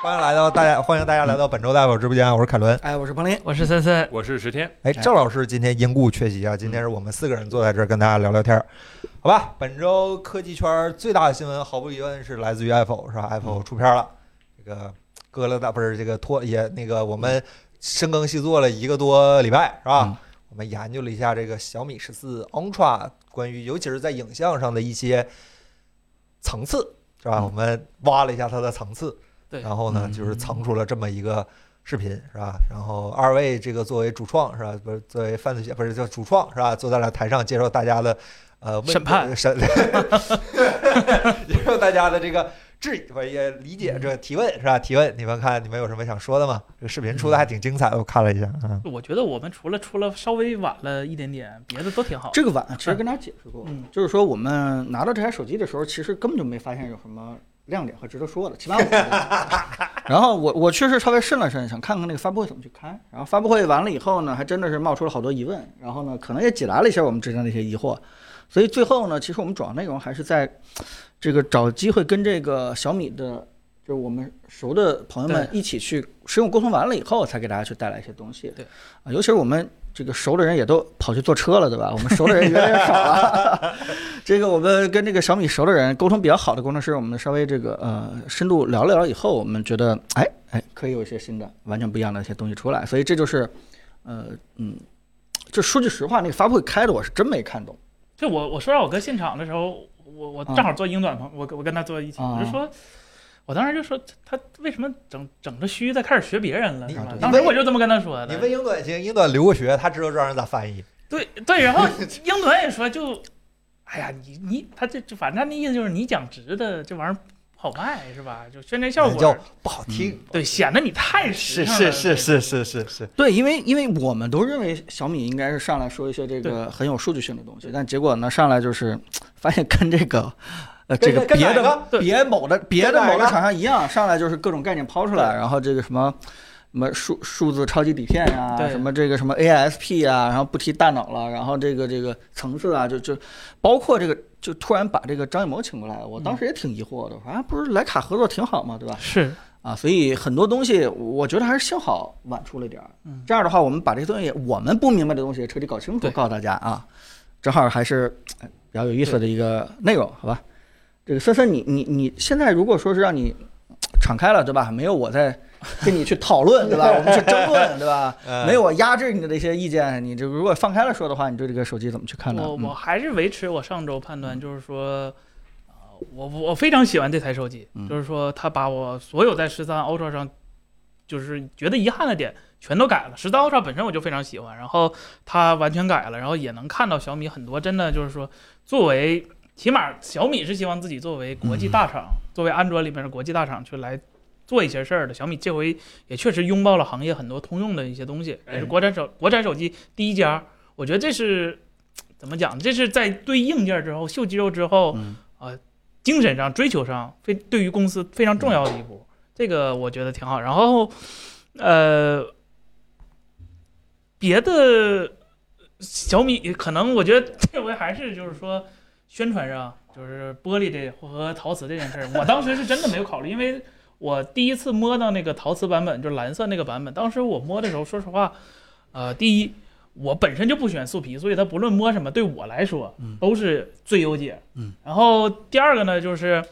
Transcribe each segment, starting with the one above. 大家欢迎大家来到本周大夫直播间，啊我是凯伦。哎，我是彭林，我是森森，我是十天，哎，赵老师今天因故缺席啊，今天是我们四个人坐在这儿跟大家聊聊天儿，好吧？本周科技圈最大的新闻，毫无疑问是来自于 Apple，是吧？Apple 出片了，这个搁了大不是这个拖也那个我们深耕细作了一个多礼拜，是吧？嗯我们研究了一下这个小米十四 Ultra 关于尤其是在影像上的一些层次，是吧？嗯我们挖了一下它的层次，对然后呢嗯就是层出了这么一个。视频是吧？然后二位这个作为主创是吧？不是作为犯罪学不是叫主创是吧？坐在了台上接受大家的呃问审判审 接受大家的这个质疑，我也理解嗯这个提问是吧？提问你们看你们有什么想说的吗？这个视频出嗯的还挺精彩的，我看了一下啊。我觉得我们除了出了稍微晚了一点点，别的都挺好。这个碗啊其实跟大家解释过，嗯就是说我们拿到这台手机的时候，其实根本就没发现有什么亮点和值得说的，起码我没有。然后我我确实稍微慎了慎，想看看那个发布会怎么去开。然后发布会完了以后呢，还真的是冒出了好多疑问，然后呢，可能也解答了一下我们之间的一些疑惑。所以最后呢，其实我们主要内容还是在这个找机会跟这个小米的，就是我们熟的朋友们一起去使用沟通完了以后，才给大家去带来一些东西。对啊，尤其是我们这个熟的人也都跑去坐车了，对吧？我们熟的人越来越少了。这个我们跟这个小米熟的人沟通比较好的工程师，我们稍微这个呃深度聊了聊以后，我们觉得哎哎可以有一些新的完全不一样的一些东西出来。所以这就是呃嗯，就说句实话，那个发布会开的我是真没看懂。就我我说让我哥现场的时候，我我嗯啊正好坐英短旁，我跟我跟他坐一起，啊我就说。我当时就说他为什么整整着虚的开始学别人了，你是吧你？当时我就这么跟他说你的。问英短行，英短留过学，他知道这玩意儿咋翻译。对对， 然后英短也说就，哎呀，你你他这这反正他那意思就是你讲直的这玩意儿不好卖是吧？就宣传效那哎叫果不好嗯听。对显得你太时尚了对是是是，对，因为因为我们都认为小米应该是上来说一些这个很有数据性的东西，但结果呢，上来就是发现跟这个。呃，这跟个跟别哪的个对别某的别跟的哪某个个厂商一样，上来就是各种概念抛出来，然后这个什么什么数数字超级底片呀、对什么这个什么 ASP 啊，然后不提大脑了，然后这个这个层次啊，就就包括这个就突然把这个张艺谋请过来，我当时也挺疑惑的，我说啊，不是徕卡合作挺好嘛，对吧？是啊，所以很多东西我觉得还是幸好晚出了点儿。嗯这样的话，我们把这些东西我们不明白的东西也彻底搞清楚，对告诉大家啊，正好还是哎比较有意思的一个内容，好吧？这个森森，你你你现在如果说是让你敞开了，对吧？没有我在跟你去讨论， 对吧？我们去争论，对吧？嗯没有我压制你的这些意见，你这个如果放开了说的话，你对这个手机怎么去看呢？我嗯我还是维持我上周判断，就是说，呃，我我非常喜欢这台手机，嗯就是说它把我所有在十三 Ultra 上就是觉得遗憾的点全都改了。十三 Ultra 本身我就非常喜欢，然后它完全改了，然后也能看到小米很多真的就是说，作为起码小米是希望自己作为国际大厂，作为安卓里面的国际大厂去来。做一些事儿的，小米这回也确实拥抱了行业很多通用的一些东西，也哎是国产手国产手机第一家。我觉得这是怎么讲？这是在对硬件之后、秀肌肉之后，呃嗯精神上追求上非对于公司非常重要的一步，这个我觉得挺好。然后，呃，别的小米可能我觉得 这回还是就是说宣传上，就是玻璃这和陶瓷这件事儿，我当时是真的没有考虑，因为我第一次摸到那个陶瓷版本，就是蓝色那个版本，当时我摸的时候，说实话，呃，第一。我本身就不喜欢素皮，所以它不论摸什么，对我来说嗯都是最优解。嗯，然后第二个呢，就是，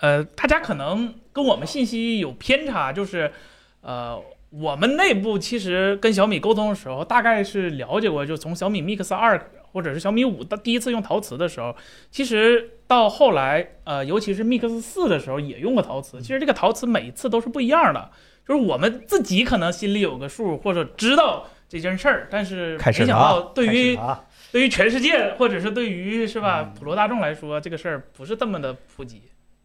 呃，大家可能跟我们信息有偏差，就是，呃，我们内部其实跟小米沟通的时候，大概是了解过，就从小米 Mix 二或者是小米五的第一次用陶瓷的时候，其实到后来，呃，尤其是 Mix 四的时候也用过陶瓷。其实这个陶瓷每一次都是不一样的，就是我们自己可能心里有个数，或者知道这件事儿，但是开没始想了啊到对于啊，对于全世界，或者是对于是吧普罗大众来说，这个事儿不是这么的普及。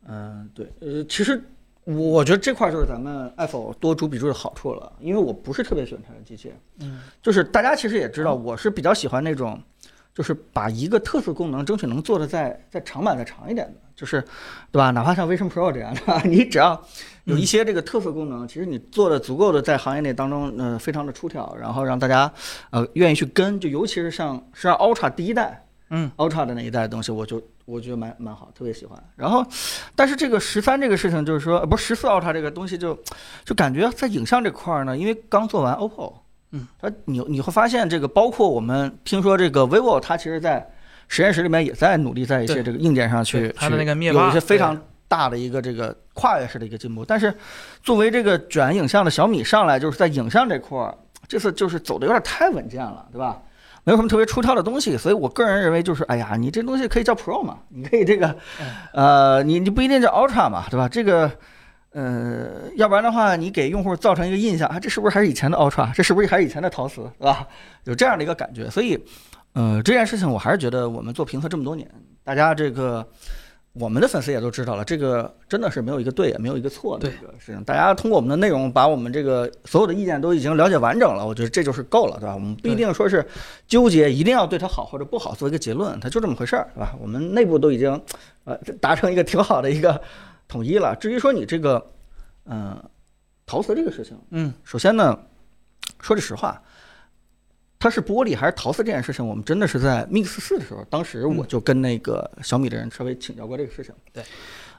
嗯，对，呃，其实我我觉得这块儿就是咱们 Apple 多主笔注的好处了，因为我不是特别喜欢拆弹机器，嗯，就是大家其实也知道，我是比较喜欢那种，就是把一个特色功能争取能做的再再长板再长一点的，就是，对吧？哪怕像 Vision Pro 这样的， 你只要有一些这个特色功能，其实你做的足够的在行业内当中，呃，非常的出挑，然后让大家呃愿意去跟，就尤其是像是像 Ultra 第一代。嗯 Ultra 的那一代的东西，我就我觉得蛮蛮好，特别喜欢。然后，但是这个十三这个事情，就是说，呃不是十四 Ultra 这个东西就，就感觉在影像这块儿呢，因为刚做完 OPPO，嗯，它你你会发现这个，包括我们听说这个 vivo，它其实在实验室里面也在努力在一些对这个硬件上去对它的去那个灭霸有一些非对常大的一个这个跨越式的一个进步。但是作为这个卷影像的小米上来，就是在影像这块儿，这次就是走的有点太稳健了，对吧？没有什么特别出挑的东西，所以我个人认为就是，哎呀，你这东西可以叫 Pro 嘛，你可以这个，嗯呃，你你不一定叫 Ultra 嘛，对吧？这个，呃，要不然的话，你给用户造成一个印象，啊，这是不是还是以前的 Ultra？这是不是还是以前的陶瓷，对吧？有这样的一个感觉，所以，呃，这件事情我还是觉得我们做评测这么多年，大家这个。我们的粉丝也都知道了，这个真的是没有一个对，也没有一个错的对一个事情。大家通过我们的内容，把我们这个所有的意见都已经了解完整了，我觉得这就是够了，对吧？我们不一对定说是纠结一定要对它好或者不好做一个结论， 它就这么回事儿，是吧？我们内部都已经呃达成一个挺好的一个统一了。至于说你这个嗯、呃陶瓷这个事情，嗯，首先呢，说句实话，它是玻璃还是陶瓷这件事情，我们真的是在 Mix 四的时候，当时我就跟那个小米的人稍微请教过这个事情。对，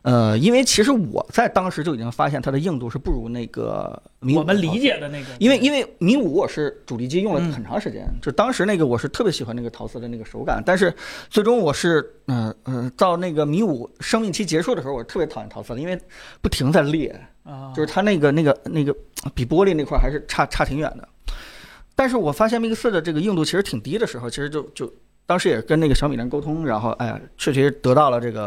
呃，因为其实我在当时就已经发现它的硬度是不如那个米五我们陶理瓷解的那个，因为为因为米五我是主力机用了嗯很长时间，就当时那个我是特别喜欢那个陶瓷的那个手感，但是最终我是嗯嗯、到那个米五生命期结束的时候，我特别讨厌陶瓷了，因为不停在裂，啊，就是它那个那个那个比玻璃那块还是差差挺远的。但是我发现 Mix 4的这个硬度其实挺低的时候，其实就就当时也跟那个小米人沟通，然后哎呀，确实得到了这个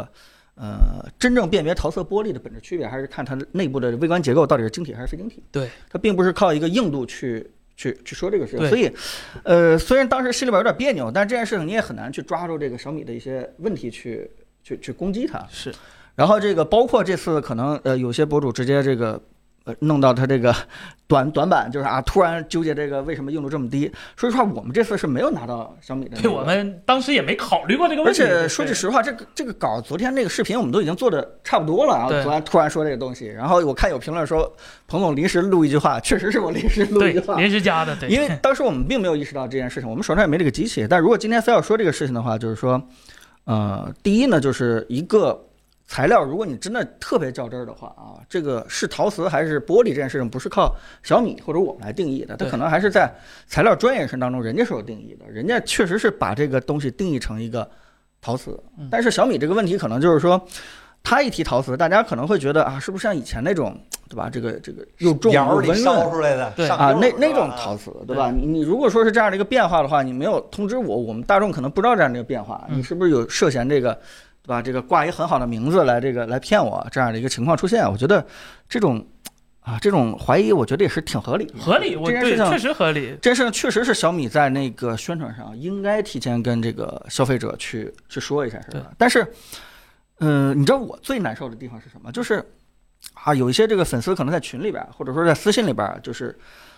呃真正辨别陶瓷和玻璃的本质区别，还是看它的内部的微观结构到底是晶体还是非晶体。对，它并不是靠一个硬度去。去去说这个事情，对所以，呃，虽然当时心里边有点别扭，但是这件事情你也很难去抓住这个小米的一些问题去去去攻击它。是然后这个包括这次可能呃有些博主直接这个呃弄到他这个短短板，就是啊突然纠结这个为什么硬度这么低。说实话，我们这次是没有拿到小米的、那对个我们当时也没考虑过这个而问题。且说句就是实话，这个这个稿，昨天那个视频我们都已经做的差不多了，然后对突然突然说这个东西，然后我看有评论说彭总临时录一句话，确实是我临时录一对句话，临时加的，对，因为当时我们并没有意识到这件事情，我们手上也没这个机器。但如果今天非要说这个事情的话，就是说，呃，第一呢，就是一个材料，如果你真的特别较真儿的话啊，这个是陶瓷还是玻璃这件事情，不是靠小米或者我们来定义的，它对可能还是在材料专业性当中，人家是有定义的，人家确实是把这个东西定义成一个陶瓷嗯。但是小米这个问题，可能就是说。他一提陶瓷，大家可能会觉得啊，是不是像以前那种，对吧？这个这个又重又窑里温润烧出来的对上啊，釉那是那吧种陶瓷，对吧？你你如果说是这样的一个变化的话，你没有通知我，我们大众可能不知道这样的一个变化，嗯你是不是有涉嫌这个，对吧？这个挂一很好的名字来这个来骗我这样的一个情况出现，我觉得这种啊这种怀疑，我觉得也是挺合理的，合理，我这件事对情确实合理，这件事情确实是小米在那个宣传上应该提前跟这个消费者去去说一下，是对吧？但是，呃，你知道我最难受的地方是什么？就是啊，有一些这个粉丝可能在群里边儿，或者说在私信里边儿，就是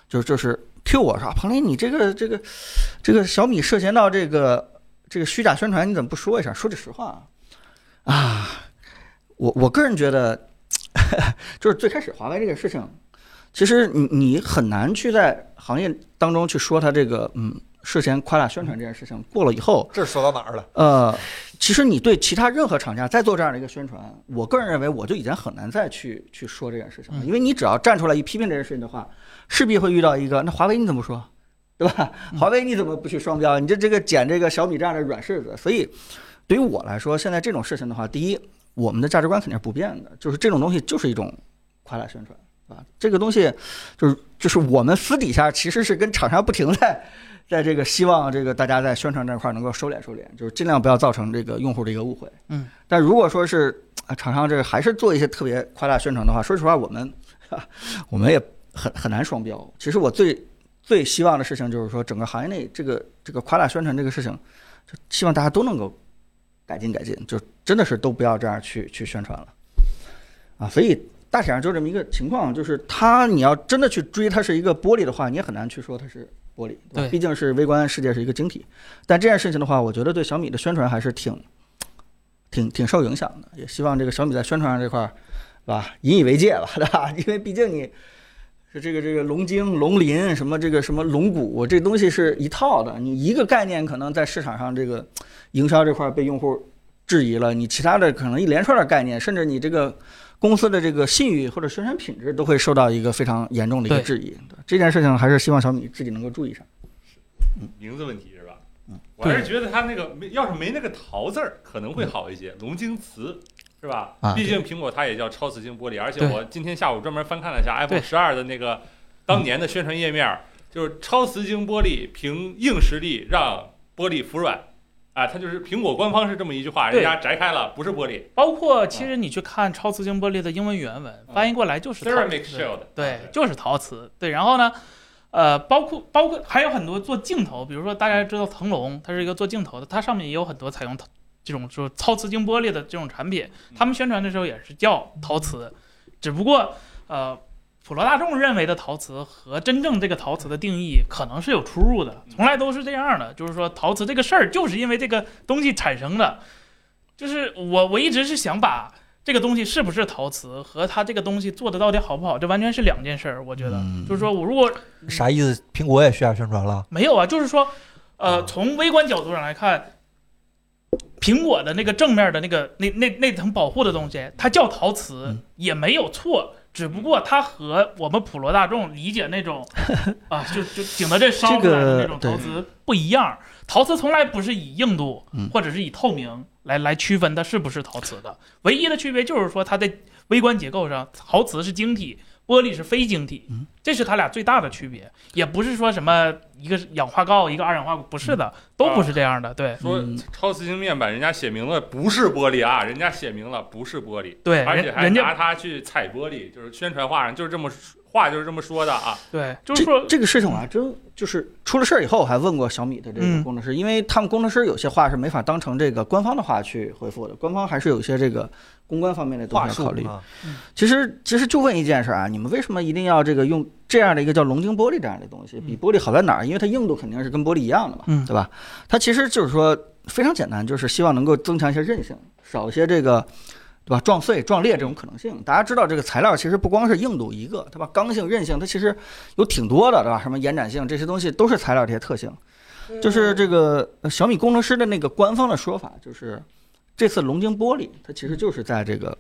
就是就是 Q 我说，彭林，你这个这个这个小米涉嫌到这个这个虚假宣传，你怎么不说一下？说句实话啊啊，我我个人觉得， 就是最开始华为这个事情。其实你你很难去在行业当中去说它这个嗯涉嫌夸大宣传这件事情过了以后，这说到哪儿了？呃， 其实你对其他任何厂家再做这样的一个宣传，我个人认为我就已经很难再去去说这件事情了，嗯因为你只要站出来一批评这件事情的话，势必会遇到一个那华为你怎么说，对吧？ 华为你怎么不去双标？你这这个捡这个小米这样的软柿子，所以对于我来说，现在这种事情的话，第一，我们的价值观肯定是不变的，就是这种东西就是一种夸大宣传。啊，这个东西就是就是我们私底下其实是跟厂商不停在在这个希望这个大家在宣传这块儿能够收敛收敛，就是尽量不要造成这个用户的一个误会。嗯，但如果说是啊厂商这个还是做一些特别夸大宣传的话，说实话我们我们也很很难双标。其实我最最希望的事情就是说，整个行业内这个这个夸大宣传这个事情，就希望大家都能够改进改进，就真的是都不要这样去去宣传了啊。所以大体上就这么一个情况，就是它你要真的去追它是一个玻璃的话，你也很难去说它是玻璃，对吧对？毕竟是微观世界是一个晶体。但这件事情的话，我觉得对小米的宣传还是挺挺挺受影响的。 也希望这个小米在宣传上这块儿，是吧，引以为戒吧，对吧？因为毕竟你是这个这个龙晶、龙鳞什么这个什么龙骨，这东西是一套的。你一个概念可能在市场上这个营销这块被用户质疑了，你其他的可能一连串的概念，甚至你这个公司的这个信誉或者宣传品质都会受到一个非常严重的一个对质疑。对这件事情还是希望小米自己能够注意上。名字问题是吧？嗯我还是觉得他那个没，要是没那个陶字儿，可能会好一些。龙晶瓷是吧啊？毕竟苹果它也叫超瓷晶玻璃，而且对我今天下午专门翻看了一下对 iPhone 十二的那个当年的宣传页面儿，就是超瓷晶玻璃凭硬实力让玻璃服软。啊，它就是苹果官方是这么一句话，对人家摘开了，不是玻璃包括啊其实你去看超瓷晶玻璃的英文原文，翻译过来就是陶，ceramic 瓷， shield。对，就是陶瓷。对，然后呢，呃，包括包括还有很多做镜头，比如说大家知道腾龙，它是一个做镜头的，它上面也有很多采用陶这种就是超瓷晶玻璃的这种产品，他们宣传的时候也是叫陶瓷，只不过呃。普罗大众认为的陶瓷和真正这个陶瓷的定义可能是有出入的，从来都是这样的。就是说，陶瓷这个事儿就是因为这个东西产生的，就是我我一直是想把这个东西是不是陶瓷和它这个东西做的到底好不好，这完全是两件事儿。我觉得，嗯就是说我如果啥意思？苹果也需要宣传了？没有啊，就是说，呃，啊从微观角度上来看，苹果的那个正面的那个那那那层保护的东西，它叫陶瓷嗯也没有错，只不过它和我们普罗大众理解那 种啊，就就景德镇烧出来的那种这个陶瓷不一样。陶瓷从来不是以硬度嗯或者是以透明来来区分它是不是陶瓷的，唯一的区别就是说它在微观结构上，陶瓷是晶体，玻璃是非晶体嗯，这是它俩最大的区别，也不是说什么一个是氧化锆，一个二氧化钴，不是的，都不是这样的，对说嗯超瓷晶面板，人家写明了不是玻璃啊，人家写明了不是玻璃。对，而人且还人拿家它去踩玻璃，就是宣传画上就是这么说话就是这么说的啊。对，就这是说这个事情我还真就是出了事儿以后，我还问过小米的这个嗯工程师，因为他们工程师有些话是没法当成这个官方的话去回复的，官方还是有一些这个公关方面的东话西术要考虑。啊，其实其实就问一件事儿啊，你们为什么一定要这个用这样的一个叫龙晶玻璃这样的东西？比玻璃好在哪儿？因为它硬度肯定是跟玻璃一样的嘛，嗯对吧？它其实就是说非常简单，就是希望能够增强一些韧性，少一些这个。对吧？撞碎、撞裂这种可能性，大家知道这个材料其实不光是硬度一个，对吧？刚性、韧性，它其实有挺多的，对吧？什么延展性这些东西都是材料这些特性。嗯就是嗯这个呃小米工程师的那个官方的说法，就是这次龙晶玻璃，它其实就是在这个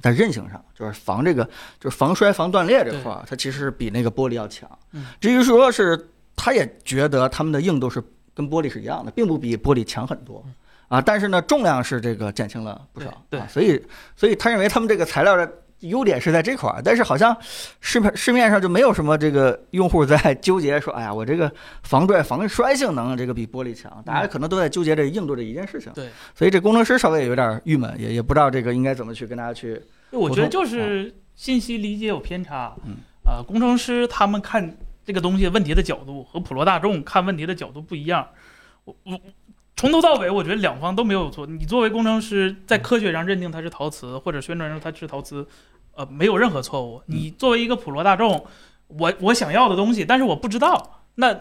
在韧性上，就是防这个就是防摔、防断裂这块儿，它其实比那个玻璃要强嗯。至于说是，他也觉得他们的硬度是跟玻璃是一样的，并不比玻璃强很多。啊，但是呢，重量是这个减轻了不少，嗯对对啊，所以所以他认为他们这个材料的优点是在这块儿，但是好像市面市面上就没有什么这个用户在 纠结说，哎呀，我这个防拽防摔性能这个比玻璃强，大家可能都在纠结这硬度这一件事情，嗯对，所以这工程师稍微也有点郁闷，也也不知道这个应该怎么去跟大家去，我普觉得通就是信息理解有偏差嗯，呃，工程师他们看这个东西问题的角度和普罗大众看问题的角度不一样，我我。从头到尾，我觉得两方都没有错。你作为工程师，在科学上认定它是陶瓷，或者宣传上它是陶瓷，呃，没有任何错误。你作为一个普罗大众，我我想要的东西，但是我不知道，那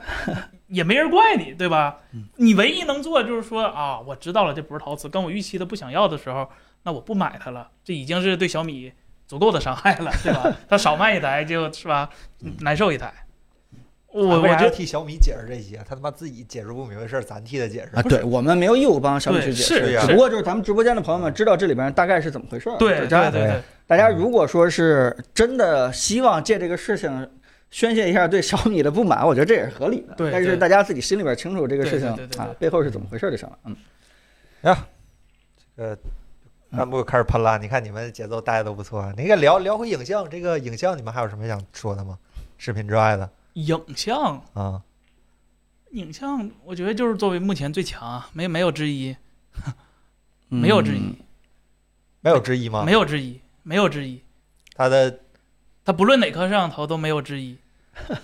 也没人怪你，对吧嗯？你唯一能做的就是说啊，我知道了这不是陶瓷，跟我预期的不想要的时候，那我不买它了，这已经是对小米足够的伤害了，对吧？它少卖一台就是吧，嗯难受一台。我我为觉啥要得替小米解释这些？他他妈自己解释不明白事儿，咱替他解释啊，。对我们没有义务帮小米去对解是释，呀只不过就是咱们直播间的朋友们知道这里边大概是怎么回事儿，对就对这样对对，大家如果说是真的希望借这个事情宣泄一下对小米的不满，我觉得这也是合理的。对但是对大家自己心里边清楚这个事情对对对对对啊背后是怎么回事就行了。嗯，干部开始喷了，你看你们节奏带的都不错。那个聊聊回影像，这个影像你们还有什么想说的吗？视频之外的影像啊，影像，我觉得就是作为目前最强啊，没没有之一，没有质疑嗯没有之一吗没？有之一，没有之一。他的它不论哪颗摄像头都没有之一。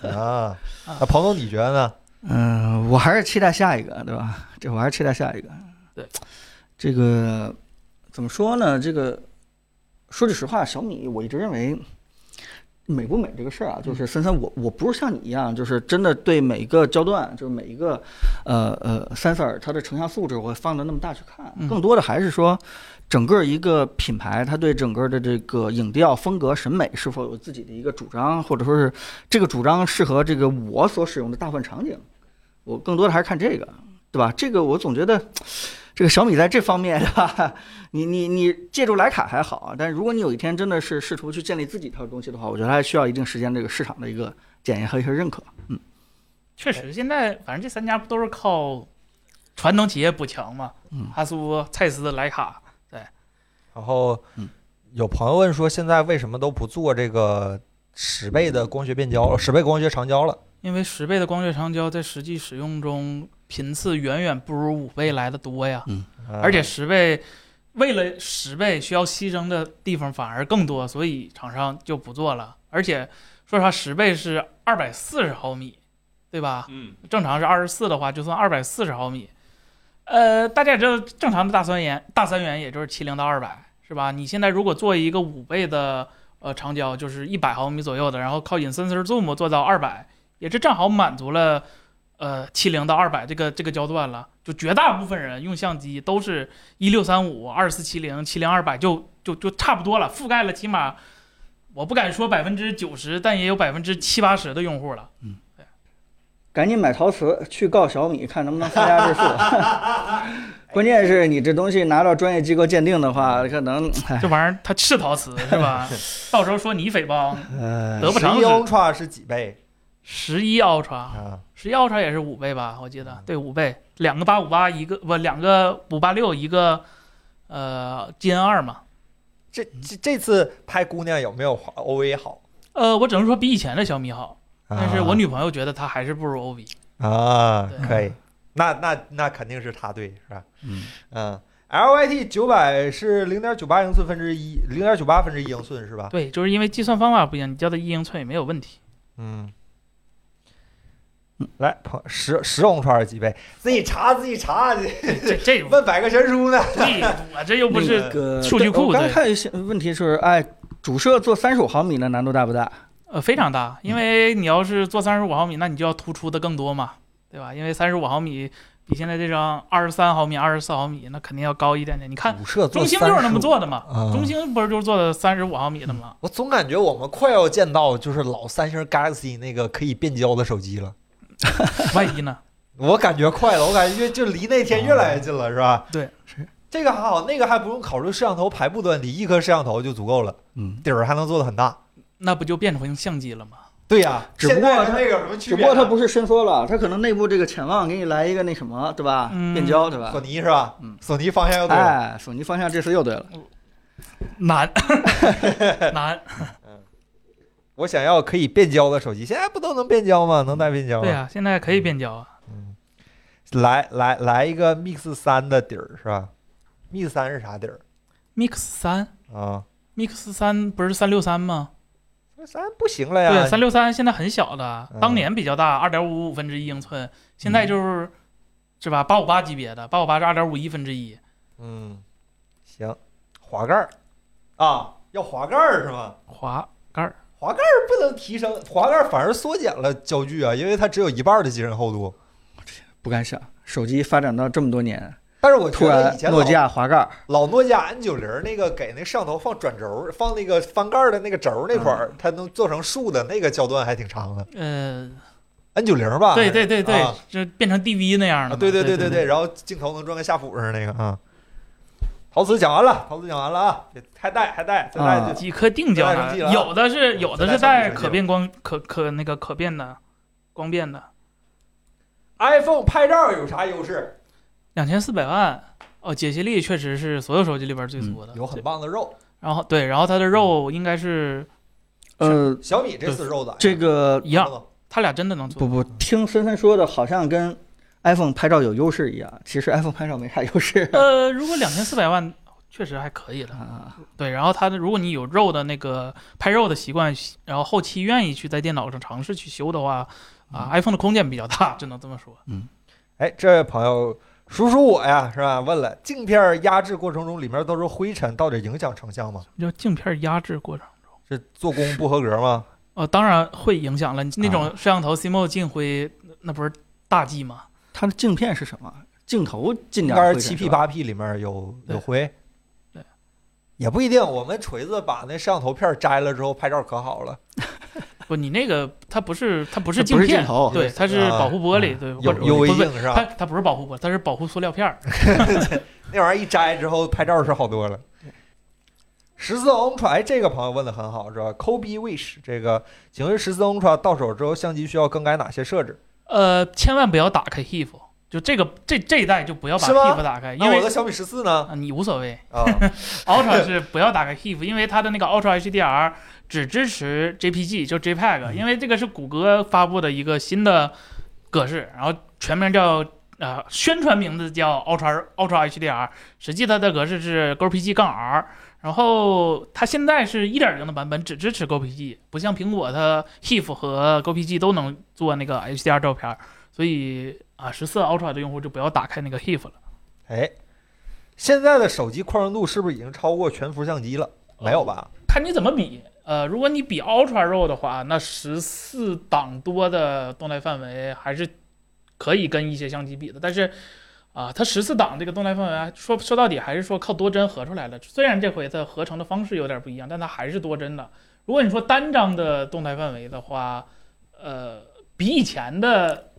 啊，啊那彭总你觉得呢？嗯、我还是期待下一个，对吧？这我还是期待下一个。对，这个怎么说呢？这个说句实话，小米我一直认为美不美这个事儿啊，就是森森，我我不是像你一样，就是真的对每一个焦段，就是每一个呃呃 sensor 它的成像素质，我放的那么大去看嗯，更多的还是说整个一个品牌，它对整个的这个影调、风格、审美是否有自己的一个主张，或者说是这个主张适合这个我所使用的大部分场景，我更多的还是看这个，对吧？这个我总觉得。这个小米在这方面， 对吧？你你你借助徕卡还好，啊但如果你有一天真的是试图去建立自己一套东西的话，我觉得还需要一定时间这个市场的一个检验和一些认可。确实，现在反正这三家不都是靠传统企业补强嘛？嗯哈苏、蔡司、徕卡，然后嗯有朋友问说，现在为什么都不做这个十倍的光学变焦、十倍光学长焦了？因为十倍的光学长焦在实际使用中频次远远不如五倍来的多呀，呃嗯而且十倍。为了十倍需要牺牲的地方反而更多，所以厂商就不做了。而且说实话，十倍是二百四十毫米，对吧？嗯，正常是二十四的话，就算二百四十毫米。呃，大家也知道，正常的大三元大三元也就是七零到二百，是吧？你现在如果做一个五倍的呃长焦，就是一百毫米左右的，然后靠 i n sensor zoom 做到二百，也是正好满足了呃七零到二百这个这个焦段了。就绝大部分人用相机都是一六三五、二四七零、七零二百，就就就差不多了，覆盖了起码我不敢说百分之九十，但也有百分之七八十的用户了。赶紧买陶瓷去告小米，看能不能发家致 富。关键是你这东西拿到专业机构鉴定的话，可能哎，这玩意儿它是陶瓷是吧？到时候说你诽谤，呃得不偿11失。 Ultra 是几倍十一 Ultra，啊？十一 Ultra 也是五倍吧？我记得，对，五倍，两个八五八，一个不，两个五八六，一个呃 GN 二嘛。这这这次拍姑娘有没有 OV 好？呃，我只能说比以前的小米好，但是啊我女朋友觉得它还是不如 OV。啊，对可以，那那那肯定是他对，是吧？嗯嗯，LYT 九百是零点九八英寸分之一，零点九八分之一英寸是吧？对，就是因为计算方法不一样，你叫它一英寸也没有问题。嗯。嗯来，朋十十红串是几倍？自己查自己查，这这 问百科全书呢。对我这又不那是个数据库我刚对才看一些问题是，哎，主摄做三十五毫米的难度大不大？呃，非常大，因为你要是做三十五毫米，那你就要突出的更多嘛，对吧？因为三十五毫米比现在这张二十三毫米、二十四毫米那肯定要高一点点。你看五摄中兴就是那么35做的嘛，啊中兴不是就是做的三十五毫米的吗？我总感觉我们快要见到就是老三星 Galaxy 那个可以变焦的手机了。万一呢？我感觉快了，我感觉就离那天越来越近了，是吧？对，是这个还好，那个还不用考虑摄像头排布的问题，一颗摄像头就足够了，嗯，底儿还能做的很大。那不就变成相机了吗？对呀、只不过现在它那个有什么区只不别啊？过它不是伸缩了，它可能内部这个潜望给你来一个那什么，对吧？嗯变焦，对吧？索尼是吧？嗯索尼方向要对了。哎，索尼方向这次又对了。难， 难，我想要可以变焦的手机，现在不都能变焦吗？能带变焦对吗？呀、现在可以变焦啊。来来来一个 Mix 三的底儿是吧？Mix 三是啥底儿 Mix 三啊？ ，Mix 三不是三六三吗？三不行了呀对，，三六三现在很小的，嗯当年比较大，二点五五分之一英寸，现在就是、是吧？八五八级别的，八五八是二点五一分之一。嗯，行，滑盖儿啊，要滑盖儿是吗？滑盖儿。不能提升，滑盖儿反而缩减了焦距啊，因为它只有一半儿的机身厚度。不敢想，手机发展到这么多年，但是我觉突得然以前老诺基亚滑盖儿，老诺基亚 N 九零那个给那摄像头放转轴儿，放那个翻盖儿的那个轴儿那块嗯儿，它能做成竖的那个焦段还挺长的。呃， N 九零吧？对对对对啊，这变成 DV 那样啊，的嘛。对对对对对对，，然后镜头能转跟夏普似的那个啊。陶瓷讲完了，陶瓷讲完了啊，别还带还带再带啊就几颗定焦再带呢上机了啊，有的是嗯有的再带是上带机了可变光可可那个可变的光变的， iPhone 拍照有啥优势？两千四百万。哦，解析力确实是所有手机里边最足的，有很棒的肉，然后对，然后它的肉应该是呃，小米这次肉的这个一样，，它俩真的能不做。不，听森森说的，好像跟 iPhone 拍照有优势一样，其实 iPhone 拍照没啥优 势呃，如果两千四百万确实还可以的，啊。对。然后它的，如果你有肉的那个拍肉的习惯，然后后期愿意去在电脑上尝试去修的话，啊，iPhone 的空间比较大，只能这么说。哎，这位朋友，数数我呀，是吧？问了，镜片压制过程中里面都是灰尘，到底影响成像吗？叫镜片压制过程。是做工不合格吗？呃，当然会影响了。那种摄像头 CMOS 镜会，那不是大忌吗？它的镜片是什么？镜头进应点该儿是会七是 P 吧八 P 里面有有对灰，对，也不一定。我们锤子把那摄像头片摘了之后拍照可好了，不，你那个它不是它不是它镜不是片，镜头对，它是啊保护玻璃，对，有或者有不不一，硬是它吧？它不是保护玻璃，它是保护塑料片儿。那玩意儿一摘之后拍照是好多了。十四 Ultra 哎这个朋友问的很好，是吧？Kobe Wish 这个，请问十四 Ultra 到手之后相机需要更改哪些设置？呃，千万不要打开 HEIF，就这个这这一代就不要把是吗 HEIF 打开，因那我为的小米十四呢？啊你无所谓啊， ，Ultra 是不要打开 HEIF，因为它的那个 Ultra HDR 只支持 JPG，就 JPEG，因为这个是谷歌发布的一个新的格式，然后全名叫。呃，宣传名字叫 Ultra Ultra HDR，实际它的格式是 GoPG 杠 R，然后它现在是一点零的版本，只支持 GoPG，不像苹果它 HEIF 和 GoPG 都能做那个 HDR 照片儿，所以啊，十四 Ultra 的用户就不要打开那个 HEIF 了。哎，现在的手机宽容度是不是已经超过全幅相机了？哦没有吧？看你怎么比。呃，如果你比 Ultra 肉的话，那十四档多的动态范围还是可以跟一些相机比的。但是，啊、它十四档这个动态范围啊说说到底还是说靠多帧合出来的。虽然这回它合成的方式有点不一样，但它还是多帧的。如果你说单张的动态范围的话，呃，比以前的，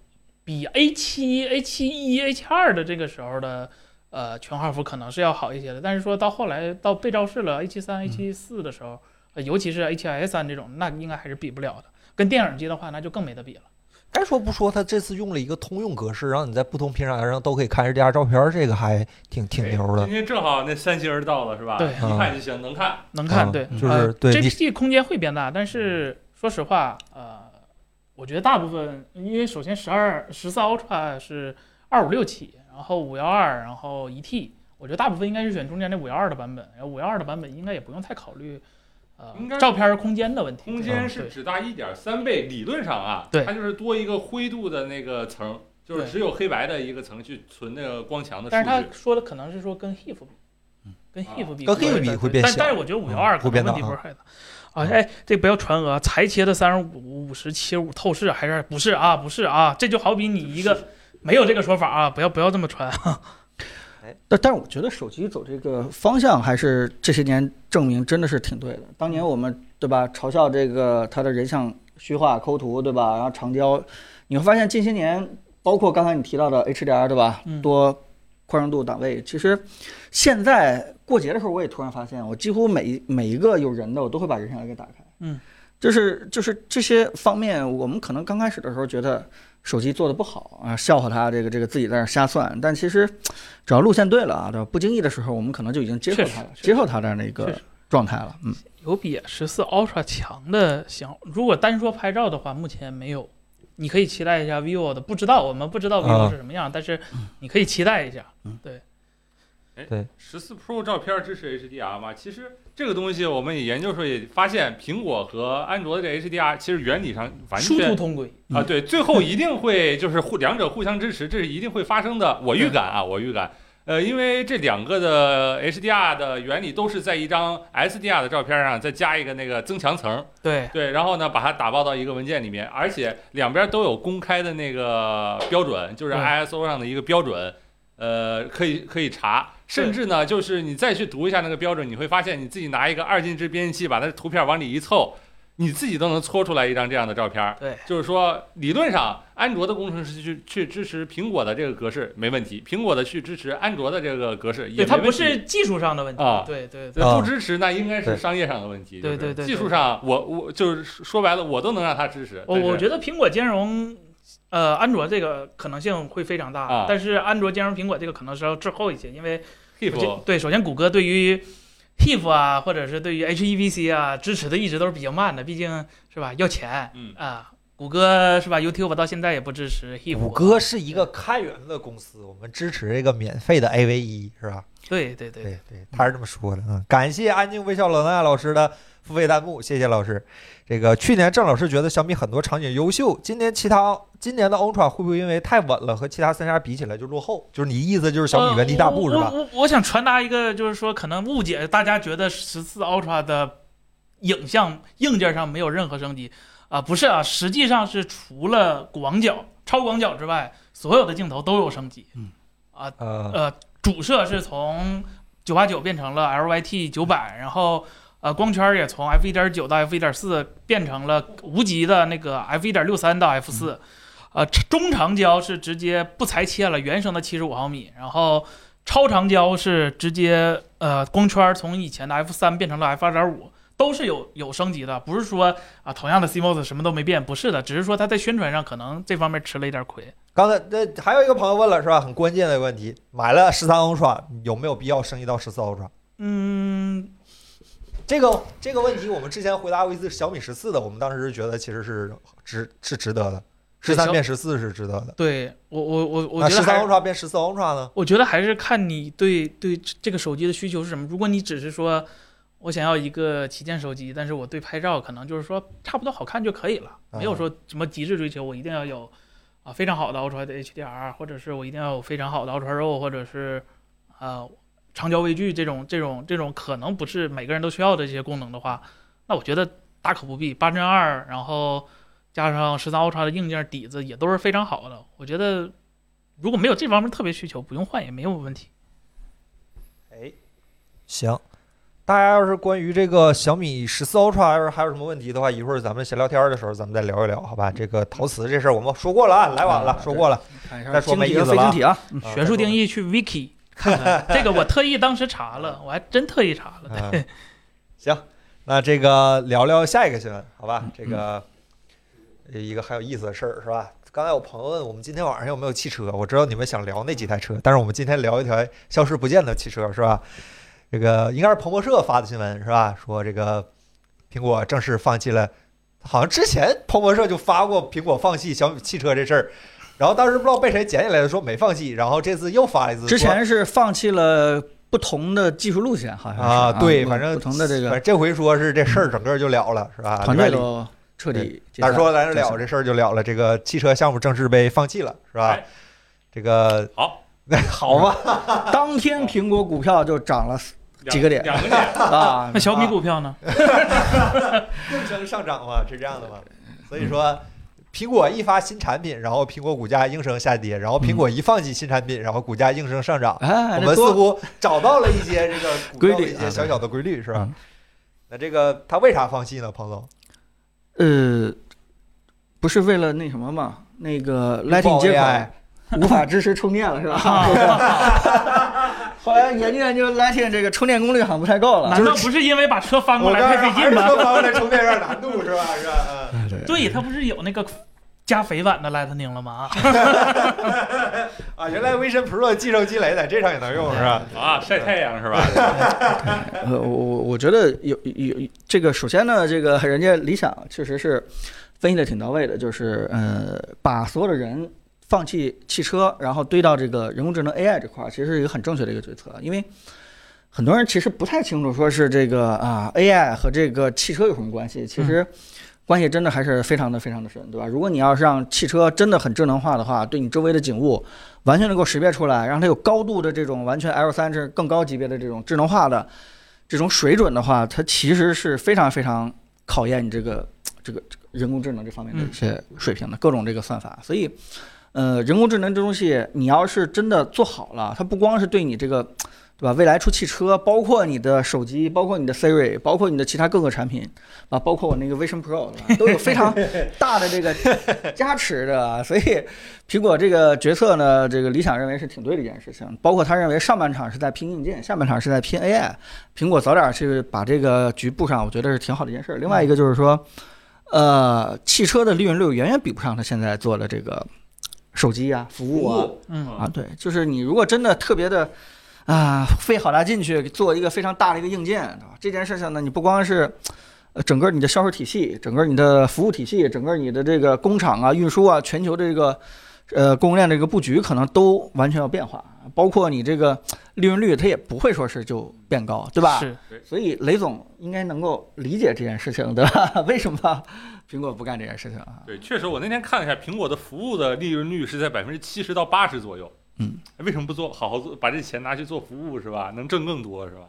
比 A 七、A 七一、A 七二的这个时候的呃全画幅可能是要好一些的。但是说到后来到被照式了 A 七三、A 七四的时候，呃尤其是 A 七 S 三这种，那应该还是比不了的。跟电影机的话，那就更没得比了。该说不说，它这次用了一个通用格式，让你在不同平台上都可以看 HDR 照片，这个还挺挺牛的哎哎今。天正好那三星儿到了是吧？对一看就行，能看。能看，嗯对，就是呃对你 GPG 空间会变大，但是说实话，呃，我觉得大部分，因为首先十二、十四 Ultra 是二五六起，然后五幺二，然后一 T，我觉得大部分应该是选中间那五幺二的版本，然后五幺二的版本应该也不用太考虑，呃应该，照片空间的问题。空间嗯对是只大一点三倍，理论上啊，对它就是多一个灰度的那个层，就是对只有黑白的一个层去存那个光强的但是他数据。说的可能是说跟 HEIF 比，跟啊 HEIF 比嗯跟可能 HEIF 会比再会对变但小但是我觉得五幺二嗯可会变能大问题不是太大。啊，嗯哎，这不要传讹，裁切的三十五、五十、七十五透视还是不是啊？不是啊，这就好比你一个没有这个说法啊，不要不要这么传。但但是我觉得手机走这个方向还是这些年证明真的是挺对的。当年我们对吧嘲笑这个它的人像虚化、抠图对吧，然后长焦，你会发现近些年包括刚才你提到的 HDR 对吧嗯，多宽容度档位，其实现在过节的时候我也突然发现，我几乎每一每一个有人的我都会把人像给打开。嗯，就是就是这些方面，我们可能刚开始的时候觉得手机做的不好啊，笑话它这个这个自己在那儿瞎算，但其实。只要路线对了啊，对吧？不经意的时候，我们可能就已经接受确实它了，确实接受它这样的一确个实状态了。嗯，有比十四 Ultra 强的型，如果单说拍照的话，目前没有。你可以期待一下 vivo 的，不知道我们不知道 vivo 啊是什么样，但是你可以期待一下。十四 Pro 照片支持 HDR 吗？其实这个东西我们也研究时候也发现，苹果和安卓的这 HDR 其实原理上完殊途全同归，啊，对，最后一定会就是互两者互相支持，这是一定会发生的。我预感啊，我预感。呃，因为这两个的 HDR 的原理都是在一张 SDR 的照片上再加一个那个增强层，对 对，然后呢，把它打包到一个文件里面，而且两边都有公开的那个标准，就是对 ISO 上的一个标准，呃，可以可以查，甚对至呢，就是你再去读一下那个标准，你会发现你自己拿一个二进制编辑器把它的图片往里一凑，你自己都能搓出来一张这样的照片儿。对，就是说理论上，安卓的工程师去去支持苹果的这个格式没问题，苹果的去支持安卓的这个格式也对，它没问不题是技术上的问题。啊对对对，对啊不支持那应该对是商业上的问题。就对是对对对技术上我我就是说白了，我都能让他支持。我但是我觉得苹果兼容，呃，安卓这个可能性会非常大，啊但是安卓兼容苹果这个可能是要滞后一些，因为 HEIF 对，首先谷歌对于 HEIF 啊，或者是对于 HEVC 啊支持的一直都是比较慢的，毕竟是吧要钱嗯啊。谷歌是吧？YouTube 到现在也不支持啊 HEIF。谷歌是一个开源的公司，我们支持这个免费的 AV 一，是吧？对对对，对对，他是这么说的啊。感谢安静微笑冷爱老师的付费弹幕，谢谢老师。这个去年郑老师觉得小米很多场景优秀，今年其他今年的 Ultra 会不会因为太稳了，和其他三家比起来就落后？就是你意思就是小米原地踏步是呃吧？我我我我想传达一个，就是说可能误解，大家觉得十四 Ultra 的影像硬件上没有任何升级啊，不是啊，实际上是除了广角、超广角之外，所有的镜头都有升级。呃，呃，主摄是从九八九变成了 LYT 九百，然后呃光圈也从 f 一点九到 f 一点四变成了无极的那个 f 一点六三到 f 嗯四、呃中长焦是直接不裁切了原生的七十五毫米，然后超长焦是直接呃光圈从以前的 f 三变成了 f 二点五。都是有有升级的，不是说啊同样的 CMOS 什么都没变，不是的，只是说它在宣传上可能这方面吃了一点亏。刚才那还有一个朋友问了是吧？很关键的问题，买了十三 Ultra 有没有必要升级到十四 Ultra？嗯，这个这个问题我们之前回答过一次小米十四的，我们当时是觉得其实是值是值得的，十对三小变十四是值得的。对我我我我那觉十得还三是 Ultra 变十四 Ultra 呢？我觉得还是看你对对这这个手机的需求是什么。如果你只是说我想要一个旗舰手机，但是我对拍照可能就是说差不多好看就可以了，没有说什么极致追求，我一定要有啊非常好的 Ultra 的 HDR，或者是我一定要有非常好的 Ultra RAW，或者是啊、呃长焦微距这种这种这种可能不是每个人都需要的这些功能的话，那我觉得大可不必。八针二，然后加上十三 Ultra 的硬件底子也都是非常好的，我觉得。如果没有这方面特别需求，不用换也没有问题。哎，行，大家要是关于这个小米十四 Ultra 要是还有什么问题的话，一会儿咱们闲聊天的时候咱们再聊一聊，好吧？这个陶瓷这事儿我们说过了啊，来晚了，说过了。看一下再说晶没体意和思非了啊晶体啊，嗯啊嗯学术定，义去 Wiki 看看，这个我特意当时查了，我还真特 意查了。嗯，行，那这个聊聊下一个新闻，好吧？这个一个很有意思的事儿是吧？刚才有朋友问我们今天晚上有没有汽车，我知道你们想聊那几台车，但是我们今天聊一台消失不见的汽车是吧？这个应该是彭博社发的新闻是吧？说这个苹果正式放弃了，好像之前彭博社就发过苹果放弃小米汽车这事儿，然后当时不知道被谁捡起来的说没放弃，然后这次又发了一次说，之前是放弃了不同的技术路线，好像是啊，对，不反正不同的这反正个这回说是这事儿整个就了了，是吧？团礼队拜里都彻底解哪散。儿说哪儿了，解散这事儿就了了。这个汽车项目正式被放弃了，是吧哎？这个好， 好吧，当天苹果股票 就涨了两几个点两个点，啊，那小米啊股票呢？ 应声上涨嘛，是这样的嘛。所以说，苹果一发新产品，然后苹果股价应声下跌，然后苹果一放弃新产品，然后股价应声上涨。哎，我这们似多乎找到了一些这个股票的一些小小的规律，是吧嗯？那这个他为啥放弃呢，彭总？呃，不是为了那什么嘛，那个 Lightning 爆接 AI 口无法支持充电了，是吧？ 后来研究研究 Lightning 这个充电功率好像不太够了，难道不是因为把车翻过啊我来刚才太费还是劲吗说？翻过来充电有点难度，是吧？是吧？嗯。哎对，它不是有那个加肥版的 Lightning 了吗？啊，原来 Vision Pro 技术积累在这上也能用 是吧？ 啊，晒太阳是吧？呃，我我我觉得有有有这个，首先呢，这个人家理想确实是分析的挺到位的，就是呃，把所有的人放弃汽车，然后堆到这个人工智能 AI 这块儿，其实是一个很正确的一个决策，因为。很多人其实不太清楚，说是这个啊，AI 和这个汽车有什么关系？其实关系真的还是非常的非常的深，对吧？如果你要是让汽车真的很智能化的话，对你周围的景物完全能够识别出来，让它有高度的这种完全 L 三这更高级别的这种智能化的这种水准的话，它其实是非常非常考验你这个这个这个人工智能这方面的一些水平的、各种这个算法。所以，呃，人工智能这东西，你要是真的做好了，它不光是对你这个，对吧？未来出汽车，包括你的手机，包括你的 Siri，包括你的其他各个产品啊，包括我那个 Vision Pro，对吧都有非常大的这个 加持的。所以，苹果这个决策呢，这个理想认为是挺对的一件事情。包括他认为上半场是在拼硬件，下半场是在拼 AI。苹果早点去把这个局布上，我觉得是挺好的一件事。另外一个就是说，呃，汽车的利润率远远比不上它现在做的这个手机啊、服务啊嗯，啊。对，就是你如果真的特别的啊，费好大劲去做一个非常大的一个硬件，对吧？这件事情呢，你不光是。呃整个你的销售体系，整个你的服务体系，整个你的这个工厂啊、运输啊，全球这个呃供应链这个布局可能都完全要变化，包括你这个利润率，它也不会说是就变高，对吧？是所以雷总应该能够理解这件事情，对吧？ 为什么苹果不干这件事情啊？ 对，确实，我那天看了一下，苹果的服务的利润率是在百分之七十到八十左右。哎嗯，为什么不做好好做，把这钱拿去做服务是吧？能挣更多是吧？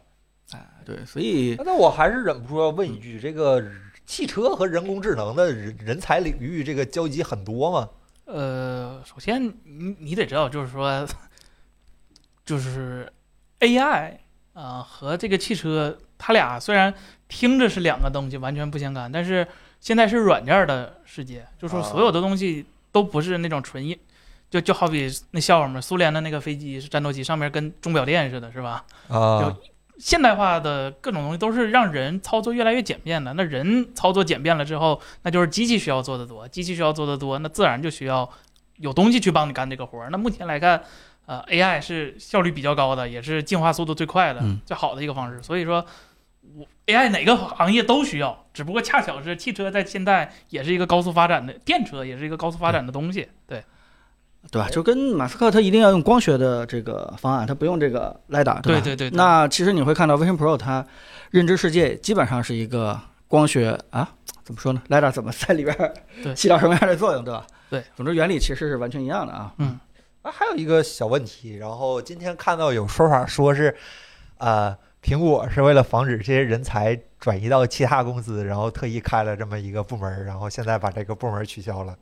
哎，对，所以 那我还是忍不住要问一句：这个汽车和人工智能的人人才领域这个交集很多吗？呃，首先你你得知道，就是说， 就是 AI 啊、呃和这个汽车，它俩虽然听着是两个东西，完全不相干，但是现在是软件儿的世界，就是说啊所有的东西都不是那种纯硬。就就好比那笑话嘛，苏联的那个飞机是战斗机，上面跟钟表店似的，是吧？啊，现代化的各种东西都是让人操作越来越简便的。那人操作简便了之后，那就是机器需要做的多，机器需要做的多，那自然就需要有东西去帮你干这个活儿。那目前来看，呃，AI 是效率比较高的，也是进化速度最快的、嗯最好的一个方式。所以说，我 AI 哪个行业都需要，只不过恰巧是汽车在现在也是一个高速发展的，电车也是一个高速发展的东西。对，对吧？就跟马斯克他一定要用光学的这个方案，他不用这个雷达，吧？对对对对那其实你会看到 Vision Pro 它认知世界基本上是一个光学啊，怎么说呢？雷达怎么在里边儿对起到什么样的作用，对吧？对，总之原理其实是完全一样的啊。啊，还有一个小问题，然后今天看到有说法说是，呃，苹果是为了防止这些人才转移到其他公司，然后特意开了这么一个部门，然后现在把这个部门取消了。啊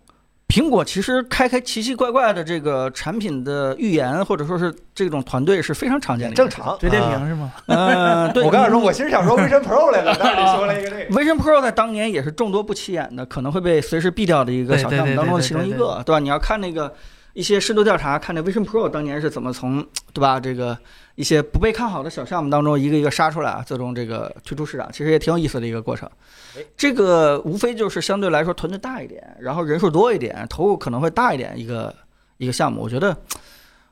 苹果其实开开奇奇怪怪的这个产品的预言，或者说是这种团队是非常常见的，正。常，追电啊瓶是吗？嗯，对。 我刚才说，我其实想说 Vision Pro 来了，但是你说了一个这个。 Vision Pro 在当年也是众多不起眼的，可能会被随时毙掉的一个对小项对目对当中的对其中对一对个，对吧？你要看那个一些深度调查，看这 Vision Pro 当年是怎么从对吧这个一些不被看好的小项目当中一个一个杀出来啊，最终这个推出市场，啊其实也挺有意思的一个过程哎。这个无非就是相对来说团队大一点，然后人数多一点，投入可能会大一点一个一个项目，我觉得。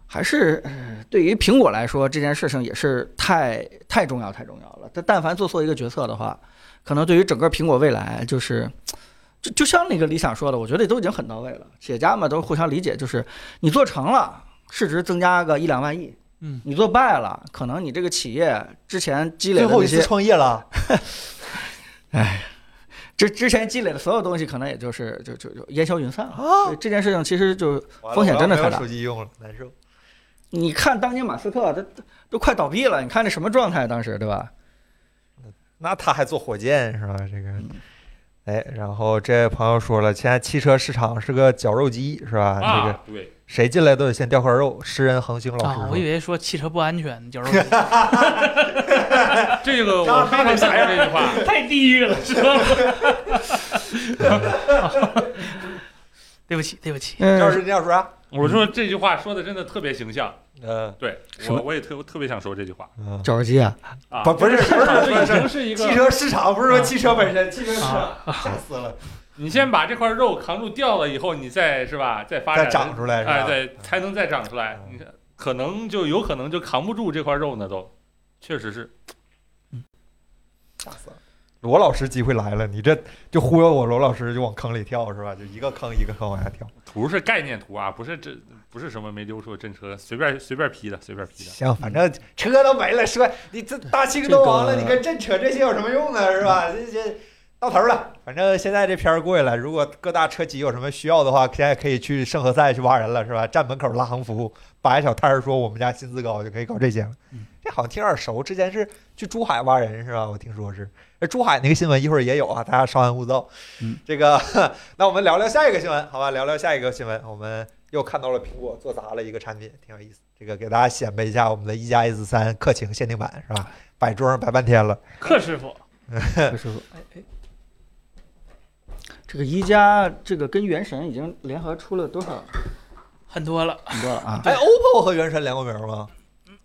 还是呃对于苹果来说，这件事情也是太太重要、太重要了。它但凡做错一个决策的话，可能对于整个苹果未来，就是就就像那个理想说的，我觉得都已经很到位了。企业家嘛，都互相理解，就是你做成了，市值增加个一两万亿；嗯，你做败了，可能你这个企业之前积累最的后那一次些，创业了，之之前积累的所有东西，可能也就是就就就烟消云散了。啊所以这件事情其实就 完了风险真的我要没有太大手机用了，难受。你看当年马斯克他他都快倒闭了，你看那什么状态当时，对吧？那他还做火箭是吧？这个，嗯哎，然后这位朋友说了，现在汽车市场是个绞肉机是吧？这个啊，对，谁进来都得先掉块肉。诗人恒星老师啊，我说，以为说汽车不安全，绞肉这个我非常赞同这句话。 太地狱了，是吧？ 对不起，对不起，赵嗯，是这样说啊啥？我说这句话说的真的特别形象，嗯对什么我我也特特别想说这句话嗯，绞肉机 啊，啊，不不是不是这已不经是，是一汽个，嗯车市场不是说汽车本身，汽车市场啊吓死了，你先把这块肉扛住掉了以后，你再是吧，再发再展，长出来是吧？哎，对，才能再长出来。嗯你看，可能就有可能就扛不住这块肉呢，都，确实是。吓死了。罗老师机会来了，你这就忽悠我，罗老师就往坑里跳是吧？就一个坑一个坑往下跳。图是概念图啊，不是这不是什么没溜出的真车，随便随便 P 的，随便 P 的。行，反正车都没了，说你这大清都亡了，这个你跟朕扯这些有什么用呢？是吧？这这到头了。反正现在这片儿过去了，如果各大车企有什么需要的话，现在可以去圣何塞去挖人了，是吧？站门口拉横幅，摆小摊儿说我们家薪资高，就可以搞这些了。这好像听耳熟，之前是去珠海挖人是吧？我听说是，哎，珠海那个新闻一会儿也有啊，大家稍安勿躁。嗯，这个那我们聊聊下一个新闻，好吧？聊聊下一个新闻，我们又看到了苹果做砸了一个产品，挺有意思。这个给大家显摆一下我们的一加 S 三客情限定版是吧？摆桌上摆半天了，克师傅，柯哎师傅，这个一加这个跟原神已经联合出了多少很多了，很多了啊？ 哎，OPPO 和原神联过名吗？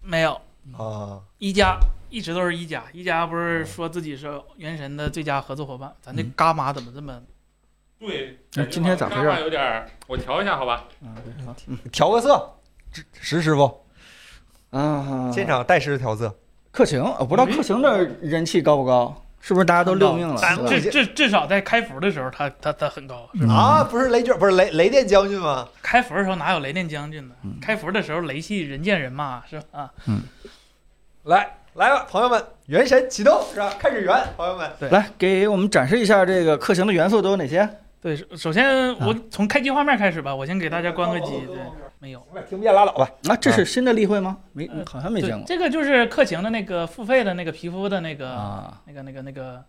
没有啊，一加一直都是一加，一加不是说自己是原神的最佳合作伙伴，咱这嗯伽马怎么这么对，那今天咋回事刚刚有点儿，我调一下好吧？嗯，对，好，调个色，石师傅嗯啊，现场带师调色，克情，我不知道克情的人气高不高，是不是大家都六命了？咱是吧至至至少在开服的时候，他他他很高。嗯啊，不是雷军，不是雷雷电将军吗？开服的时候哪有雷电将军呢嗯？开服的时候雷系人见人骂是吧？啊来来吧，朋友们，原神启动是吧？开始圆，朋友们。嗯来给我们展示一下这个克情的元素都有哪些？啊对，首首先我从开机画面开始吧，我先给大家关个机。对，没有。听不见拉倒吧。啊，这是新的例会吗？没呃，好像没对见，过这个就是克勤的那个付费的那个皮肤的那个、啊。那个那个那个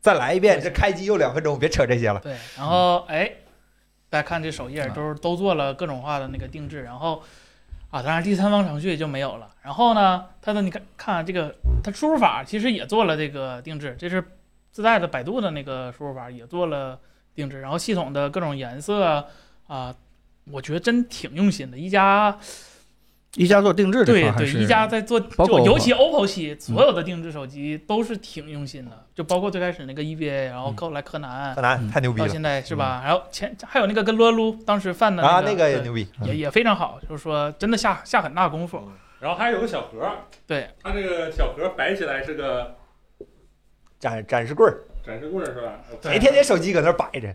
再来一遍，这开机又两分钟，别扯这些了。对，嗯然后哎，大家看这首页啊都是都做了各种化的那个定制，然后啊，当然第三方程序就没有了。然后呢，它的你看看啊这个它输入法其实也做了这个定制，这是自带的百度的那个输入法也做了定制，然后系统的各种颜色啊、我觉得真挺用心的，一加。一加做定制这对块还对，是一加在做，包括嗯就尤 OPPO 其 OPPO 系所有的定制手机都是挺用心的，就包括最开始那个 EVA，然后嗯后来柯南柯，南太牛逼到了现在是吧？还有前还有那个跟撸啊撸当时犯的啊，那那个也对牛嗯逼。也也非常好，就是说真的下下很大功夫。然后还有个小盒儿，对，它这个小盒儿摆起来是个展展示棍儿，展示棍儿是吧？谁天天手机搁那儿摆着？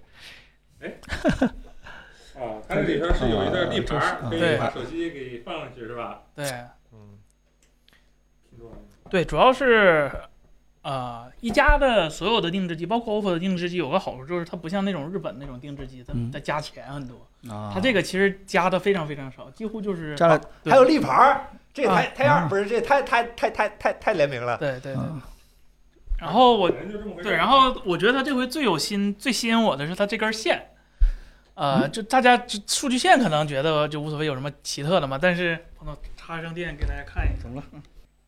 啊，它这里边是有一个立牌儿，啊可以对把手机给放上去是吧？对嗯，对，主要是呃，一加的所有的定制机，包括 OPPO 的定制机，有个好处就是它不像那种日本那种定制机，它嗯它加钱很多，啊，它这个其实加的非常非常少，几乎就是加了对还有立牌儿，这也太啊太二不是这也太太太太太太联名了。对对对嗯。然后我人就这么回事。对，然后我觉得他这回最有心、最吸引我的是他这根线，嗯呃，就大家这数据线可能觉得就无所谓有什么奇特的嘛，但是彭总插上电给大家看一下，怎么了？嗯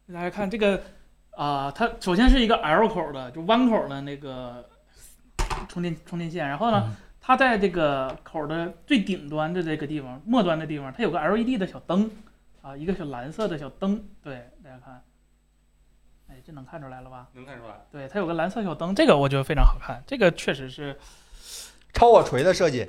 给大家看这个啊、它首先是一个 L 口的，就弯口的那个充电充电线，然后嗯呢，它在这个口的最顶端的这个地方、末端的地方，它有个 LED 的小灯啊、一个小蓝色的小灯，对，大家看，哎，这能看出来了吧？能看出来，对，它有个蓝色小灯，这个我觉得非常好看，这个确实是超我锤的设计，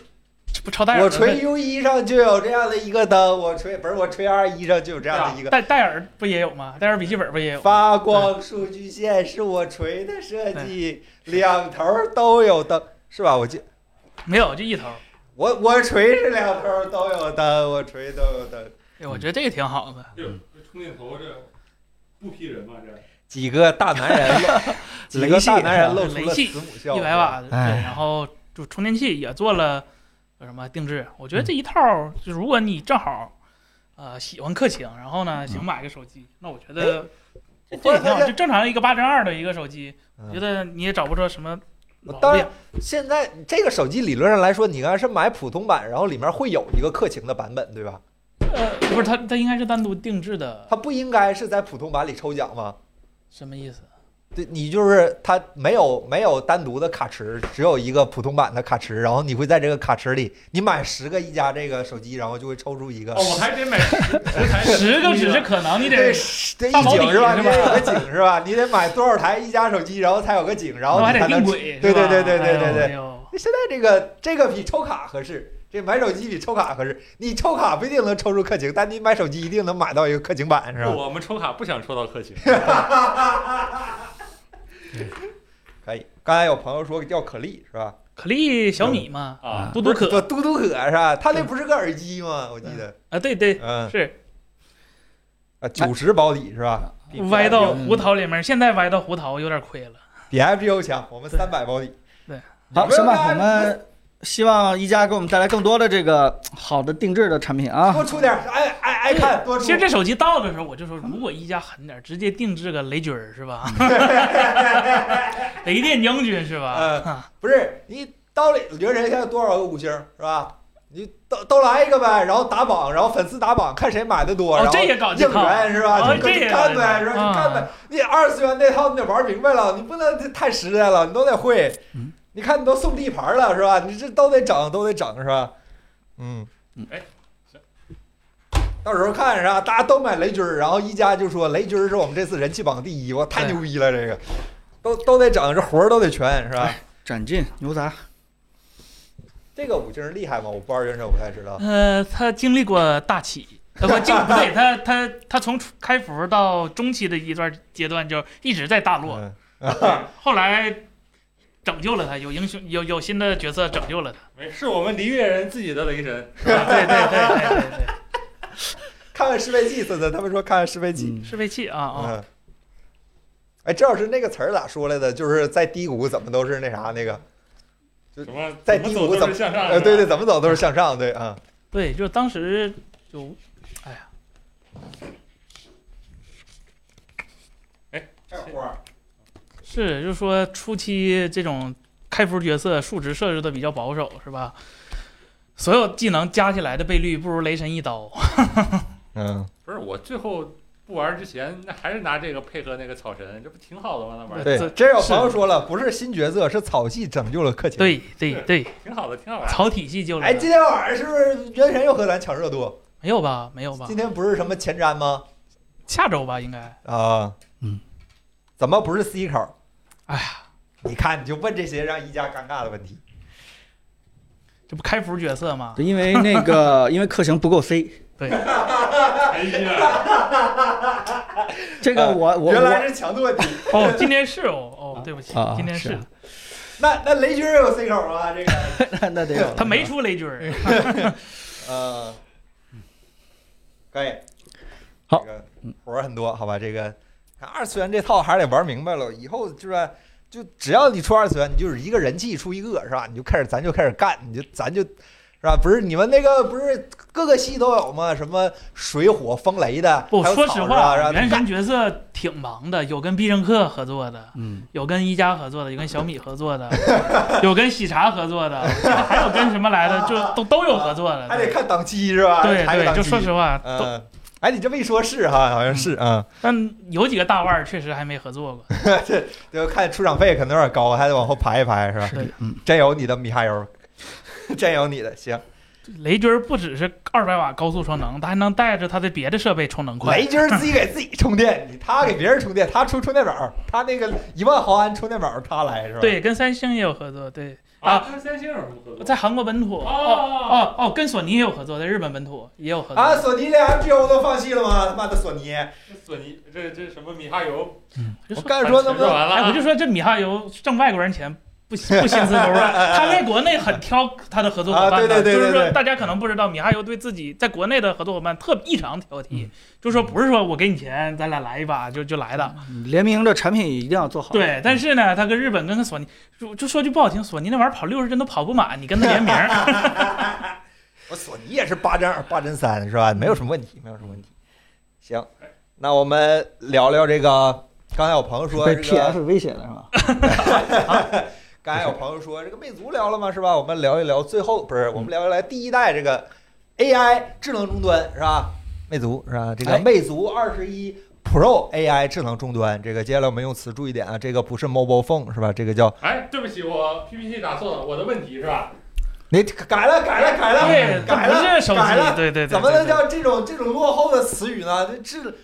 这不超戴尔我的锤 U 一上就有这样的一个灯，我锤不是我锤 R 一上就有这样的一个啊戴戴尔不也有吗？戴尔笔记本不也有？发光数据线，是我锤的设计，两头都有灯，是吧？我记没有，就一头。我我锤是两头都有灯，我锤都有灯，对，哎我觉得这个挺好嗯的。就这充电头这不劈人嘛？这几个大男人露，几个大男人露出了慈母笑，啊一百瓦的，对，哎然后就充电器也做了有什么定制。我觉得这一套，就如果你正好呃喜欢克情，然后呢想买个手机，那我觉得这忽这然也挺好，哎发现就正常一个八乘二的一个手机，嗯我觉得你也找不出什么我毛当病然。，现在这个手机理论上来说，你刚才是买普通版，然后里面会有一个克情的版本，对吧？呃，不是，它它应该是单独定制的它，不应该是在普通版里抽奖吗？什么意思？对你就是它没有没有单独的卡池，只有一个普通版的卡池，然后你会在这个卡池里，你买十个一加这个手机，然后就会抽出一个。哦，我还得买十 台十个只是可能，你对得，这大一保底井是吧？是你吧得有个井是吧？你得买多少台一加手机，然后才有个井，然后我还你得才定能。轨，对是吧对对对对对对哎呦哎呦现在这个这个比抽卡合适，这买手机比抽卡合适。你抽卡不一定能抽出氪金，但你买手机一定能买到一个氪金版，是吧？我们抽卡不想抽到氪金，可以。刚才有朋友说要可丽是吧？可丽小米嘛，啊，嘟嘟可嗯嗯不是嘟嘟可是吧？它那不是个耳机吗？我记得，啊，对对嗯是啊，九十保底是吧？比歪到嗯胡桃里面，现在歪到胡桃有点亏了。比 FGO 强，我们对三百保底。对，好，行吧，我们希望一加给我们带来更多的这个好的定制的产品啊多。出点，哎哎哎看多出。其实这手机到的时候，我就说，如果一加狠点，直接定制个雷军儿是 吧？ 雷电将军是嗯吧？不是你到底你觉得人现在多少个五星儿是吧？你都都来一个呗，然后打榜，然后粉丝打榜，看谁买的多，哦然后这也搞这应套援是吧？哦你就这也干呗，搞这啊是吧？套你干呗，你二次元那套你得玩明白了，你不能太实在了，你都得会嗯。你看你都送地盘了是吧？你这都得整，都得整是吧？嗯嗯哎行到时候看是吧？大家都买雷军儿，然后一加就说雷军儿是我们这次人气榜第一，我太对牛逼了，这个都都得整，这活儿都得全是吧？哎展进牛杂，这个五星厉害吗？我不二元首不太知道。呃，他经历过大起，呃，不经不对，他他他从出开服到中期的一段阶段就一直在大落，嗯后来拯救了他，有英雄有有新的角色拯救了他。没是我们璃月人自己的雷神，是吧？对对对对对对，看看适配器，森森他们说看看适配器。嗯，适配器啊啊，嗯，哎，这老师那个词儿咋说来的？就是在低谷怎么都是那啥那个，呃什么在怎么低走谷都怎么是向上，嗯呃，对对，，怎么走都是向上，对啊，对，就是当时就，哎呀，这活儿是就是说初期这种开服角色数值设置的比较保守，是吧？所有技能加起来的倍率不如雷神一刀。嗯，不是我最后不玩之前，那还是拿这个配合那个草神，这不挺好的吗？那玩意儿对呃这，这有是朋友说了，不是新角色，是草系拯救了克勤。，对对对，挺好的，挺好玩的。草体系就来哎，今天晚上是不是原神又和咱抢热度？没有吧？没有吧今？天不是什么前瞻吗？下周吧，应该。啊，嗯，怎么不是 C 口？哎呀，你看，你就问这些让一加尴尬的问题。这不开服角色吗？ 对因为那个因为克行不够 C，哎呀，这个我我原我来是强度问题。哦，今天是哦哦，对不起啊，今天是是啊那那雷军有 C 口吗？这个那 那得有他没出雷军儿，呃，可以。好这个活儿很多，好吧？这个看二次元这套还是得玩明白了。以后就是吧就只要你出二次元，你就是一个人气出一个，是吧？你就开始咱就开始干，你就咱就。是吧？不是你们那个不是各个系都有吗？什么水火风雷的？不还有说草实是吧话，然后原神角色挺忙的，有跟必胜客合作的，嗯。有跟一加合作的，有跟小米合作的，有跟喜茶合作的，这个还有跟什么来的，就都都有合作的。还得看档期是吧？对还得对，档就期说实话，嗯都嗯，哎，你这么一说，是哈，好像是啊，但有几个大腕儿确实还没合作过。就看出场费可能有点高，还得往后排一排，是吧？对，嗯，真有你的米哈游， 真有你的，行。雷军儿不只是二百瓦高速充能，他还能带着他的别的设备充能快雷。军儿自己给自己充电，你他给别人充电，他出充电宝，他那个一万毫安充电宝他来是吧？，对，跟三星也有合作。对，啊，跟三星有什么合作？在韩国本土。哦哦哦，跟索尼也有合作，在日本本土也有合作。啊，索尼连 MPO 都放弃了吗？他妈的索尼！索尼这这什么米哈游？我我就说，刚才说全能说不能完了哎，啊，我就说这米哈游挣外国人钱不心不心思多 啊，他在国内很挑他的合作伙伴的，啊对对对就是对说对大家可能不知道，米哈游对自己在国内的合作伙伴特异常挑剔，嗯就是说不是说我给你钱，咱俩来一把就就来的，嗯嗯联名的产品一定要做好。，对，但是呢，他跟日本跟索尼，就就说句不好听，索尼那玩意儿跑六十帧都跑不满，你跟他联名， 我索尼也是八针二、八针三是吧？没有什么问题，没有什么问题。行，那我们聊聊这个。刚才有朋友说被这个 PF 威胁了是吧？刚才有朋友说这个魅族聊了吗？是吧？我们聊一聊最后不是，我们聊一聊第一代这个 AI 智能终端是吧？魅族是吧？这个哎魅族二十一 Pro AI 智能终端，这个接下来我们用词注意点啊，这个不是 Mobile Phone 是吧？这个叫哎，对不起，我 PPT 打错了，我的问题是吧？你改了改了改了对，它改不了是手机改，了，对对对，怎么对能对叫这种这种落后的词语呢？这智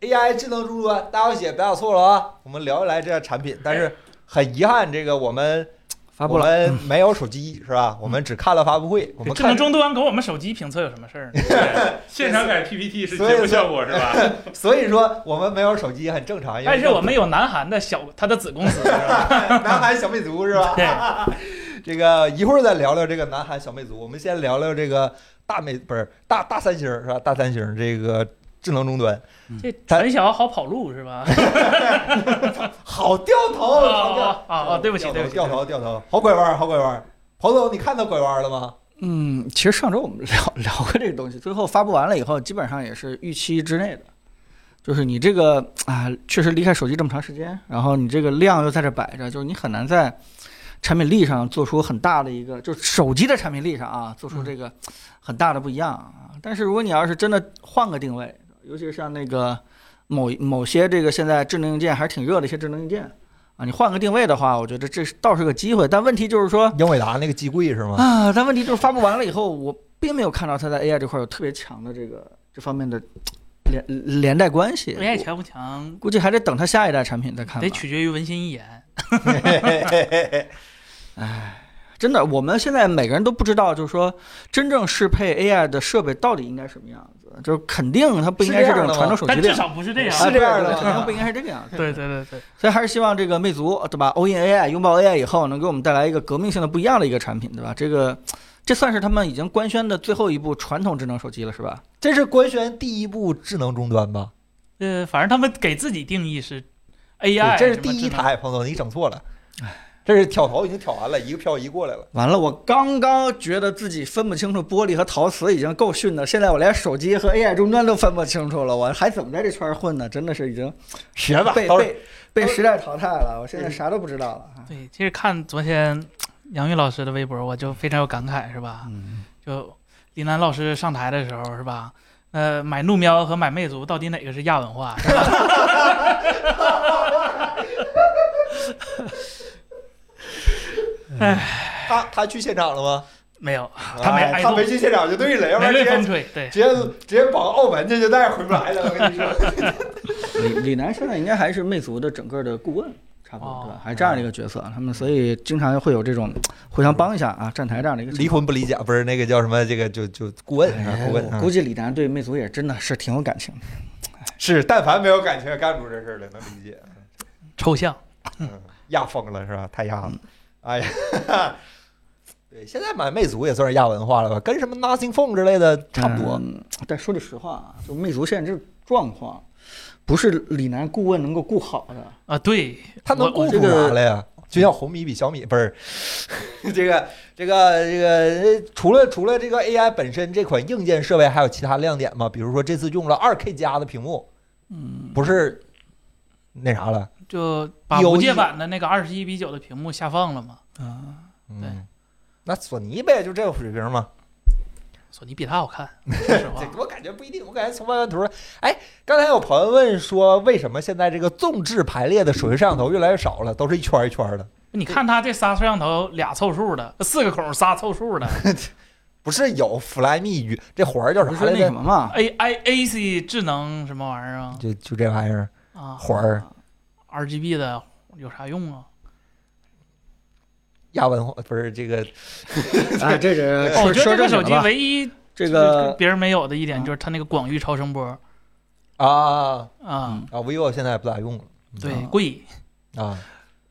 AI 智能终端，大小姐别打错了啊！我们聊一来这个产品，但是很遗憾，这个我们。发布我了，们没有手 机是吧？我们只看了发布会，我们智嗯能看，终端跟我们手机评测有什么事儿呢？对 现场改 PPT 是所以节目效果是吧？ 所以说我们没有手机很正常。因为但是我们有南韩的小，它的子公 司，是吧南韩小魅族是吧？对， 这个一会儿再聊聊这个南韩小魅族，我们先聊聊这个大美不是大大三星是吧？大三星这个智能终端，这传销好跑路是吧？ 好掉头，啊哦好掉哦哦哦对不起掉头对不起掉头掉头，好拐弯，好拐弯。彭总，你看到拐弯了吗？嗯，其实上周我们聊 聊过这个东西，最后发布完了以后，基本上也是预期之内的。就是你这个啊，确实离开手机这么长时间，然后你这个量又在这摆着，就是你很难在产品力上做出很大的一个，就是手机的产品力上啊，做出这个很大的不一样啊。但是如果你要是真的换个定位，尤其是像那个某某些这个现在智能硬件还是挺热的一些智能硬件啊，你换个定位的话，我觉得这是倒是个机会。但问题就是说，英伟达那个机柜是吗？啊，但问题就是发布完了以后，我并没有看到它在 AI 这块有特别强的这个这方面的连连带关系。 AI 我强不强估计还得等它下一代产品再看吧得。取决于文心一言。真的，我们现在每个人都不知道，就是说真正适配 AI 的设备到底应该什么样子，就是肯定它不应该是这种传统手机但这至样。少不是这样。哎是这样的啊对对吗对肯定不应该是这个样子。对对对对，所以还是希望这个魅族对吧？All in AI 拥抱 AI 以后，能给我们带来一个革命性的不一样的一个产品，对吧？这个这算是他们已经官宣的最后一部传统智能手机了，是吧？ 这是官宣第一部智能终端吧？呃，反正他们给自己定义是对 AI，这是什么第一智能台，彭总，你整错了。这是挑头已经挑完了，一个漂移过来了。完了，我刚刚觉得自己分不清楚玻璃和陶瓷已经够逊的，现在我连手机和 AI 终端都分不清楚了，我还怎么在这圈混呢？真的是已经学吧，被到时候被被时代淘汰了，我现在啥都不知道了。对，其实看昨天杨玉老师的微博，我就非常有感慨，是吧？嗯，就李楠老师上台的时候，是吧？呃，买怒喵和买魅族到底哪个是亚文化？ 是吧他他去现场了吗？没有，他没哎挨他动没去现场就对了，要不没然直被风接吹。对，直接直接绑澳门去，就再也回不来了。我跟你说，李李楠现在应该还是魅族的整个的顾问，差不多哦对吧？还是这样的一个角色，他们所以经常会有这种互相帮一下啊，站台这样的一个情 离况。婚不离家，不是那个叫什么？这个就就顾问啊，哎顾问我啊估计李楠对魅族也真的是挺有感情的。是，但凡没有感情也干不出这事儿来，能理解。抽象。嗯，亚疯了是吧？太亚了，哎呀， 对，现在买魅族也算是亚文化了吧，跟什么 Nothing Phone 之类的差不多。嗯。但说句实话啊，就魅族现在这种状况，不是李楠顾问能够顾好的。啊，对，它能我顾我出啥来呀？就像红米比小米不是，这个这个这个，呃除了除了这个 AI 本身这款硬件设备，还有其他亮点吗？比如说这次用了 2K 加的屏幕，嗯，不是那啥了，就把有无界一版的那个二十一比九的屏幕下放了嘛。对嗯，那索尼呗，就这个水平嘛。索尼比它好看，说 实话这。我感觉不一定，我感觉从外观图上，哎，刚才有朋友问说，为什么现在这个纵置排列的手机摄像头越来越少了，都是一圈儿一圈儿的？你看它这仨摄像头，俩凑数的，四个孔仨凑数的不是有 Flyme 与这环儿叫啥不是来那什着？么嘛， ，A I A C 智能什么玩意儿啊？就就这玩意儿啊环儿， ，R G B 的有啥用啊？亚文化不是这个 哎，这是哦我觉得这说个正经手的机吧唯一这就是个别人没有的一点啊就是它那个广域超声波啊啊，啊，vivo 现在不咋用了对，嗯啊贵。啊，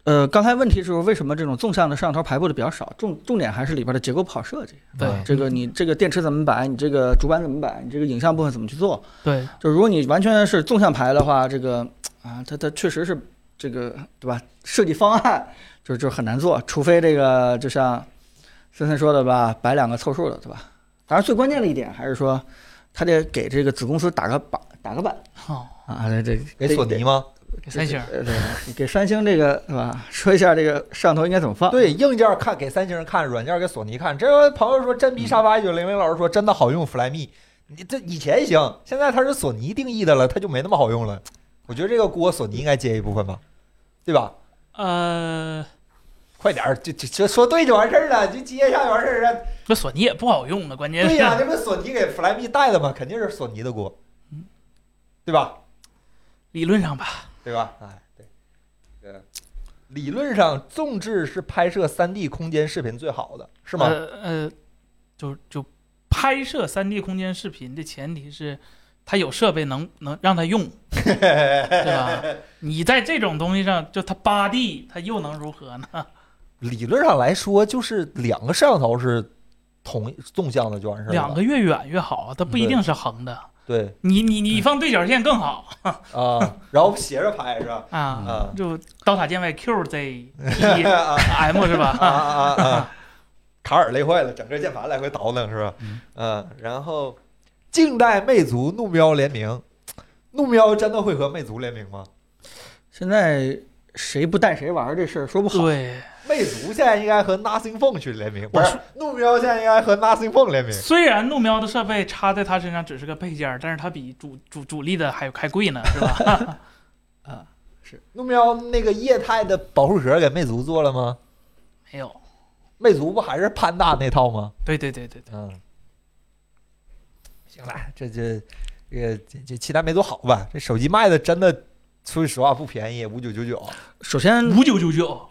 呃，刚才问题就是为什么这种纵向的摄像头排布的比较少？重重点还是里边的结构不好设计。对嗯啊这个你这个电池怎么摆，你这个主板怎么摆，你这个影像部分怎么去做？对，就如果你完全是纵向排的话，这个啊，它它确实是这个对吧？设计方案就就很难做，除非这个就像森森说的吧，摆两个凑数的，对吧？当然，最关键的一点还是说，他得给这个子公司打个板，打个板哦，啊，这这给索尼吗？给三星儿，呃对，给三星这个是吧？说一下这个摄像头应该怎么放。对，硬件看给三星人看，软件给索尼看。这位朋友说真逼沙发一九零零老师说真的好用 Flyme，你这以前行，现在它是索尼定义的了，它就没那么好用了。我觉得这个锅索尼应该接一部分吧，对吧？呃，快点儿，就就就说对就完事儿了，就接一下就完事儿了。这索尼也不好用啊，关键对呀、这是不是索尼给 Flyme 带的吗？肯定是索尼的锅，对吧？理论上吧，对吧？哎，对，呃，理论上纵置是拍摄 3D 空间视频最好的，是是吗？呃呃，就就拍摄三 D 空间视频的前提是。它有设备能能让它 用，对吧？你在这种东西上，就它八 D，它又能如何呢？理论上来说，就是两个摄像头是同一纵向的就完事儿了。 两个越远越好，啊它不一定是横的。对你你你放对角线更好啊、然后 斜着拍是吧？啊！啊就刀塔剑外 QZ P 啊 M 是 啊啊吧？啊啊！卡尔累坏了，整个键盘来回倒腾是吧？嗯嗯，然后近代魅族怒喵联名，怒喵真的会和魅族联名吗？现在谁不带谁玩儿这事儿说不好。对，魅族现在应该和 Nothing Phone 去联名，不我是怒喵现在应该和 Nothing Phone 联名。虽然怒喵的设备插在它身上只是个配件儿，但是它比主主主力的还还贵呢，是吧？ 怒喵那个液态的保护壳给魅族做了吗？没有，魅族不还是潘大那套吗？对对对对对，嗯，行了，这这这个这这其他没多好吧？这手机卖的真的，说实话不便宜，五九九九首先五九九九，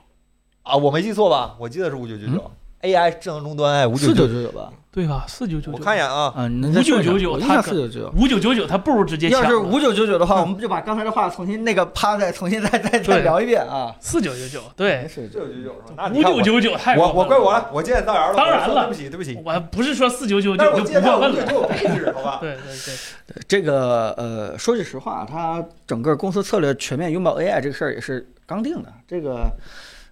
啊，我没记错吧？我记得是五九九九。AI 智能终端哎，五九四九，九九九吧？对吧？四九九我九，看一眼啊，啊，你再说一下5999我印象他四九九。五九九九，它不如直接抢要了。是五九九九的话，我们就把刚才的话重新那个趴再重新再再再聊一遍啊。哎四九九九，对，是九九九是吧？五九九九太过我分我怪我了，我见造谣了，当然我说了对不起对不起，我不是说四九九但是我九就见不到过五分九九了，配置好吧？对对对，这个呃，说句实话，他整个公司策略全面拥抱 AI 这个事儿也是刚定的。这个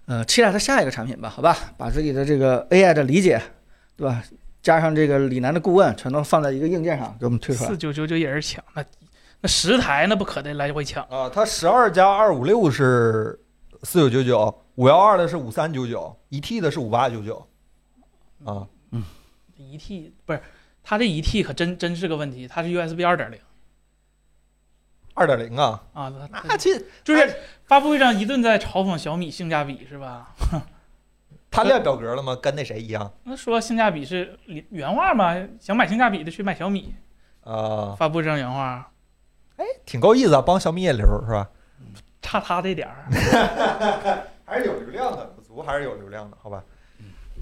呃，期待它下一个产品吧，好吧，把自己的这个 AI 的理解，对吧？加上这个李楠的顾问，全都放在一个硬件上给我们推出来四。九九九也是抢，那那十台那不可得来回抢。啊，它十二加二五六是四九九九，五幺二的是五三九九，一 T 的是五八九九，啊，一 T 不是，它这一 T 可真真是个问题，它是 USB 二点零二点零啊，啊，它那这就是发布会上一顿在嘲讽小米性价比是吧？他列表格了吗？跟那谁一样那说性价比是原话嘛，想买性价比的去买小米，啊？发布会上原话，挺够意思啊，帮小米引流是吧？差它这点儿。啊还是有流量的，不足还是有流量的，好吧？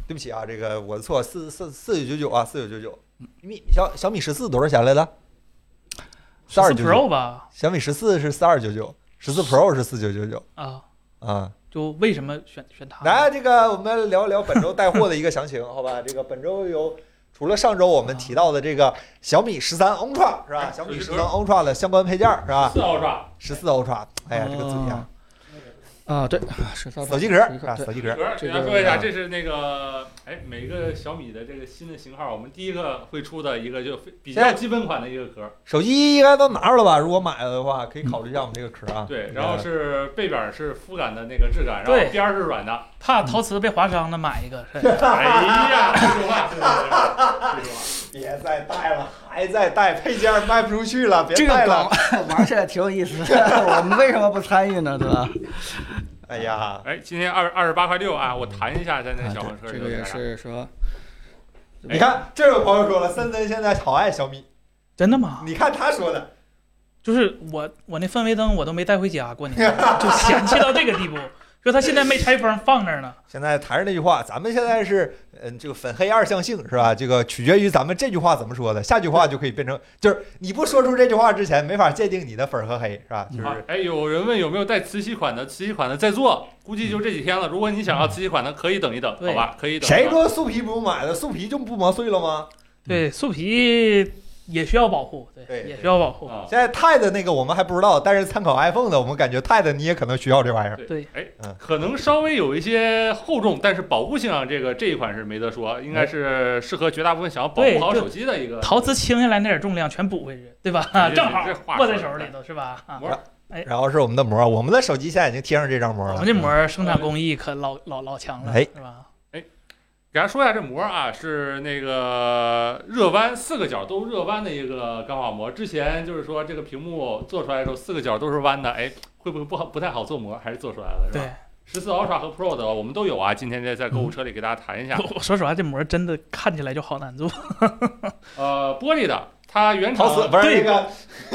对不起啊，这个我的错，四四四九九九啊，四九九九。米小小米十四多少钱来着？十四1299 Pro 吧，小米十四是四二九九，十四 Pro 是四九九九啊，啊。就为什么选选它？来，这个我们聊一聊本周带货的一个详情，好吧？这个本周有除了上周我们提到的这个小米十三 Ultra 是吧？小米十三 Ultra 的相关配件儿是吧？四 Ultra 十四 Ultra，哎呀，这个嘴啊，啊，对，是手机壳壳是吧？手机壳格儿给大家说一下，这是那个哎，每个小米的这个新的型号，我们第一个会出的一个就非比现较在基本款的一个壳儿。手机应该都拿着了吧？如果买了的话，可以考虑一下我们这个壳啊。对，然后是背板是肤感的那个质感，然后对边儿是 软的。怕陶瓷被划伤了，买一个。是哎呀，这种话， 这种话。别再带了，还在带配件儿卖不出去了，别 这个带了。梗玩起来挺有意思的，我们为什么不参与呢？对吧？哎呀，哎，今天二二十八块六啊，我弹一下咱那小黄车啊哎这个也是说，你看，这位朋友说了，森森现在好爱小米， 真的吗？你看他说的，就是我我那氛围灯我都没带回家，过年就嫌弃到这个地步，说它现在没拆封，放那儿呢。现在还是那句话，咱们现在是嗯，这个粉黑二象性是吧？这个取决于咱们这句话怎么说的，下句话就可以变成，就是你不说出这句话之前，没法界定你的粉和黑是吧？就啊是，哎，有人问有没有带磁吸款的？磁吸款的在做，估计就这几天了。如果你想要磁吸款的，可以等一等，对好吧？可以等一等。谁说素皮不用买的？素皮就不磨碎了吗？嗯对，素皮也需要保护，对，对也需要保护。啊？现在 Tide 那个我们还不知道，但是参考 iPhone 的，我们感觉 Tide 你也可能需要这玩意儿。对，哎嗯，可能稍微有一些厚重，但是保护性上这个这一款是没得说，嗯应该是适合绝大部分想要保护对好对手机的一个陶瓷清下来那点重量全补回去，对吧哎？这正好这话握说在的手对里头是吧？啊，膜儿。 然后是我们的膜，我们的手机现在已经贴上这张膜我了们。这嗯膜生产工艺可老老老强了，哎是吧？给大家说一下这膜啊，是那个热弯，四个角都热弯的一个钢化膜。之前就是说这个屏幕做出来的时候，四个角都是弯的，哎，会不会不好不太好做膜？还是做出来了，是吧？对，嗯十四 Ultra 和 Pro 的我们都有啊，今天在在购物车里给大家谈一下。我我说实话，这膜真的看起来就好难做。呃，玻璃的，它原厂嗯陶瓷不是那对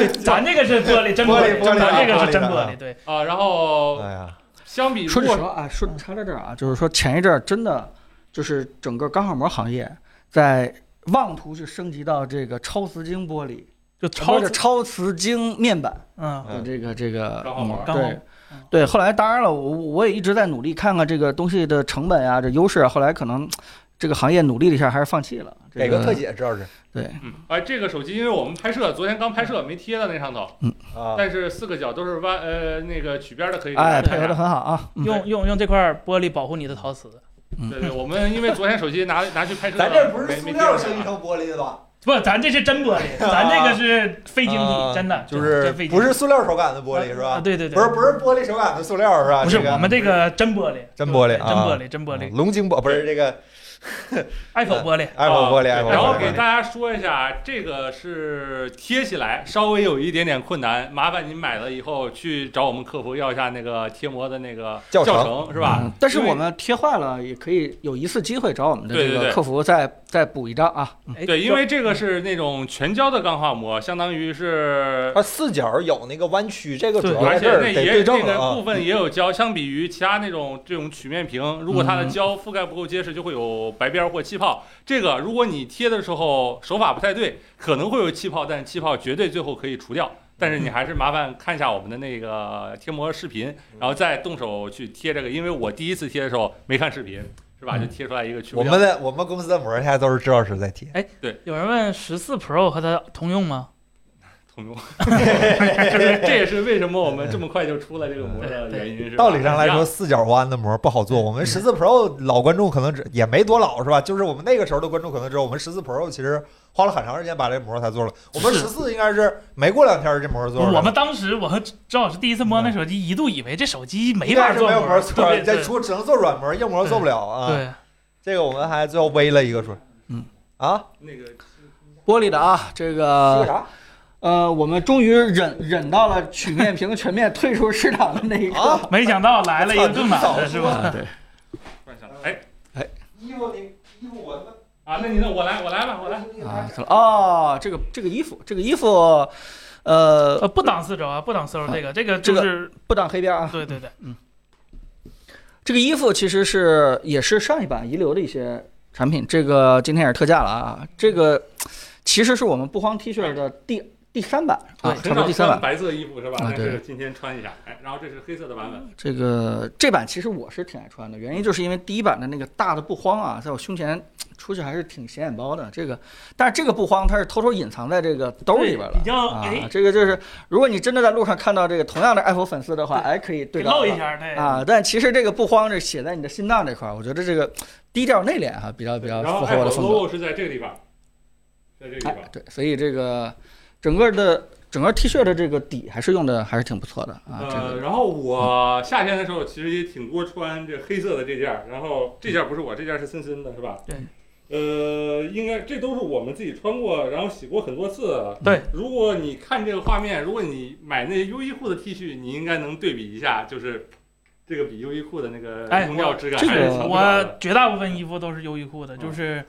个，咱这个是玻璃，真玻璃璃，玻璃啊咱这个是真玻璃的玻啊璃，对，啊、然后哎呀，相比嗯说句落实话啊，说插在这儿啊，就是说前一阵儿真的就是整个钢化膜行业在妄图去升级到这个超瓷晶玻璃，或就超者级，超瓷晶面板。啊嗯，有这个这个钢化膜嗯钢化膜对嗯对，后来当然了，我我也一直在努力看看这个东西的成本啊，这优势啊。后来可能这个行业努力了一下，还是放弃了。这给个特写，这要是对，嗯，哎，这个手机因为我们拍摄，昨天刚拍摄没贴到那上头，啊，但是四个角都是弯，呃，那个曲边的可以给大哎，家看配一合下的很好啊。嗯用用用这块玻璃保护你的陶瓷，对对，我们因为昨天手机拿拿去拍摄，咱这不是没塑没料地儿升级啊成玻璃的吧？不，咱这是真玻 璃，咱这个是非晶啊体，真的就是真非晶不体是塑料手感的玻璃是啊？吧？对对对， 不是不是玻璃手感的塑料是吧？不是这个我们这个真玻璃，真玻璃对真玻啊璃，真玻璃龙晶玻不是这个，Apple 玻璃， iPhone 玻璃啊对，iPhone 然后玻给璃。大家说一下，这个是贴起来稍微有一点点困难，麻烦您买了以后去找我们客服要一下那个贴膜的那个教教程程，是吧嗯？但是啊因为我们贴坏了，也可以有一次机会找我们的对这对个对客服再再补一张啊。哎对，因为这个是那种全胶的钢化膜，相当于是。它四角有那个弯曲，这个主要而在且这儿那得也对这正个部啊。分也有胶，相比于其他那种这种曲面屏，如果它嗯的胶覆盖不够结实，就会有白边儿或气泡。这个如果你贴的时候手法不太对，可能会有气泡，但气泡绝对最后可以除掉。但嗯是你还是麻烦看一下我们的那个贴膜视频，然后再动手去贴这个，因为我第一次贴的时候没看视频，是吧？就贴出来一个去嗯我不掉。们的我们公司的膜现在都是制造师在贴，有人问十四 Pro 和它通用吗？通用， 就是这也是为什么我们这么快就出了这个膜的原因。是吧道理上来说，，四角弯的膜不好做。我们十四 Pro 老观众可能只也没多老是吧？就是我们那个时候的观众可能知道，我们十四 Pro 其实花了很长时间把这膜才做了。我们十四应该是没过两天这膜做了。我们当时我和张老师第一次摸那手机，一度以为这手机嗯没应该法是做没有膜做做，对这对除只能做软膜，硬膜做不了啊。对，这个我们还最后微了一个说，嗯啊，那个玻璃的啊，这是个个啥？呃，我们终于忍忍到了曲面屏全面退出市场的那一刻。啊没想到来了一个更难的是吧？啊对， 幻想，哎衣服你衣服我他妈啊，那你那我来我来吧，我来。啊，怎么哦，这个这个衣服，这个衣服，呃，呃，不挡四轴啊，不挡四轴，这个这个就这个是不挡黑边啊。对对对，这个衣服其实是也是上一版遗留的一些产品，这个今天也是特价了啊。这个其实是我们不慌 T 恤的第第三版啊，差不多很少第三版穿。白色衣服是吧？啊但是对今天穿一下，哎，然后这是黑色的版本，这个这版其实我是挺爱穿的，原因就是因为第一版的那个大的不慌啊，在我胸前出去还是挺显眼包的。这个，但是这个不慌它是偷偷隐藏在这个兜里边了，对比较啊哎，这个就是如果你真的在路上看到这个同样的爱否粉丝的话，哎，可以对照露一下下，对，啊。但其实这个不慌是写在你的心脏这块儿，我觉得这个低调内敛哈、比较比较然后符合我 Apple 的风格。 logo 是在这个地方，在这个地哎方，。对，所以这个整个的整个 T 恤的这个底还是用的还是挺不错的啊。这呃，个然后我夏天的时候其实也挺多穿这黑色的这件儿，然后这件儿不是我，这件儿是森森的，是吧？对。呃，应该这都是我们自己穿过，然后洗过很多次的。对如果你看这个画面，如果你买那优衣库的 T 恤，你应该能对比一下，就是这个比优衣库的那个哎用料质感这个还是强不少啊我的。绝大部分衣服都是优衣库的，嗯就是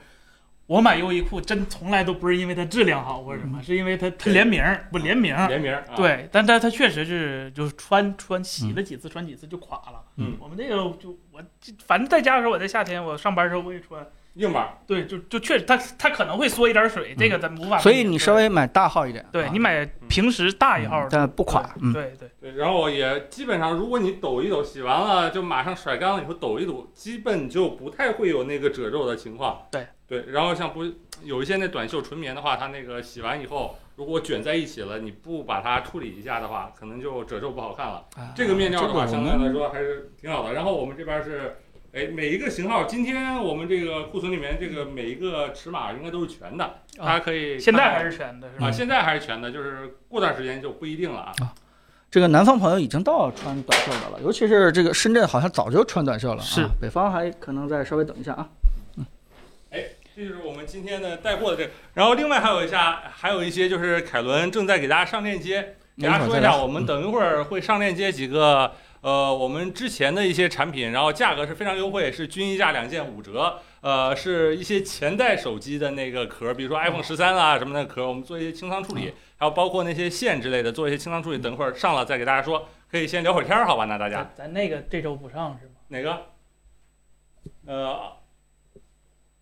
我买优衣库真从来都不是因为它质量好或者什嗯么，是因为它它联名儿不联名儿。联名儿啊，对，但但它确实是就是穿穿洗嗯了几次穿几次就垮了。嗯，我们这个就我这反正在家的时候，我在夏天我上班的时候我也穿，硬板儿。对，就就确实它它可能会缩一点水，这个咱无法嗯避免。所以你对稍微买大号一点啊，呃对你买平时大一号的，但不垮，嗯，对对对，然后也基本上，如果你抖一抖，洗完了就马上甩干了以后抖一抖，基本就不太会有那个褶皱的情况。对对，然后像不有一些那短袖纯棉的话，它那个洗完以后，如果卷在一起了，你不把它处理一下的话，可能就褶皱不好看了。啊这个面料的话，这个我相们对来说还是挺好的。然后我们这边是，哎，每一个型号，今天我们这个库存里面这个每一个尺码应该都是全的，大家可以对，啊现在看看还是全的是吧？啊，嗯现在还是全的，就是过段时间就不一定了啊。这个南方朋友已经到穿短袖的了，尤其是这个深圳好像早就穿短袖了、啊，是北方还可能再稍微等一下啊。这就是我们今天的带货的这个，然后另外还有一下，还有一些就是凯伦正在给大家上链接，给大家说一下，我们等一会儿会上链接几个呃我们之前的一些产品，然后价格是非常优惠，是均一价两件五折，呃是一些前代手机的那个壳，比如说 iPhone 十三啊什么的壳，我们做一些清仓处理，还有包括那些线之类的做一些清仓处理，等一会儿上了再给大家说，可以先聊会儿天儿好吧？那大家啊咱咱那个这周不上是吗？哪个？呃。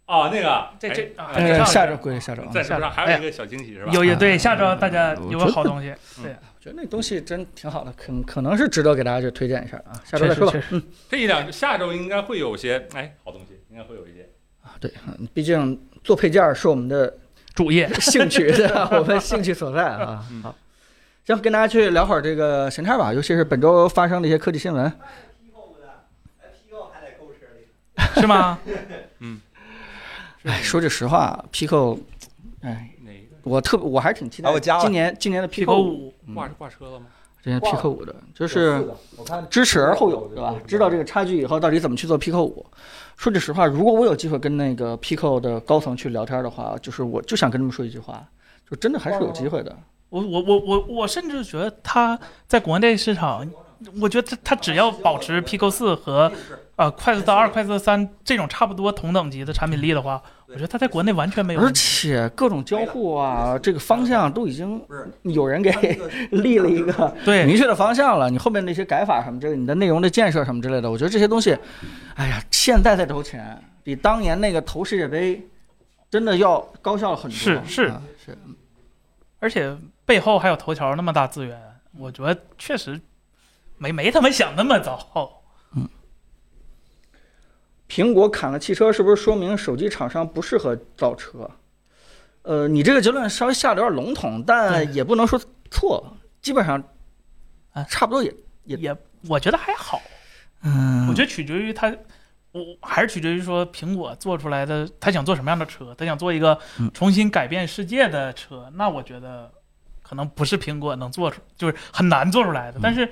哦，那个，这哎这啊哎这呃，上下周周归下周啊，在手上还有一个小惊喜是吧？有有对，啊下周大家我觉有个得好东西，我觉得那东西真挺好的，可可能是值得给大家去推荐一下啊， 下周确再实说吧确。实这一两下周应该会有些哎好东西，应该会有一些。啊，对，嗯毕竟做配件儿是我们的 主业兴 趣，对吧？我们兴趣所在啊嗯。好，行，跟大家去聊会儿这个闲天儿吧，尤其是本周发生的一些科技新闻。是吗？哎，说句实话，Pico，哎，哪一个？我特我还挺期哎待我加了今年今年的 P 狗 Pico 五，五挂挂车了吗？今年挂 Pico 五的，就是。我看知耻而后勇，对吧？知道这个个差距以后，到底怎么去做 Pico 五？说句实话，如果我有机会跟那个 Pico 的高层去聊天的话，就是我就想跟他们说一句话，就真的还是有机会的。我我我我我甚至觉得它在国内市场，我觉得它它只要保持 Pico 四和呃快速到二、快速到三这种差不多同等级的产品力的话，我觉得它在国内完全没有而问题。且各种交互啊，这个方向都已经不是有人给 立了一个对明确的方向了。你后面那些改法什么之类，你的内容的建设什么之类的，我觉得这些东西，哎呀，现在在投钱，比当年那个投世界杯真的要高效很多。是是啊是，而且背后还有头条那么大资源，我觉得确实没没他们想那么早。苹果砍了汽车，是不是说明手机厂商不适合造车？呃，你这个结论稍微下的有点笼统，但也不能说错，基本上啊差不多也，也也我觉得还好，嗯，我觉得取决于它，我还是取决于说苹果做出来的，他想做什么样的车，他想做一个嗯重新改变世界的车，那我觉得可能不是苹果能做出，就是很难做出来嗯的。但是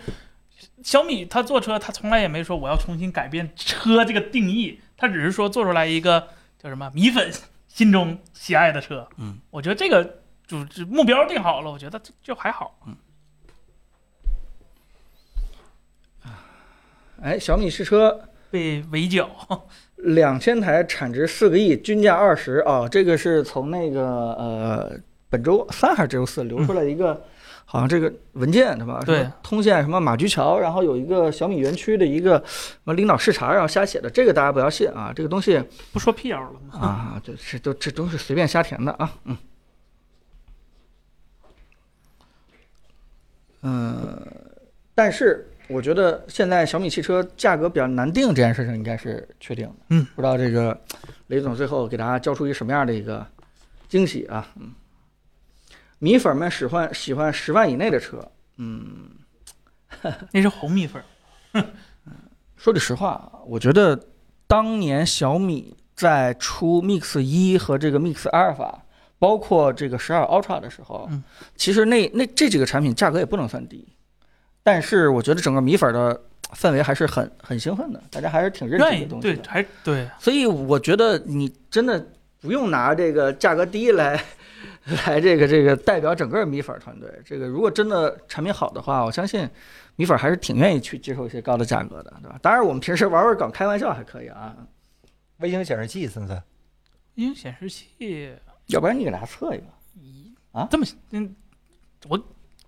小米他做车，他从来也没说我要重新改变车这个定义，他只是说做出来一个叫什么米粉心中喜爱的车。嗯，我觉得这个就是目标定好了，我觉得就就还好。哎，小米试车被围剿， 两千台产值四个亿，均价二十啊，这个是从那个呃本周三还是这周四流出来一个，好像这个文件对吧？对，通县什么马驹桥，然后有一个小米园区的一个什么领导视察，然后瞎写的，这个大家不要信啊，这个东西不说辟谣了吗？啊，这这都这都是随便瞎填的啊，嗯。嗯，但是我觉得现在小米汽车价格比较难定这件事情应该是确定的。嗯，不知道这个雷总最后给大家交出一什么样的一个惊喜啊？嗯，米粉们喜欢喜欢十万以内的车。嗯，那是红米粉。说句实话，我觉得当年小米在出 Mix 一和这个 Mix 阿尔法，包括这个十二 Ultra 的时候，嗯其实那那这几个产品价格也不能算低，但是我觉得整个米粉的氛围还是很很兴奋的，大家还是挺认这愿个意东西对的，。还对，所以我觉得你真的不用拿这个价格低来 来这个这个代表整个米粉团队。这个如果真的产品好的话，我相信米粉还是挺愿意去接受一些高的价格的，对吧？当然，我们平时玩玩梗、开玩笑还可以啊，微型显示器，森森，因为显示器要不然你给大家测一个。一啊这么嗯，我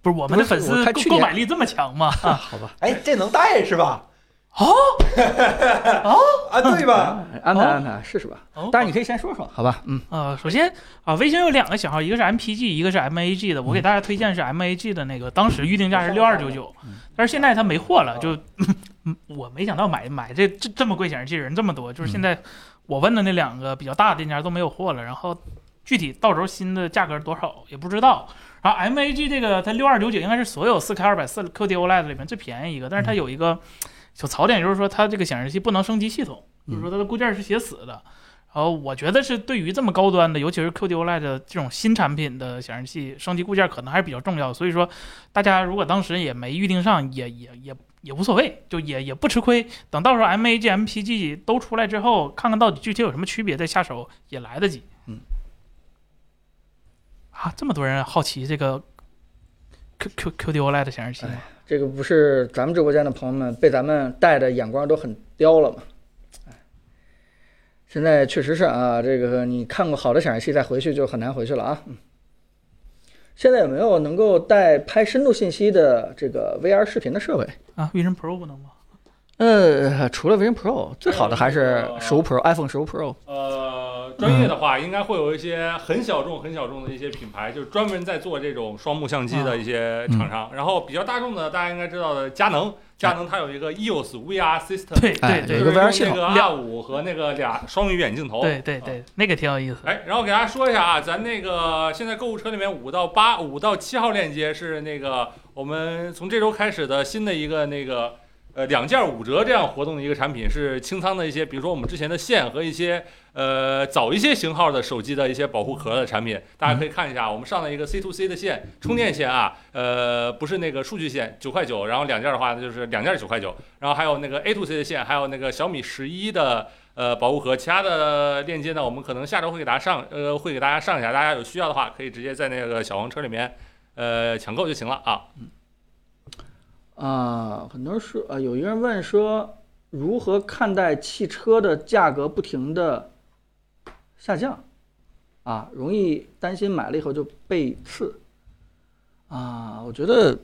不是我不们的是粉我丝看购去购年买力这么 强吗？好吧，哎，这能带是吧？哦，啊，对吧？安排哦安排试试吧。哦当然，你可以先说说，好吧？嗯，呃，首先啊，微星有两个型号，一个是 MPG，一个是 MAG 的。我给大家推荐是 MAG 的那个，当时预定价是六二九九，但是现在它没货了，就嗯我没想到买买这这这么贵显示器人这么多，就是现在我问的那两个比较大的店家都没有货了，然后具体到时候新的价格多少也不知道。然后 MAG 这个它六二九九应该是所有四 K 二百四 QD OLED E 里面最便宜一个，但是它有一个小槽点，就是说它这个显示器不能升级系统，就是说它的固件是写死的。然后我觉得是对于这么高端的，尤其是 QD OLED 的这种新产品的显示器，升级固件可能还是比较重要。所以说，大家如果当时也没预定上，也也也也无所谓，就也也不吃亏。等到时候 MAG、MPG 都出来之后，看看到底具体有什么区别，再下手也来得及。嗯。啊，这么多人好奇这个 Q Q QD OLED 的显示器吗？这个不是咱们直播间的朋友们被咱们带的眼光都很刁了吗？哎现在确实是啊，这个你看过好的显示器再回去就很难回去了啊。嗯，现在有没有能够带拍深度信息的这个 VR 视频的设备？啊，Vision Pro 不能吗？呃，除了 Vision Pro，最好的还是呃十五 Pro，iPhone 十五 Pro。呃，专业的话，应该会有一些很小众、很小众的一些品牌，就是专门在做这种双目相机的一些厂商。然后比较大众的，大家应该知道的，佳能，佳能它有一个 E EOS VR System，对哎对有对一个就是 VR 用系这统个 R 五和那个俩双鱼眼镜头。对对对，那个挺有意思的。哎，然后给大家说一下啊，咱那个现在购物车里面五到八、五到七号链接是那个我们从这周开始的新的一个那个呃两件五折这样活动的一个产品，是清仓的一些，比如说我们之前的线和一些呃早一些型号的手机的一些保护壳的产品，大家可以看一下，我们上了一个 C to C 的线，充电线啊，呃不是那个数据线，九块九，然后两件的话就是两件九块九，然后还有那个 A to C 的线，还有那个小米十一的。呃保护盒，其他的链接呢，我们可能下周会给大家上，呃，会给大家上一下，大家有需要的话，可以直接在那个小黄车里面，呃，抢购就行了啊。啊、很多人说啊、有一个人问说，如何看待汽车的价格不停的下降？啊，容易担心买了以后就被刺。啊，我觉得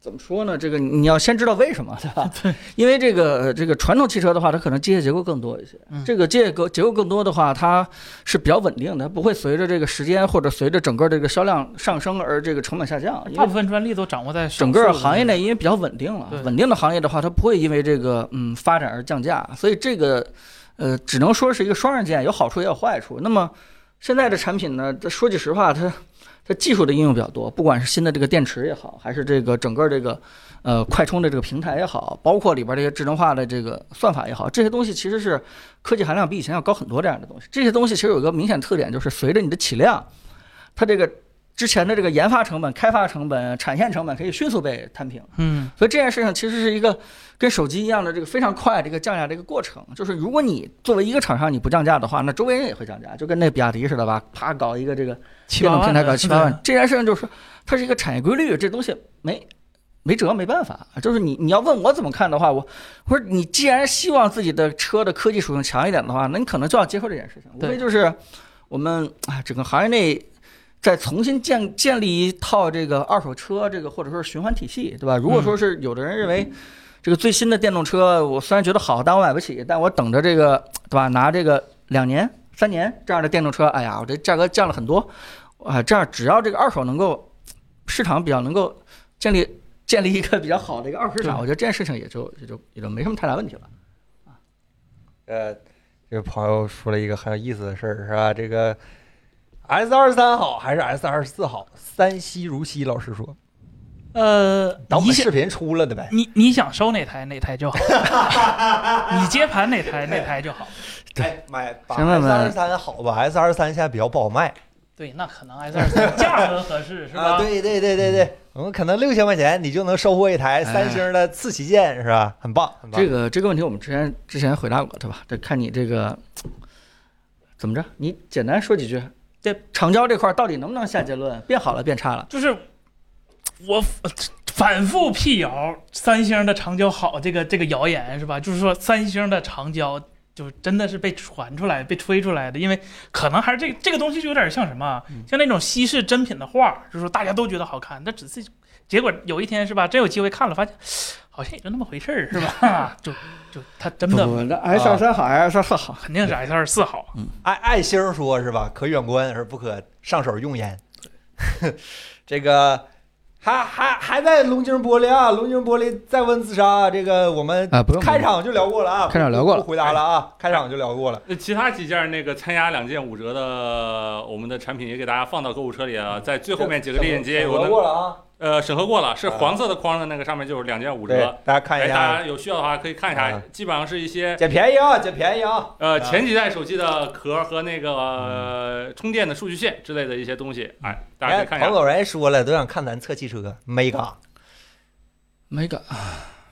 怎么说呢？这个你要先知道为什么，对吧？对，因为这个呃这个传统汽车的话，它可能机械结构更多一些。嗯这个机械构结构更多的话，它是比较稳定的，它不会随着这个时间或者随着整个这个销量上升而这个成本下降。因为大部分专利都掌握在少整数个的行业那内因为比较稳定了对，稳定的行业的话，它不会因为这个嗯发展而降价，所以这个呃只能说是一个双刃剑，有好处也有坏处。那么现在这产品呢，这说句实话，它它技术的应用比较多，不管是新的这个电池也好，还是这个整个这个呃快充的这个平台也好，包括里边这些智能化的这个算法也好，这些东西其实是科技含量比以前要高很多这样的东西。这些东西其实有一个明显特点，就是随着你的起量，它这个之前的这个研发成本、开发成本、产线成本可以迅速被摊平。嗯所以这件事情其实是一个跟手机一样的这个非常快这个降价的一个过程。就是如果你作为一个厂商你不降价的话，那周围人也会降价，就跟那比亚迪似的吧，啪搞一个这个七电八动万平台搞的七八万，这件事情就是它是一个产业规律，这东西没没辙，没办法。就是你你要问我怎么看的话，我我说你既然希望自己的车的科技属性强一点的话，那你可能就要接受这件事情，无对非就是我们啊整个行业内。再重新建建立一套这个二手车这个或者说是循环体系，对吧？如果说是有的人认为这个最新的电动车，我虽然觉得好，但我买不起，但我等着这个对吧？拿这个两年、三年这样的电动车，哎呀，我这价格降了很多，啊，这样只要这个二手能够市场比较能够建立建立一个比较好的一个二手市场，对我觉得这件事情也就也就也就没什么太大问题了。呃，这个朋友说了一个很有意思的事儿，是吧？这个 S 二三好还是 S 二四好？三西如西老师说，呃，等我你们想视频出了的呗。你你想收哪台哪 台就好，你接盘哪台哪台就好。哎，买把行了 S 吧二三好吧？S 二三现在比较不好卖对，那可能 S 二三价格合适是吧？啊。对对对对对，我们可能六千块钱你就能收获一台三星的次旗舰，是吧？很棒，很棒。这个这个问题我们之前之前回答过，对吧？这看你这个怎么着，你简单说几句。这长焦这块儿到底能不能下结论？变好了，变差了？就是我反复辟谣三星的长焦好这个这个谣言是吧？就是说三星的长焦就是真的是被传出来、被吹出来的，因为可能还是这个这个东西就有点像什么啊，嗯像那种稀世珍品的画，就是说大家都觉得好看，但只是结果有一天是吧，真有机会看了，发现好像也就那么回事儿是吧？ 就就它真的不，那嗯 S 二三好还是 S 二四好？肯定是 S 二四好。爱爱星说是吧？可远观而不可上手用焉。 这个还还还在龙井玻璃啊，龙井玻璃再问自杀，这个我们啊不用开场就聊过了啊，开场聊过了不不回答了啊，开场就聊过了。那其他几件那个参加两件五折的我们的产品也给大家放到购物车里啊，在最后面几个链接有聊那过了啊，呃审核过了，是黄色的框的那个上面就是两件五对折。，大家看哎，一大下，家有需要的话可以看一下啊，基本上是一些捡便宜啊，捡便宜啊。呃啊嗯前几代手机的壳和那个呃充电的数据线之类的一些东西，哎，大家可以看一彭下。总人说了，都想看咱测汽车，没嘎。没敢啊，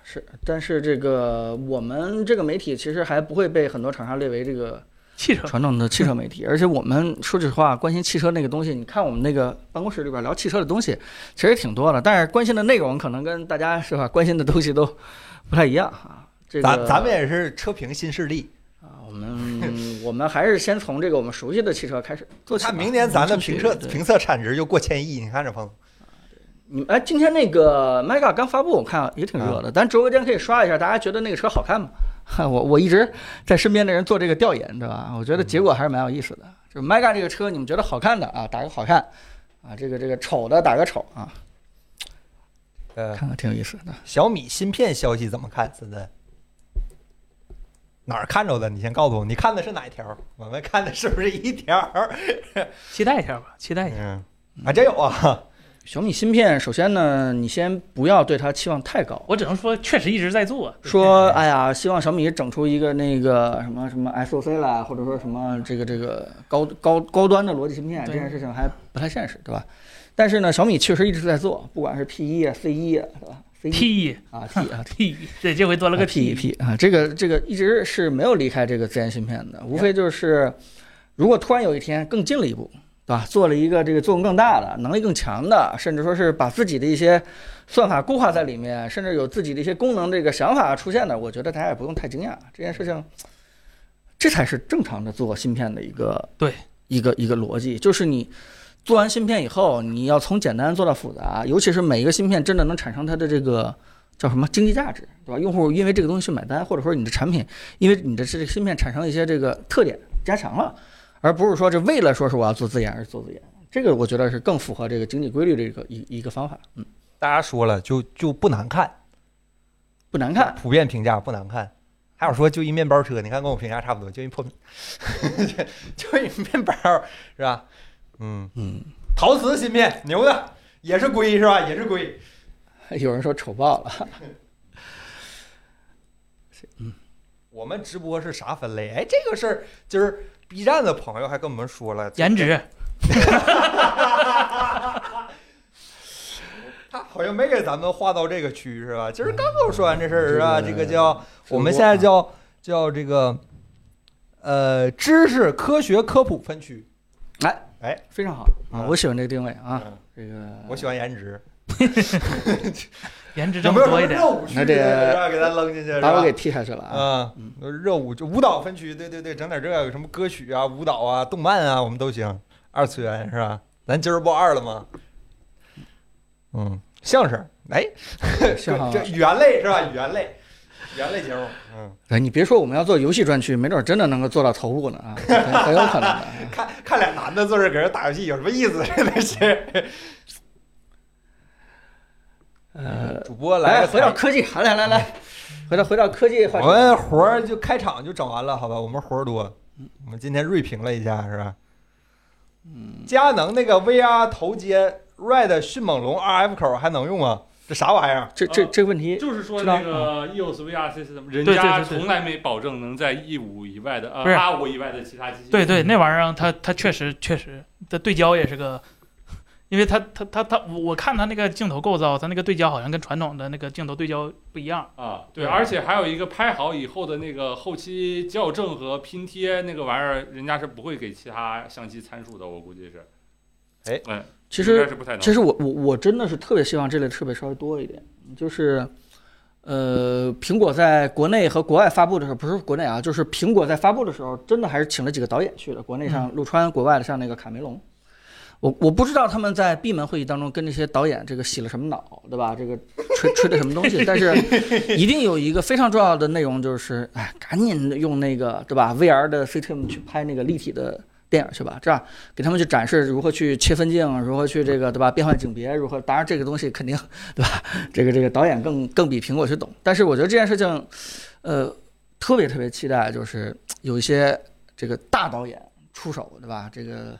是，但是这个我们这个媒体其实还不会被很多厂商列为这个汽 车传统的汽车媒体，而且我们说句实话，关心汽车那个东西，你看我们那个办公室里边聊汽车的东西，其实挺多的，但是关心的内容可能跟大家是吧关心的东西都不太一样啊。这个咱咱们也是车评新势力，啊，我们我们还是先从这个我们熟悉的汽车开始做起吧。看明年咱的嗯评测对评测产值就过千亿，你看这彭总。你们哎，今天那个 Mega 刚发布，我看也挺热的，咱直播间可以刷一下，大家觉得那个车好看吗？ 我我一直在身边的人做这个调研，对吧？我觉得结果还是蛮有意思的。就是 Mega 这个车，你们觉得好看的啊，打个好看啊，这个这个丑的打个丑啊，呃，看看挺有意思的。小米芯片消息怎么看？现在哪儿看着的？你先告诉我，你看的是哪一条？我们看的是不是一条？期待一下吧，期待一下。嗯，啊，真有啊！小米芯片，首先呢，你先不要对它期望太高。我只能说，确实一直在做。说，哎呀，希望小米整出一个那个什么什么 SOC 啦，或者说什么这个这个高高高端的逻辑芯片，这对件事情还不太现实，对吧？但是呢，小米确实一直在做，不管是 P 1啊、C 1啊，对吧？C 1 T E 一啊 P 啊 T 一，对，这回多了个 P 一 P 啊，这个这个一直是没有离开这个自研芯片的，无非就是如果突然有一天更进了一步，对吧？做了一个这个作用更大的、能力更强的，甚至说是把自己的一些算法固化在里面，甚至有自己的一些功能这个想法出现的，我觉得大家也不用太惊讶，这件事情这才是正常的做芯片的一个对一个一个逻辑，就是你。做完芯片以后，你要从简单做到复杂，尤其是每一个芯片真的能产生它的这个叫什么经济价值，对吧？用户因为这个东西去买单，或者说你的产品因为你的这个芯片产生一些这个特点加强了，而不是说这为了说是我要做自研而做自研，这个我觉得是更符合这个经济规律的一个一一个方法，嗯，大家说了，就就不难看，不难看 普遍评价不难看。还有说就一面包车，你看跟我评价差不多，就一破米， 就一面包是吧？嗯，嗯，陶瓷芯片牛的，也是硅是吧？也是硅。有人说丑爆了，我们直播是啥分类？哎，这个事儿今儿 B 站的朋友还跟我们说了，颜值，他好像没给咱们划到这个区是吧？今儿刚跟我说完这事儿嗯啊，这这个个叫 我们现在叫叫这个呃知识科学科普分区，非常好啊，嗯我喜欢这个定位啊嗯，这个我喜欢颜值，颜值有这没么有什么多一点热。舞区那这个是吧给咱扔进去是把我吧给？踢下去了啊。啊，热舞就舞蹈分区，对对对，整点这个有什么歌曲啊、舞蹈啊、动漫啊，我们都行。二次元是吧？咱今儿不二了吗？嗯，相声，哎，幸好这语言类是吧？语言类，语言类节目，嗯，哎，你别说，我们要做游戏专区，没准真的能够做到头部呢啊，很很有可能 的。看看俩男的坐这儿搁这打游戏有什么意思？ 那是呃，主播来来个回到科技，来来来来，回到回到科技话我题。们活儿就开场就整完了，好吧？我们活儿多，我们今天锐评了一下，是吧？嗯，佳能那个 VR 头接 Red 迅猛龙 RF 口还能用吗？这啥玩意儿？这这这问题，就是说知道那个 E EOS VR system，人嗯对对家对对从来没保证能在 E 五以外的呃不是 R 五以外的其他机器。对对，那玩意儿它它确实确实，它对焦也是个， 因为它它它它，我我看它那个镜头构造，它那个对焦好像跟传统的那个镜头对焦不一样。啊，对对，而且还有一个拍好以后的那个后期校正和拼贴那个玩意儿，人家是不会给其他相机参数的，我估计是。哎嗯，其应实该是不太能。其实我我我真的是特别希望这类设备稍微多一点，就是。呃，苹果在国内和国外发布的时候，不是国内啊，就是苹果在发布的时候，真的还是请了几个导演去的。国内像陆川，国外的像那个卡梅隆，我我不知道他们在闭门会议当中跟这些导演这个洗了什么脑，对吧？这个吹吹的什么东西？但是一定有一个非常重要的内容，就是哎，赶紧用那个对吧？VR 的 System 去拍那个立体的电影去吧，这样给他们去展示如何去切分镜，如何去这个对吧变换景别，如何当然这个东西肯定对吧？这个这个导演更更比苹果去懂，但是我觉得这件事情，呃，特别特别期待，就是有一些这个大导演出手，对吧？这个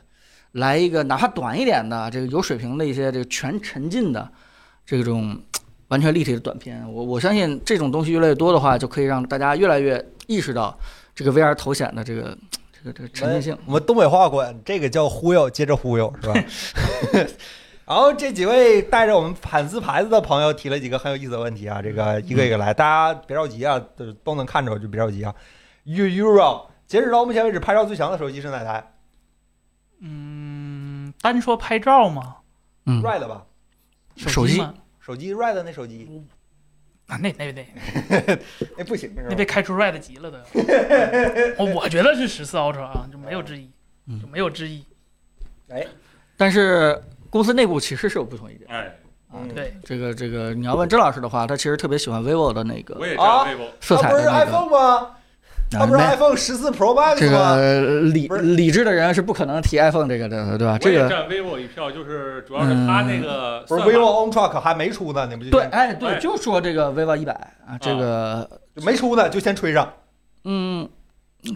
来一个哪怕短一点的，这个有水平的一些这个全沉浸的这种完全立体的短片，我我相信这种东西越来越多的话，就可以让大家越来越意识到这个 VR 头显的这个这个这个沉浸性。我们东北话管这个叫忽悠，接着忽悠是吧？ 然后这几位带着我们反思牌子的朋友提了几个很有意思的问题啊，这个一个一个来，大家别着急啊，都都能看着就别着急啊。U Euro，截止到目前为止，拍照最强的手机是哪台嗯，单说拍照嘛，嗯， ？Red 吧，手机嗯嘛，手机 Red 那手机啊，那那那那哎不行是那吧被？开除 red 级了都。我我觉得是十四 Ultra 啊，就没有之一，嗯就没有之一。但是公司内部其实是有不同意见哎，啊。嗯对，这个这个，你要问郑老师的话，他其实特别喜欢 vivo 的那我个也知啊道 vivo。色彩它不的是那个，啊 iPhone 吗？它不是 iPhone 十四 Pro 这 Max 吗？个理不是理智的人是不可能提 iPhone 这个的，对吧？我啊这也个站 vivo 一票，就是主要是它嗯那个不是算法 vivo OnTrack 还没出呢，你不就对，先哎，对，哎就说这个 vivo 一百啊，这个就没出呢就先吹上。嗯，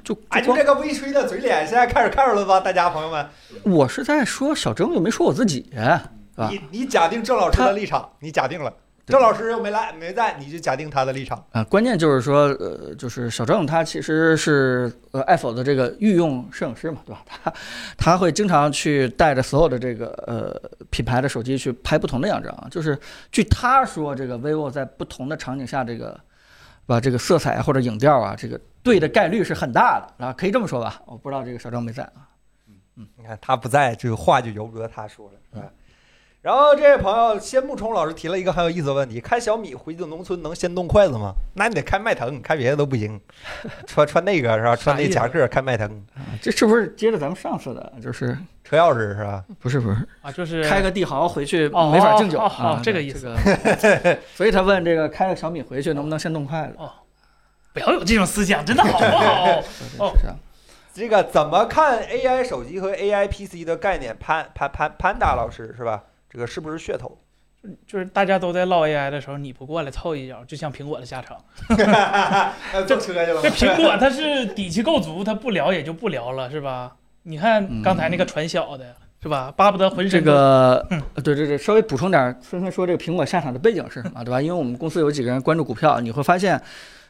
就哎，就就光这个微吹的嘴脸，现在开始看出来了吧，大家朋友们？我是在说小郑，又没说我自己，啊你你假定郑老师他的立场，你假定了，对郑老师又没来没在，你就假定他的立场。啊，关键就是说，呃，就是小郑他其实是呃 Apple 的这个御用摄影师嘛，对吧？他他会经常去带着所有的这个呃品牌的手机去拍不同的样张啊，就是据他说，这个 vivo 在不同的场景下，这个把这个色彩啊或者影调啊，这个对的概率是很大的啊，可以这么说吧？我不知道这个小郑没在啊，你看他不在，这个话就由不得他说了，是吧？然后这位朋友仙木冲老师提了一个很有意思的问题：开小米回到农村能先动筷子吗？那你得开迈腾，开别的都不行。穿穿那个是吧？穿那夹克开迈腾，啊这是不是接着咱们上次的？就是车钥匙是吧？不是不是啊，就是开个帝豪回去哦没法敬酒哦哦啊哦，这个意思个所以他问这个开个小米回去能不能先动筷子？不要有这种思想，真的好不好？哦是这样。这个怎么看 AI 手机和 AI PC 的概念？潘潘潘潘达老师是吧？这个是不是噱头？就是大家都在唠 AI 的时候，你不过来凑一脚，就像苹果的下场。那坐车去了这吗？苹果它是底气够足，它不聊也就不聊了，是吧？你看刚才那个传小的，是吧？巴不得浑嗯这身都个嗯，呃对对对，稍微补充点儿，纷纷说这个苹果下场的背景是什么，对吧？因为我们公司有几个人关注股票，你会发现，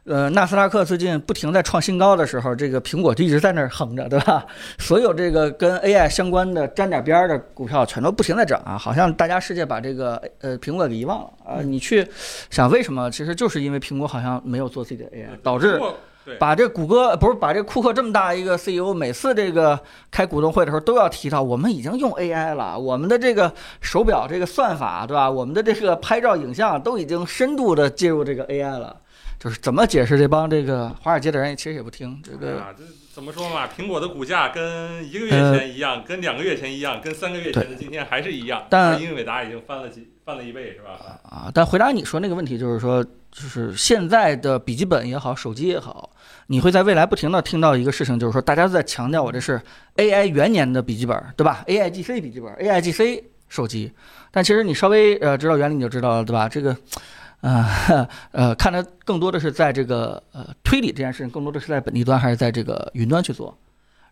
呃，纳斯达克最近不停在创新高的时候，这个苹果就一直在那儿横着，对吧？ 所有这个跟 AI 相关的沾点边儿的股票全都不停在涨啊，好像大家世界把这个呃苹果给遗忘了啊、你去想为什么？其实就是因为苹果好像没有做自己的 AI，导致不过对把这谷歌不是把这库克这么大一个 CEO，每次这个开股东会的时候都要提到，我们已经用 AI 了，我们的这个手表这个算法，对吧？我们的这个拍照影像都已经深度的介入这个 AI 了。就是怎么解释这帮这个华尔街的人，其实也不听这对个。啊，这怎么说嘛？苹果的股价跟一个月前一样，跟两个月前一样，跟三个月前的今天还是一样。但那英伟达已经翻了几翻了一倍是吧？啊，但回答你说那个问题，就是说，就是现在的笔记本也好，手机也好，你会在未来不停的听到一个事情，就是说大家都在强调我这是 AI 元年的笔记本，对吧？AIGC 笔记本，AIGC 手机，但其实你稍微呃知道原理你就知道了，对吧？这个。呃呃，看它更多的是在这个呃推理这件事情，更多的是在本地端还是在这个云端去做？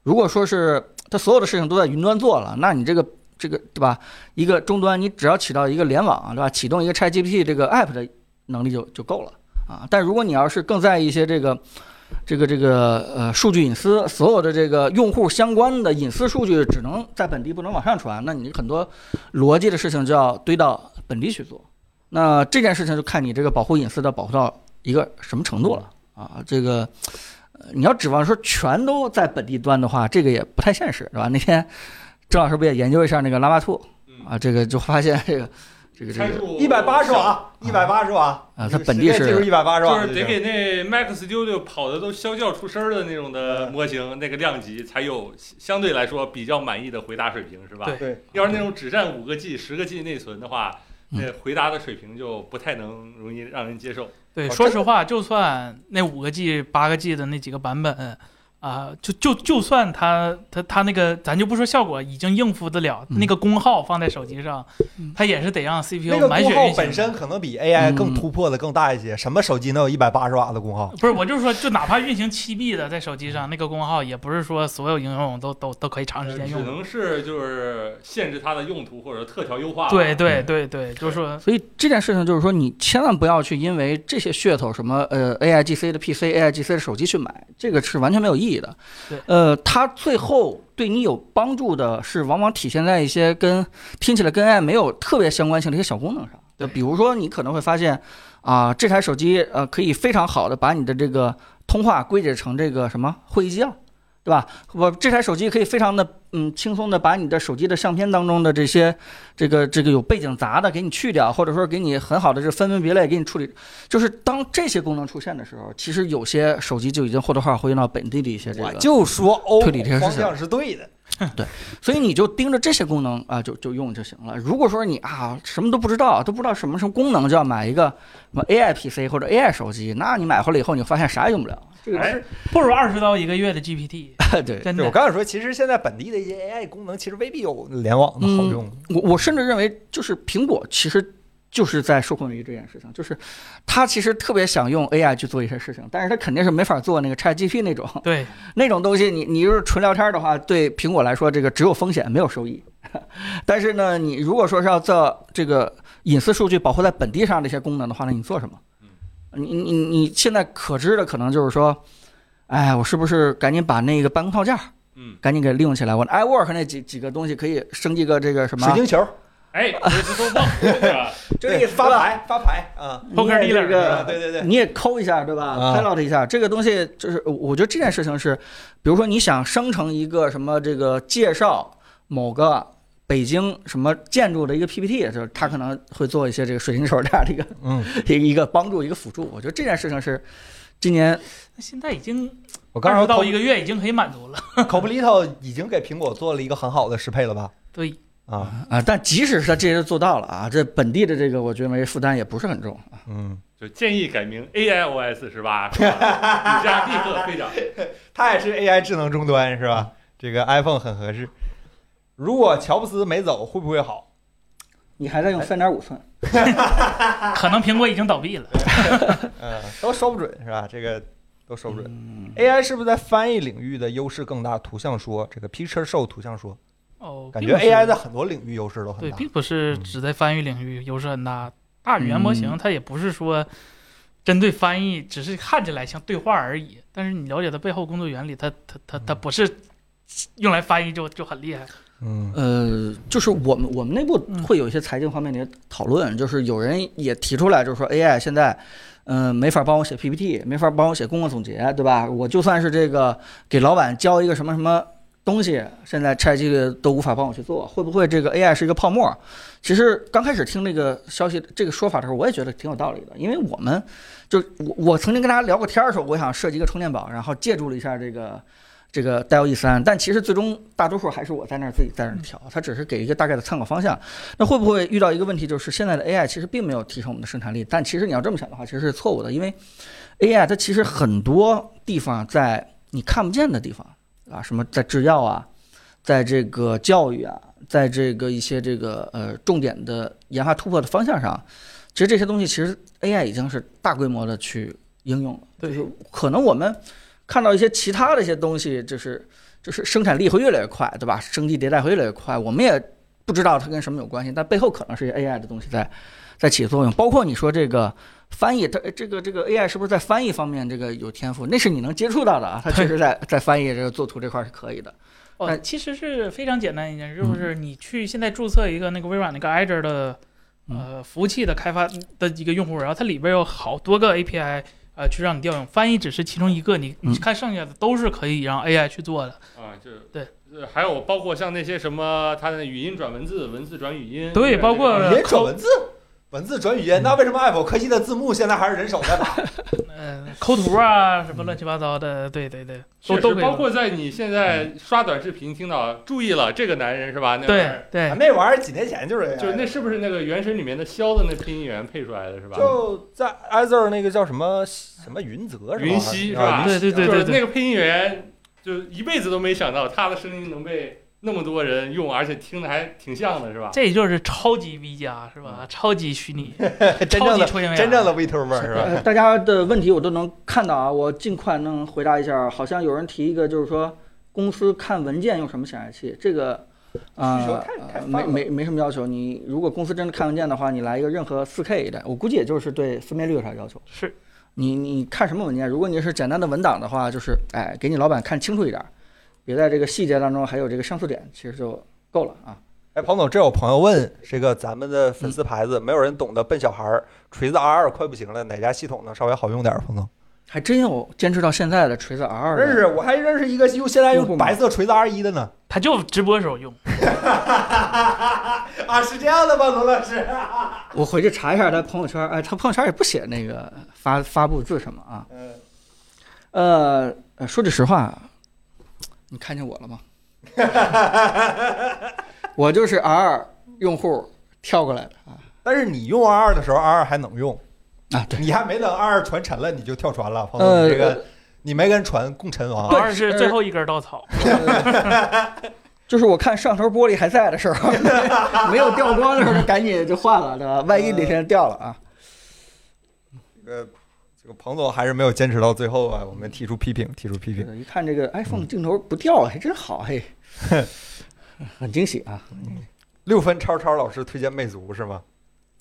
如果说是它所有的事情都在云端做了，那你这个这个对吧？一个终端，你只要起到一个联网，对吧？启动一个 ChatGPT 这个 app 的能力就就够了啊。但如果你要是更在意一些这个这个这个呃数据隐私，所有的这个用户相关的隐私数据只能在本地不能往上传，那你很多逻辑的事情就要堆到本地去做。那这件事情就看你这个保护隐私的保护到一个什么程度了啊。这个呃你要指望说全都在本地端的话，这个也不太现实，是吧？那天郑老师不也研究一下那个拉巴兔？嗯，啊，这个就发现这个这个这参个 数一百八十瓦，一百八十瓦啊它本地是技术一百八十就瓦，是得给那 Mac Studio 跑的都啸叫出声儿的那种的模型，那个量级才有相对来说比较满意的回答水平，是吧？对对，要是那种只占五个 G、十个 G 内存的话，嗯那回答的水平就不太能容易让人接受。对，哦说真实话，就算那五个 G、八个 G 的那几个版本，啊、就就就算它它它那个，咱就不说效果，已经应付得了、嗯那个功耗放在手机上嗯，它也是得让 CPU 那个满功血运耗行本的身可能比 AI 嗯更突破的更大一些，什么手机能有一百八十瓦的功耗？不是，我就是说，就哪怕运行七 B 的在手机上，那个功耗也不是说所有应用都都都可以长时间只用的。能是就是限制它的用途或者特调优啊化。对对对对，就是说，所以这件事情就是说，你千万不要去因为这些噱头，什么呃 AIGC 的 PC、AIGC 的手机去买，这个是完全没有意义的对。呃，它最后对你有帮助的是，往往体现在一些跟听起来跟 AI 没有特别相关性的一些小功能上。就对比如说，你可能会发现啊、这台手机呃可以非常好的把你的这个通话归结成这个什么会议纪要。对吧？我这台手机可以非常的嗯轻松的把你的手机的相片当中的这些这个这个有背景杂的给你去掉，或者说给你很好的这分门别类给你处理。就是当这些功能出现的时候，其实有些手机就已经或多或少会用到本地的一些这我个，就说欧推理这个事情方向是对的，所以你就盯着这些功能啊，就就用就行了。如果说你啊什么都不知道，都不知道什么什么功能，就要买一个什么 AI PC 或者 AI 手机，那你买回来以后，你发现啥也用不了。 这个哎是、不如二十刀一个月的 GPT，对。真对我的。刚想说，其实现在本地的一些 AI 功能其实未必有联网的好用。我我甚至认为，就是苹果其实就是在受困于这件事情，就是他其实特别想用 AI 去做一些事情，但是他肯定是没法做那个 ChatGPT 那种 对，那种东西你。你就是纯聊天的话，对苹果来说，这个只有风险没有收益。 但是呢，你如果说是要做这个隐私数据保护在本地上这些功能的话，那你做什么？你你你现在可知的可能就是说，哎，我是不是赶紧把那个办公套件儿嗯，赶紧给利用起来？我的 iWork 那几几个东西可以升级个这个什么水晶球，哎，我这都忘了是吧。就这个发牌发牌啊，你 Poker 也这 dealer 个啊对对对，你也抠一下，对吧啊？Pilot 一下，这个东西就是，我我觉得这件事情是，比如说你想生成一个什么这个介绍某个北京什么建筑的一个 PPT，就是他可能会做一些这个水晶球这样的一个嗯， 一个一个帮助一个辅助。我觉得这件事情是今年那现在已经我刚二说十刀到一个月已经可以满足了。 Coblito 已经给苹果做了一个很好的适配了吧？对，啊，啊，但即使是他这些都做到了啊，这本地的这个我觉得负担也不是很重。嗯，就建议改名 AIOS 是吧？是吧你家立刻飞涨。它也是 AI 智能终端是嗯吧？这个 iPhone 很合适。如果乔布斯没走，会不会好？你还在用三点五寸，可能苹果已经倒闭了。嗯，都说不准是吧？这个都说不准。嗯， AI 是不是在翻译领域的优势更大？图像说这个 Picture Show 图像说，哦，感并觉不是 AI 在很多领域优势都很对，大。并不是嗯只在翻译领域优势很大。大语言模型嗯它也不是说针对翻译，只是看起来像对话而已。但是你了解它背后工作原理，它它它它嗯不是用来翻译就就很厉害。嗯呃，就是我们我们内部嗯会有一些财经方面的讨论，就是有人也提出来，就是说 AI 现在，嗯、没法帮我写 PPT，没法帮我写功课总结，对吧？我就算是这个给老板交一个什么什么东西，现在 ChatGPT 都无法帮我去做，会不会这个 AI 是一个泡沫？其实刚开始听这个消息这个说法的时候，我也觉得挺有道理的，因为我们就我我曾经跟大家聊过天儿的时候，我想设计一个充电宝，然后借助了一下这个。这个 d e l E 三，但其实最终大多数还是我在那儿自己在那儿调，它只是给一个大概的参考方向。那会不会遇到一个问题，就是现在的 AI 其实并没有提升我们的生产力？但其实你要这么想的话，其实是错误的，因为 AI 它其实很多地方在你看不见的地方啊，什么在制药啊，在这个教育啊，在这个一些这个呃重点的研发突破的方向上，其实这些东西其实 AI 已经是大规模的去应用了。对就是可能我们看到一些其他的一些东西，就是就是生产力会越来越快，对吧？升级迭代会越来越快，我们也不知道它跟什么有关系，但背后可能是一些 AI 的东西在在起作用。包括你说这个翻译，它这个这个 AI 是不是在翻译方面这个有天赋？那是你能接触到的啊，它确实在在翻译这个作图这块是可以的。哦，但其实是非常简单一件事，就是你去现在注册一个那个微软那个 Azure 的呃服务器的开发的一个用户，然后它里边有好多个 API。呃，去让你调用翻译只是其中一个，你你嗯看剩下的都是可以让 AI 去做的。啊，就对呃，还有包括像那些什么，它的语音转文字，文字转语音，对包括语言转扣文字，文字转语嗯言，那为什么 Apple 科技的字幕现在还是人手在打？呃，抠图啊，什么乱七八糟的，对对对，确都实都可以包用。括在你现在刷短视频听到，注意了，这个男人是吧？那玩意对儿，对，那玩意儿几年前就是就是那是不是那个《原神》里面的枭的那配音员配出来的是吧？就在 Azure 那个叫什么什么云泽是吧？云溪是吧啊云溪对对就对是那个配音员，就一辈子都没想到他的声音能被那么多人用，而且听的还挺像的，是吧？这就是超级 V 加是吧？超级虚拟，真超正级的抽象 VR 真正的 Vtuber 是吧？呃，大家的问题我都能看到啊，我尽快能回答一下。好像有人提一个，就是说公司看文件用什么显示器，这个。需求啊、太太呃，泛没了没没什么要求。你如果公司真的看文件的话，你来一个任何 4K 的，我估计也就是对分辨率有啥要求。是你你看什么文件？如果你是简单的文档的话，就是哎，给你老板看清楚一点儿，别在这个细节当中还有这个上溯点，其实就够了啊。哎，彭总，这有朋友问这个咱们的粉丝牌子，没有人懂得笨小孩儿，锤子 R 二快不行了，哪家系统能稍微好用点儿？彭总，还真有坚持到现在的锤子 R 认识，我还认识一个用现在用白色锤子 R 一的呢。它就直播时候用。 啊，是这样的吗，罗老师？我回去查一下他朋友圈，哎，他朋友圈也不写那个发发布字什么啊。 嗯， 呃，呃说句实话，你看见我了吗？我就是 R 用户跳过来的啊但是你用 R 二的时候，R 二还能用，啊，对，你还没等 R 二传沉了，你就跳船了，彭总，呃你这个你没跟船共沉亡啊。二是最后一根稻草，呃 就是我看上头玻璃还在的时候， 没有掉光的时候，赶紧就换了，对吧？万一哪天掉了啊，这个这个彭总还是没有坚持到最后啊，我们提出批评，提出批这评。个一看这个 iPhone 镜头不掉，还真好， 嘿，很惊喜啊。六分超超老师推荐魅族是吗？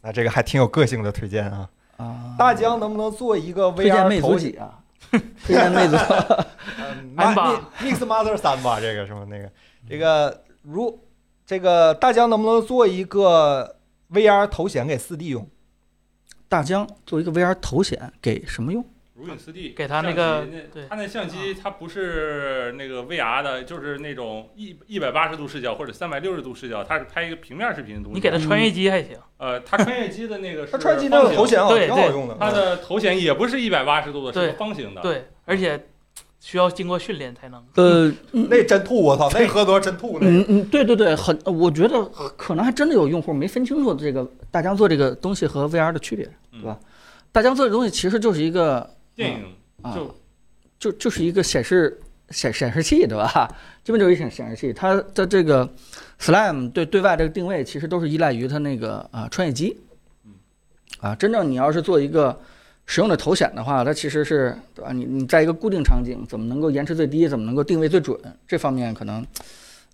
那这个还挺有个性的推荐啊。啊，大疆能不能做一个推荐 VR 魅头族显？几啊？ 推荐 魅族。嗯 M 八 Mi- Mix Master 三吧，这个是吗？那个这个如这个大疆能不能做一个 VR 头显给四 D 用？大疆做一个 VR 头显给什么用？如影似地，给他那个相机那对啊他那相机它不是那个 VR 的，就是那种一一百八十度视角或者三百六十度视角，它是拍一个平面视频的东西。你给它穿越机还行。呃，它穿越机的那个是它穿机那个方形头显好对挺好用的，它的头显也不是一百八十度的，是对个方形的。对，而且需要经过训练才能。呃，那真吐，我操，那喝多真吐那个。嗯嗯，对对对，很，我觉得可能还真的有用户没分清楚这个大疆做这个东西和 VR 的区别，对吧？大疆做的东西其实就是一个嗯电影啊，就就就是一个显示显显示器，对吧？ 基本就是一显显示器，它的这个 SLAM 对对外这个定位，其实都是依赖于它那个啊、穿越机嗯。啊，真正你要是做一个实用的头显的话，它其实是对吧？你你在一个固定场景，怎么能够延迟最低，怎么能够定位最准？这方面可能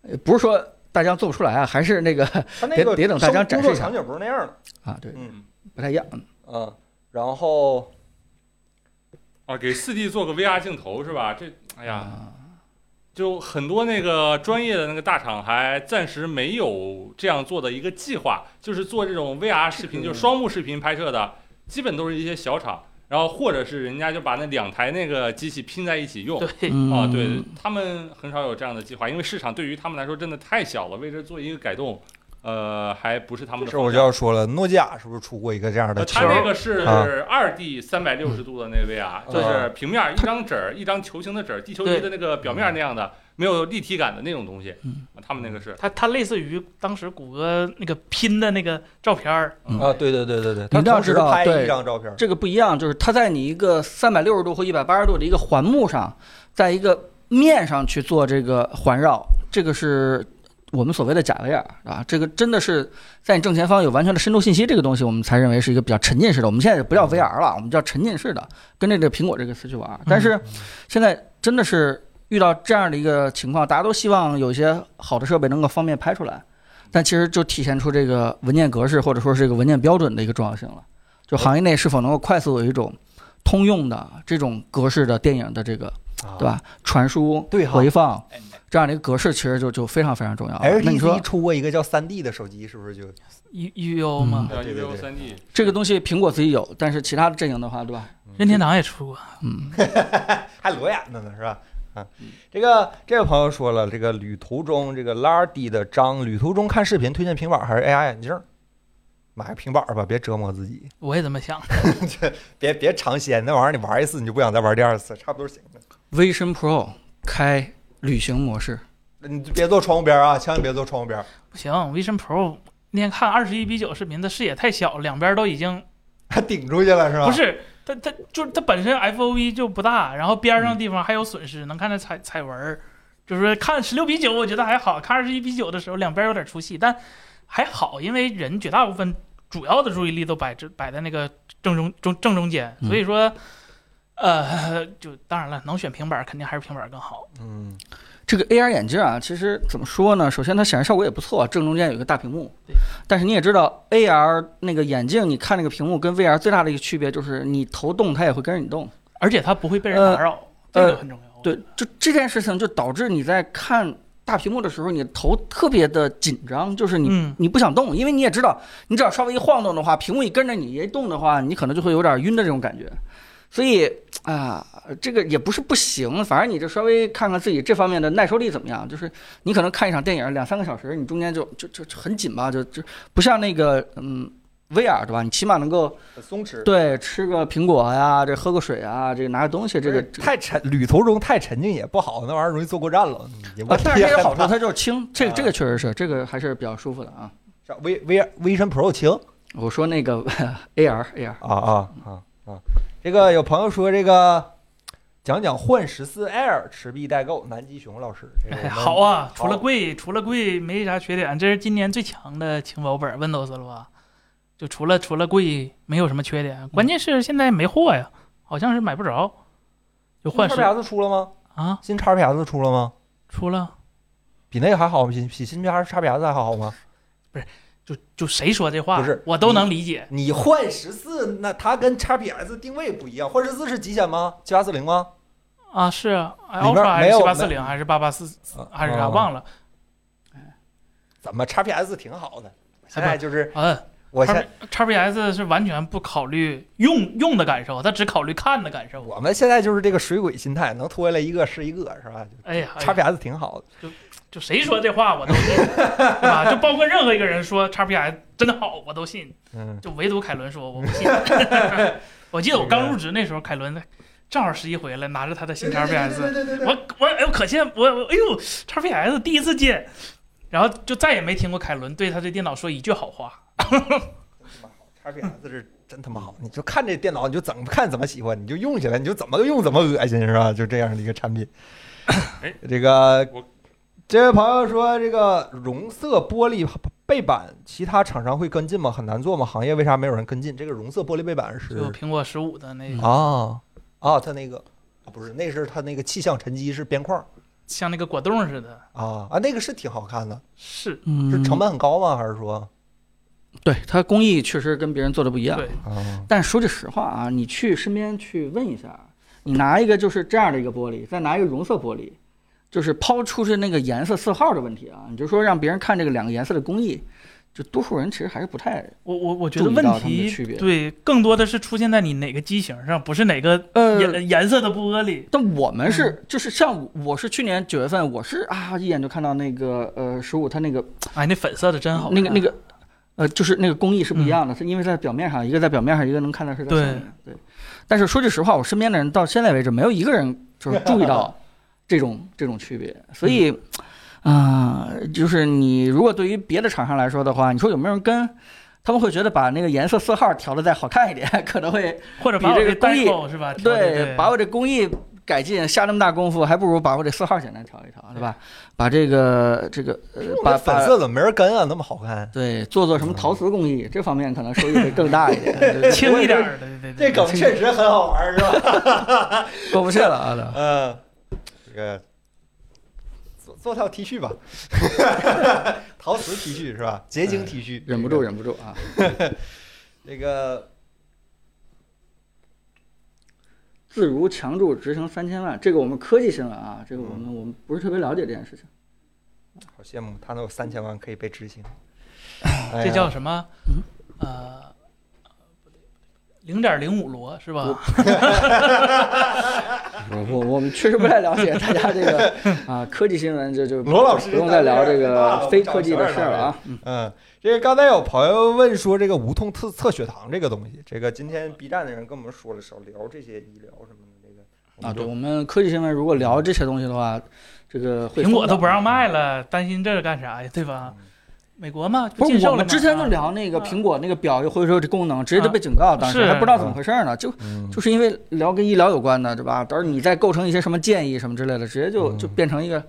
呃不是说大家做不出来啊，还是那个 他那别个别等大家生展工作示一下场景不是那样的，啊，对，嗯不太一样。嗯，然后啊，给四 D 做个 VR 镜头是吧？这，哎呀，啊，就很多那个专业的那个大厂还暂时没有这样做的一个计划，就是做这种 VR 视频，这就个是双目视频拍摄的，基本都是一些小厂，然后或者是人家就把那两台那个机器拼在一起用。对，嗯啊，对他们很少有这样的计划，因为市场对于他们来说真的太小了，为这做一个改动，呃，还不是他们这的事儿我方就向。要说了，诺基亚是不是出过一个这样的呃，球他儿？那个是啊二 D 三百六十度的那个 VR，就是平面一张纸儿，一张球形的纸儿，地球仪的那个表面那样的，没有立体感的那种东西嗯。啊他们那个是 它它类似于当时谷歌那个拼的那个照片儿，啊，对对对对对，你他一定要同时知道拍对一张照片儿，这个不一样，就是它在你一个三百六十度或一百八十度的一个环幕上，在一个面上去做这个环绕，这个是我们所谓的假 VR 啊，这个真的是在你正前方有完全的深度信息，这个东西我们才认为是一个比较沉浸式的。我们现在不嗯叫 VR 了，我们叫沉浸式的，跟着这个苹果这个词去玩。啊但嗯是现在真的是遇到这样的一个情况，大家都希望有一些好的设备能够方便拍出来，但其实就体现出这个文件格式或者说是这个文件标准的一个重要性了。就行业内是否能够快速有一种通用的这种格式的电影的这个啊对吧传输、对哈哎回放这样的一个格式，其实就就非常非常重要了。E 啊那你说？HTC 出过一个叫三 D 的手机，是不是就 U U U 吗？对吧对对 UVO 对三 D，这个东西苹果自己有，但是其他的阵营的话，对吧？任天堂也出过，嗯，还裸眼的呢，是吧？啊，这个这位朋友说了，这个旅途中这个 Lardy 的张，旅途中看视频推荐平板还是 AR 眼镜？买个平板吧，别折磨自己，我也这么想。 别别尝鲜，那玩意儿你玩一次你就不想再玩第二次，差不多行了。 Vision Pro 开旅行模式，你就别坐窗户边儿啊，千万别坐窗户边儿。不行，Vision Pro 那天看二十一比九视频，它视野太小，两边都已经还顶出去了是吧？不是它它就是它本身 FOV 就不大，然后边嗯上地方还有损失，能看见彩彩纹儿。就是说看十六比九，我觉得还好；看二十一比九的时候，两边有点出戏，但还好，因为人绝大部分主要的注意力都摆这摆在那个正中中正中间，嗯所以说，呃， 就当然了，能选平板儿肯定还是平板儿更好。嗯，这个 AR 眼镜啊，其实怎么说呢？首先它显示效果也不错，正中间有一个大屏幕对。但是你也知道，AR 那个眼镜，你看那个屏幕跟 VR 最大的一个区别就是，你头动它也会跟着你动。而且它不会被人呃打扰，呃这个很重要。对，就这件事情就导致你在看大屏幕的时候，你的头特别的紧张，就是你、嗯你不想动，因为你也知道，你只要稍微一晃动的话，屏幕一跟着你一动的话，你可能就会有点晕的这种感觉。所以啊、这个也不是不行，反正你就稍微看看自己这方面的耐受力怎么样。就是你可能看一场电影两三个小时，你中间就就就就很紧吧，就就不像那个嗯 VR 对吧？你起码能够很松弛。对吃个苹果呀，这喝个水啊，这个拿个东西，这个不是太沉，旅途中太沉静也不好，那玩意儿容易坐过站了。也不啊，但是它也有很好处，怕它就是轻，这个啊这个确实是，这个还是比较舒服的啊。啥微微微神 Pro 轻我说那个 AR AR，啊啊啊啊！这个有朋友说这个讲讲幻十四 Air 持币代购，南极熊老师，这个我哎，们好啊，好除了贵，除了贵没啥缺点，这是今年最强的轻薄本 Windows 了吧？就除了除了贵，没有什么缺嗯点。关键是现在没货呀，好像是买不着，就换新十 XPS 出了吗？啊，新 XPS 出了吗？出了比那个还好吗？比比新 XPS 还好吗？就就谁说这话，不是我都能理解。你幻十四，那它跟 XPS 定位不一样，幻十四是极显吗？七八四零吗？啊，是啊哎里面，Ultra 还没是有七八四零还是八八四还是啥啊忘了？怎么 XPS 挺好的？现在就是嗯我现，X P S 是完全不考虑用用的感受，它只考虑看的感受。我们现在就是这个水鬼心态，能拖下来一个是一个，是吧？哎呀，哎呀 XPS 挺好的，就谁说这话我 都信，对吧？就包括任何一个人说 x P S 真的好，我都信，嗯，就唯独凯伦说我不 信。我记得我刚入职那时候，凯伦正好十一回来，拿着他的新 x P S，对对对我我哎呦可见我我哎呦 x P S 第一次见，然后就再也没听过凯伦对他的电脑说一句好话。 XPS 是真他妈好，你就看这电脑，你就怎么看怎么喜欢，你就用起来，你就怎么用怎么恶心，是吧？就这样的一个产品。哎这个我这位朋友说，这个容色玻璃背板，其他厂商会跟进吗？很难做吗？行业为啥没有人跟进？这个容色玻璃背板是就苹果十五的那个，啊啊，它那个啊不是，那是它那个气象沉积是边框像那个果冻似的，啊啊，那个是挺好看的，是嗯啊是成本很高吗？还是说对它工艺确实跟别人做的不一样。对，啊但说句实话啊，你去身边去问一下，你拿一个就是这样的一个玻璃，再拿一个融色玻璃，就是抛出去那个颜色色号的问题啊，你就说让别人看这个两个颜色的工艺，就多数人其实还是不太我我我觉得注意问到它们的区题别对更多的是出现在你哪个机型上，不是哪个呃。颜颜色的玻璃。但我们是就是像我我是去年九月份，我是啊一眼就看到那个呃十五它那个哎，那粉色的真好看，那个那个，呃，就是那个工艺是不一样的，是因为在表面上，一个在表面上，一个能看到是在对上面。对，但是说句实话，我身边的人到现在为止，没有一个人就是注意到这种这种区别，所以。啊、就是你如果对于别的厂商来说的话，你说有没有人跟？他们会觉得把那个颜色色号调的再好看一点， 可能会或者把我比这这个工艺代购是吧？调的对，把我这工艺改进下那么大功夫，还不如把我这色号简单调一调，对吧？把这个这个呃，把那粉把色怎么没人跟啊？那么好看，对，做做什么陶瓷工艺，这方面可能收益会更大一点， 对轻一点儿的，对对对，梗确实很好玩，是吧？过不去了啊。 嗯，这个做做套 T 恤吧， 陶瓷 T 恤是吧？结晶 T 恤， 哎忍不住，忍不住啊！这个自如强助执行三千万，这个我们科技新闻啊，这个我们我们不是特别了解这件事情。好羡慕，他能有三千万可以被执行。哎这呀叫什么？嗯呃，零点零五罗是吧？我我我们确实不太了解大家这个 啊科技新闻，就就罗老师不用再聊这个非科技的事儿了啊。嗯，这个刚才有朋友问说这个无痛测测血糖这个东西，这个今天 B 站的人跟我们说了，少聊这些医疗什么的，这个我们啊，对就我们科技新闻如果聊这些东西的话，这个会苹果封的都不让卖了，担心这个干啥呀？对吧？嗯美国嘛，不禁是，售我了们嘛之前就啊聊那个苹果那个表一回收这功能，直接就被警告，当时是啊还不知道怎么回事儿呢，就嗯就是因为聊跟医疗有关的，对吧？到时候你再构成一些什么建议什么之类的，直接就嗯就变成一个，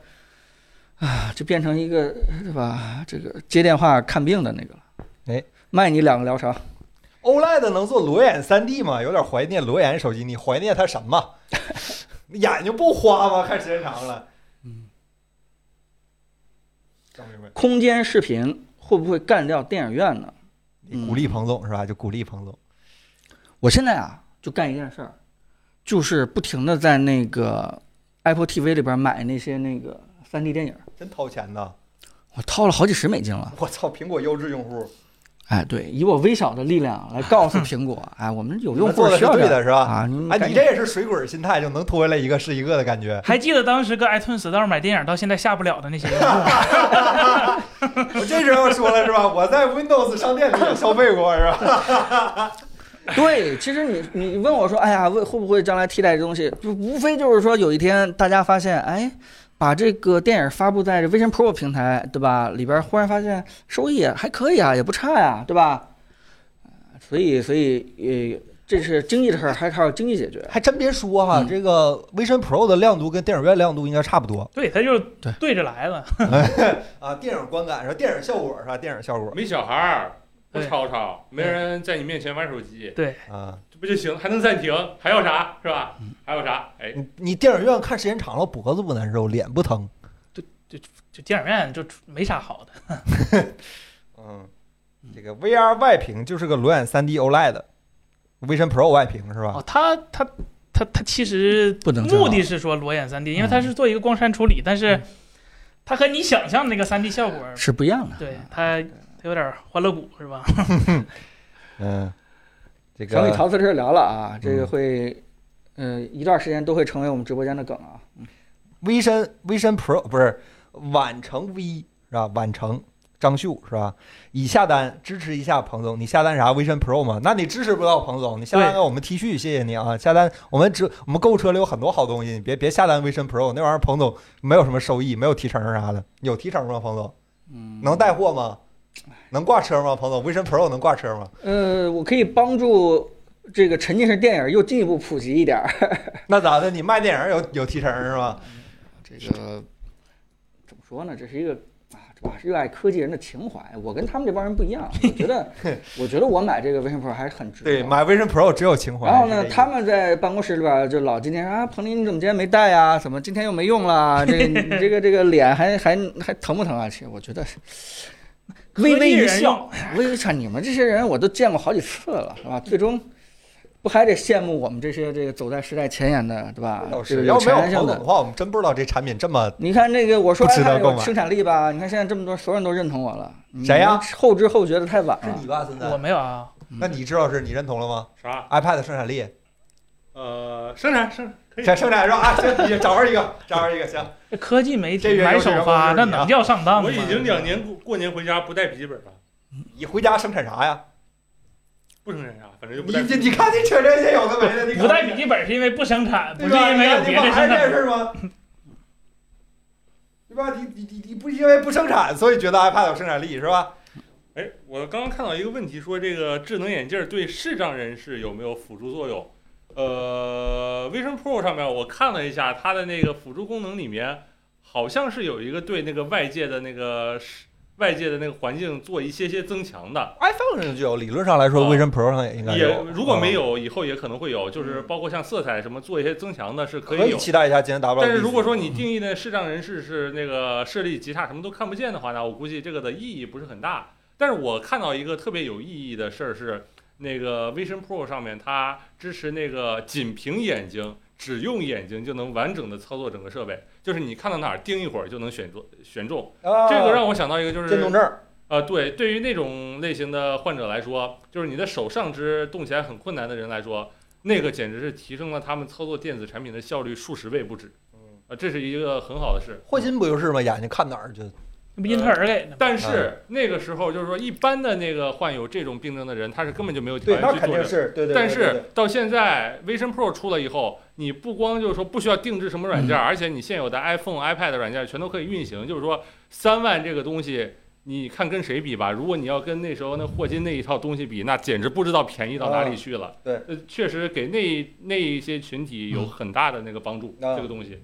啊，就变成一个，对吧？这个接电话看病的那个了。哎，卖你两个疗程， OLED E 能做裸眼 3D 吗？有点怀念裸眼手机，你怀念它什么？ 眼睛不花吗？看时间长了，嗯，整明白。空间视频会不会干掉电影院呢？你鼓励彭总是吧？就鼓励彭总。我现在啊，就干一件事儿，就是不停的在那个 Apple TV 里边买那些那个 3D 电影，真掏钱 呐！我掏了好几十美金了。我操，苹果优质用户，哎，对，以我微小的力量来告诉苹 果，哎，我们有你用们做户的需是要对这的，是吧？啊，你们哎，赶你紧这也是水滚心态，就能拖下来一个是一个的感觉。还记得当时跟 iTunes Store 买电影到现在下不了 的那些用户吗，我这时候说了是吧？我在 Windows 商店里也消费过是吧？ 对，其实你你问我说，哎呀，会会不会将来替代这东西？就无非就是说，有一天大家发现，哎，把这个电影发布在这 Vision Pro 平台，对吧？里边忽然发现收益还可以啊，也不差呀、对吧？呃所以，所以，呃，这是经济的事儿，还还有经济解决。还真别说哈，嗯这个 Vision Pro 的亮度跟电影院亮度应该差不多对，他就对对着来了。啊。电影观感是吧？电影效果是吧？电影效果没小孩儿，不对吵吵，没人在你面前玩手机，对，啊。这不就行？还能暂停，还要啥是吧？还有啥？哎，你你电影院看时间长了，脖子不难受，脸不疼。就电影院就出没啥好的。嗯，这个 VR 外屏就是个裸眼 3D OLED，Vision E Pro 外屏是吧哦，？他他他他其实啊不能这样嗯目的是说裸眼 3D，因为嗯它是做一个光栅处理，但是它和你想象的那个 3D 效果，是不一样的，对它它有点欢乐谷是吧？嗯，这咱个们与陶瓷这聊了啊，这个嗯会，呃，一段时间都会成为我们直播间的梗啊。 Vision Vision Pro 不是晚程 V 是吧？晚程张秀是吧？已下单支持一下彭总，你下单啥 Vision Pro 吗？那你支持不到彭总，你下单对个我们 T 恤，谢谢你啊！下单我们只我们购物车里有很多好东西，你别别下单 Vision Pro 那玩意儿，彭总没有什么收益，没有提成啥的。有提成吗？彭总嗯，能带货吗？能挂车吗？彭总，Vision Pro 能挂车吗？呃，我可以帮助这个沉浸式电影又进一步普及一点儿。那咋的？你卖电影有有提成是吧？这这个怎么说呢？这是一个啊，这吧热爱科技人的情怀。我跟他们这帮人不一样，我 觉得，我觉得我买这个 Vision Pro 还是很值得。对，买 Vision Pro 只有情怀。哦然后是呢，这意思他们在办公室里边就老今天说啊，彭林你怎么今天没带呀？怎么今天又没用了？啊这个你这个这个脸还还还疼不疼啊？其实我觉得 微微一笑，哎微微一笑，你们这些人我都见过好几次了，是吧？最终不还得羡慕我们这些这个走在时代前沿的，对吧？倒这啊是，个要没有前沿性彭总的的话，我们真不知道这产品这么你看这个，我说不值得 iPad 购有买生产力吧？你看现在这么多，所有人都认同我了。你谁呀们后知后觉的太晚是了。你吧，孙我子？没有 啊，那你知道是你认同了吗啥？ ？iPad 的生产力，呃，生产生产可以。想生产是吧？啊，行，你找着一个，找着一个，行。这科技媒这体个买有这首个发，我知道那你啊能叫上当吗？我已经两年过过年回家不带笔记本了， 你回家生产啥呀？不生产啥，反正就不你带笔你记你看你扯这些有的没的，你不带笔记本是因为不生产，不对是吧？因为有你别看的你生还这产。事儿吗？对吧？你你你你不因为不生产，所以觉得 iPad 有生产力是吧？本。哎，我刚刚看到一个问题，说这个智能眼镜儿对视障人士有没有辅助作用？呃，Vision Pro 上面我看了一下，它的那个辅助功能里面，好像是有一个对那个外界的那个视外界的那个环境做一些些增强的。 iPhone 上就有，理论上来说啊，Vision Pro 上也应该也有。如果没嗯，有，以后也可能会有，就是包括像色彩什么做一些增强的，是可可以以有。期待一下今年 W。但是如果说嗯你定义的视障人士是那个视力极差，什么都看不见的话呢，我估计这个的意义不是很大。但是我看到一个特别有意义的事儿是，那个 Vision Pro 上面它支持那个仅凭眼睛，只用眼睛就能完整的操作整个设备，就是你看到哪儿盯一会儿就能选中选中。啊这个让我想到一个就是渐冻症儿，呃，对，对于那种类型的患者来说，就是你的手上肢动起来很困难的人来说，那个简直是提升了他们操作电子产品的效率数十倍不止。呃，这是一个很好的事。嗯霍金不就是吗？眼睛看哪儿就那不英特尔给的吗？但是那个时候就是说，一般的那个患有这种病症的人，他是根本就没有条对，那件去肯做这定个。是对对。但对对对是到现在，Vision Pro 出了以后，你不光就是说不需要定制什么软件，而且你现有的 iPhone、iPad 的软件全都可以运行。就是说，三万这个东西，你看跟谁比吧？如果你要跟那时候那霍金那一套东西比，那简直不知道便宜到哪里去了。啊对呃，确实给那那一些群体有很大的那个帮助。啊这个东西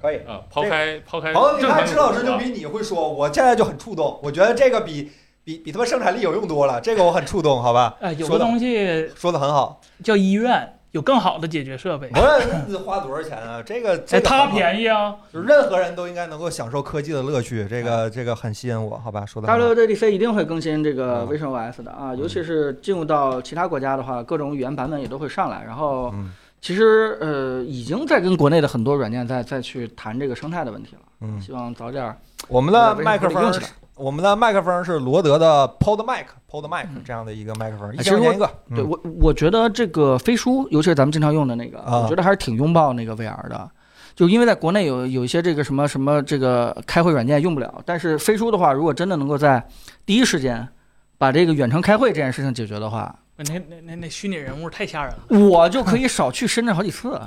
可以。啊，抛开抛开朋友，你正常看因池素老师就啊比你会说，我现在就很触动，我觉得这个比比比他妈生产力有用多了，这个我很触动，好吧？啊，有说个的东西说的很 好。叫医院，有更好的解决设备。无论花多少钱啊，这个哎，这个它很好便宜啊！就是任何人都应该能够享受科技的乐趣，这个这个很吸引我，好吧？说的 WWDC 一定会更新这个嗯 Vision OS 的啊，尤其是进入到其他国家的话，各种语言版本也都会上来。然后嗯，其实呃，已经在跟国内的很多软件在再去谈这个生态的问题了。嗯， 希望早点儿我们把的 Vision 麦克 Pro 风用起来。我们的麦克风是罗德的 Pod Mic，Pod Mic 嗯这样的一个麦克风，一其实千块我钱一个。对嗯我，我觉得这个飞书，尤其是咱们经常用的那个，啊我觉得还是挺拥抱那个 VR 的。就因为在国内有有一些这个什么什么这个开会软件用不了，但是飞书的话，如果真的能够在第一时间把这个远程开会这件事情解决的话，那那那那虚拟人物太吓人了。我就可以少去深圳好几次，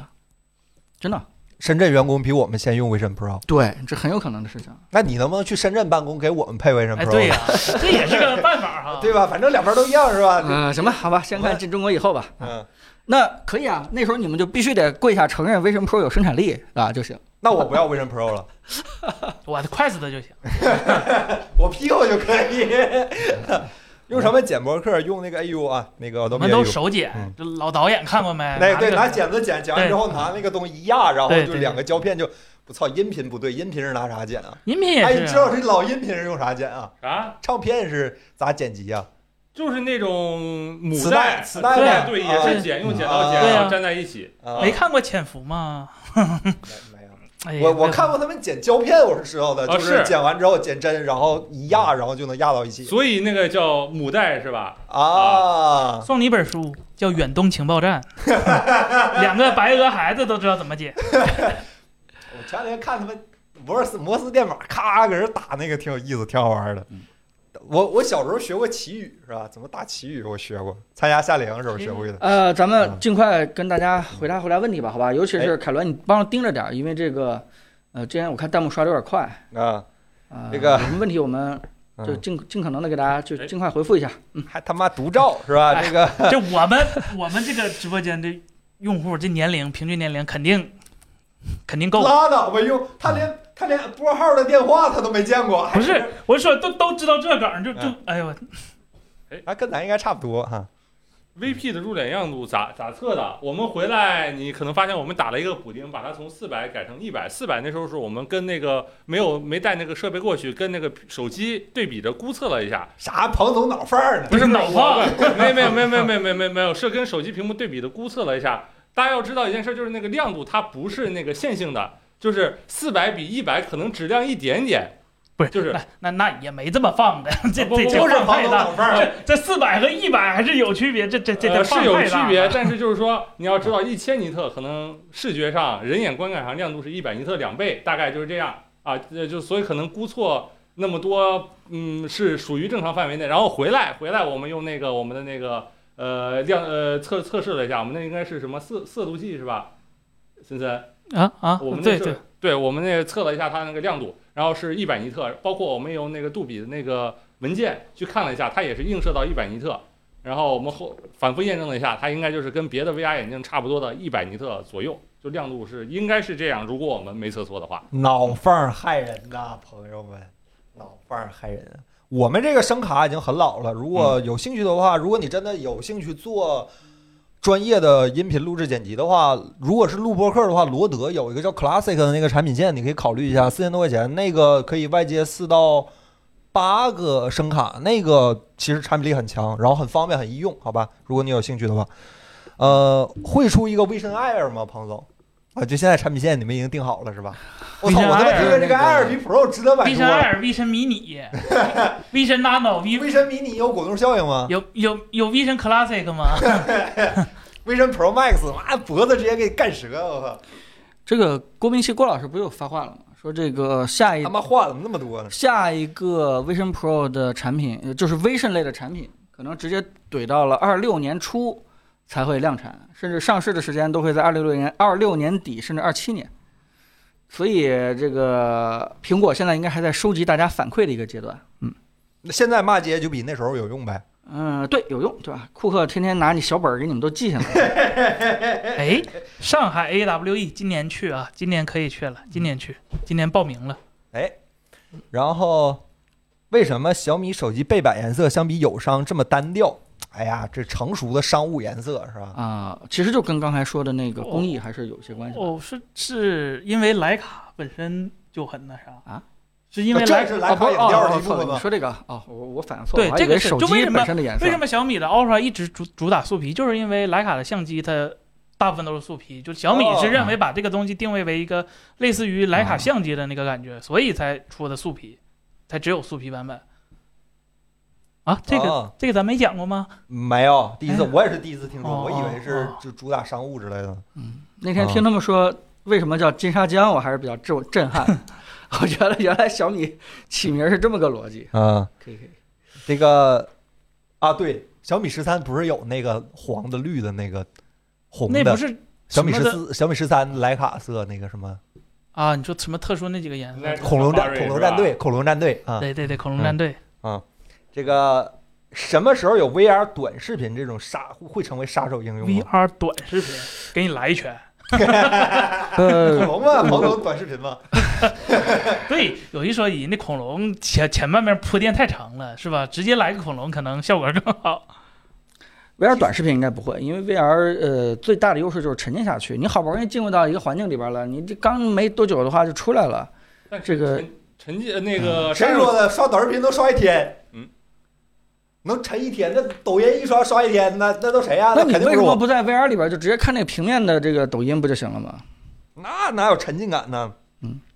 真的。深圳员工比我们先用 Vision Pro，对，这很有可能的事情。那你能不能去深圳办公给我们配 Vision 哎， Pro？对呀，这也是个办法哈。对吧？反正两边都一样是吧？嗯、行吧，好吧，先看进中国以后吧。啊嗯，那可以啊，那时候你们就必须得跪下承认 Vision Pro 有生产力啊就行。那我不要 Vision Pro 了，我的快速的就行。我 Pico 就可以。 用什么剪博客？用那个 AU 啊，那个我都们没都 AU。手剪嗯，这老导演看过没？那对，这个拿剪子剪，剪完之后拿那个东西一压，然后对就对两个胶片就，我操，音频不对，音频是拿啥剪啊？音频哎，也你是知啊。道这老音频是用啥剪啊？啥？唱片是咋剪辑啊？就是那种母磁带磁带嘛对，啊也是剪用剪刀剪，对啊然后粘在一起。啊，没看过《潜伏》吗？没没有，哎呀我我看过他们剪胶片，我是知道的，哦啊就是是剪完之后剪针，然后一嗯压，然后就能压到一起所以那个叫母带是吧？啊。送你一本书，叫《远东情报站》， 两个白俄孩子都知道怎么解。我前两天看他们摩斯摩斯电码，咔搁这打那个，挺有意思，挺好玩的嗯。我我小时候学过旗语是吧？怎么打旗语我学过，参加夏令营时候学会的。呃，咱们尽快跟大家回答回答问题吧，好吧？尤其是凯伦，你帮着盯着点儿，因为这个，呃，之前我看弹幕刷的有点快啊，啊。这个有什么问题我们就嗯尽尽可能的给大家就哎尽快回复一下。还他妈独照是吧？哎这个这我们我们这个直播间的用户这年龄平均年龄肯定肯定够。拉倒吧，用他连他连拨号的电话他都没见过，不是，我是说都都知道这梗儿，就就嗯哎呦，啊，跟咱应该差不多哈。 VP 的入脸样度咋咋测的？我们回来，你可能发现我们打了一个补丁，把它从四百改成一百。四百那时候是我们跟那个没有没带那个设备过去，跟那个手机对比着估测了一下，啥彭总脑范儿呢？不是脑我胖，没没有没有没有没有没有没有没有，是跟手机屏幕对比的估测了一下。大家要知道一件事，就是那个亮度它不是那个线性的，就是四百比一百可能只亮一点点。不是，就是那那那也没这么放的，这不这不这不是放房太东大脑，范儿，这这四百和一百还是有区别，这这这这呃、放是有太区大别，了 但是就是说，你要知道，一千尼特可能视觉上、人眼观感上亮度是一百尼特两倍，大概就是这样啊。呃，就所以可能估错那么多，嗯，是属于正常范围内。然后回来，回来我们用那个我们的那个呃亮呃测测试了一下，我们那应该是什么色色度计是吧？森森，啊啊我们，那对是对，对，我们那测了一下它那个亮度，然后是一百尼特，包括我们用那个杜比的那个文件去看了一下，它也是映射到一百尼特。然后我们后反复验证了一下，它应该就是跟别的 VR 眼镜差不多的一百尼特左右，就亮度是应该是这样。如果我们没测错的话，脑范儿害人呐，朋友们，脑范儿害人。啊我们这个声卡已经很老了，如果有兴趣的话，如果你真的有兴趣做专业的音频录制剪辑的话，如果是录播客的话，罗德有一个叫 Classic 的那个产品线，你可以考虑一下，四千多块钱，那个可以外接四到八个声卡，那个其实产品力很强，然后很方便，很易用，好吧？如果你有兴趣的话，呃，会出一个 Vision Air 吗，彭总？啊，就现在产品线你们已经定好了是吧？我操， Vision 我他妈 Air 觉得这个那 Air 个比 Pro 值得啊买，V 多神啊了。二、V 神迷 你、V 神 Nano、V 微神迷你有滚动效应吗？有有有 V 神 Classic 吗？微神 Pro Max，妈脖子直接给你干折，我靠！这个郭明奇郭老师不是有发话了吗？说这个下一他妈话怎么那么多呢？下一个 Vision Pro 的产品，呃就是 Vision 类的产品，可能直接怼到了二六年初才会量产，甚至上市的时间都会在二六年、二六年底甚至二七年。所以这个苹果现在应该还在收集大家反馈的一个阶段。那现在骂街就比那时候有用呗？嗯，对，有用，对吧？库克天天拿你小本儿给你们都记下 来。 哎， 上海 AWE 今年去啊，今年可以去了，今年去，今年报名了。然后为什么小米手机背板颜色相比友商这么单调？哎呀，这成熟的商务颜色是吧？啊、其实就跟刚才说的那个工艺还是有些关系的。哦，是是因为徕卡本身就很那啥啊？是因为这徕是啊，徕卡不是，饮料的哦一，部错了，分你吗？说这个啊，哦我我反应错了，对我还这以个为是手就为机什么本身的颜色为。什么小米的 Ultra 一直主主打素皮，就是因为徕卡的相机它大部分都是素皮，就小米哦是认为把这个东西定位为一个类似于徕卡相机的那个感嗯觉，所以才出的素皮，才只有素皮版本。啊，这个、啊这个咱没讲过吗？没有，第一次哎我也是第一次听说，哦我以为是哦就主打商务之类的。那天听他们说为什么叫金沙江，我还是比较震震撼的。我觉得原来小米起名是这么个逻辑。哦嗯，可以可以。这个啊，对，小米十三不是有那个黄的、绿的那个红那的不？是小米什十么的四、小米十三徕卡色那个什么啊？你说什么特殊那几个颜色？恐龙战恐龙战队恐龙战队啊，对对对，恐龙战队。这个什么时候有 VR 短视频这种杀会成为杀手应嗯用吗？ VR 短视频，给你来一拳。恐 呃，龙嘛，恐龙短视频嘛，对，有一说一，那恐龙前前半面铺垫太长了，是吧？直接来个恐龙可能效果更好。 VR 短视频应该不会，因为 VR 呃最大的优势就是沉浸下去。你好不容易进入到一个环境里边了，你这刚没多久的话就出来了。但这是个沉沉浸呃那个谁杀手说的？刷短视频能刷一天？嗯，能沉一天？那抖音一刷刷一天，那那都谁呀？那你肯定不为是什么我。不在 VR 里边就直接看那个平面的这个抖音不就行了吗？那哪有沉浸感呢？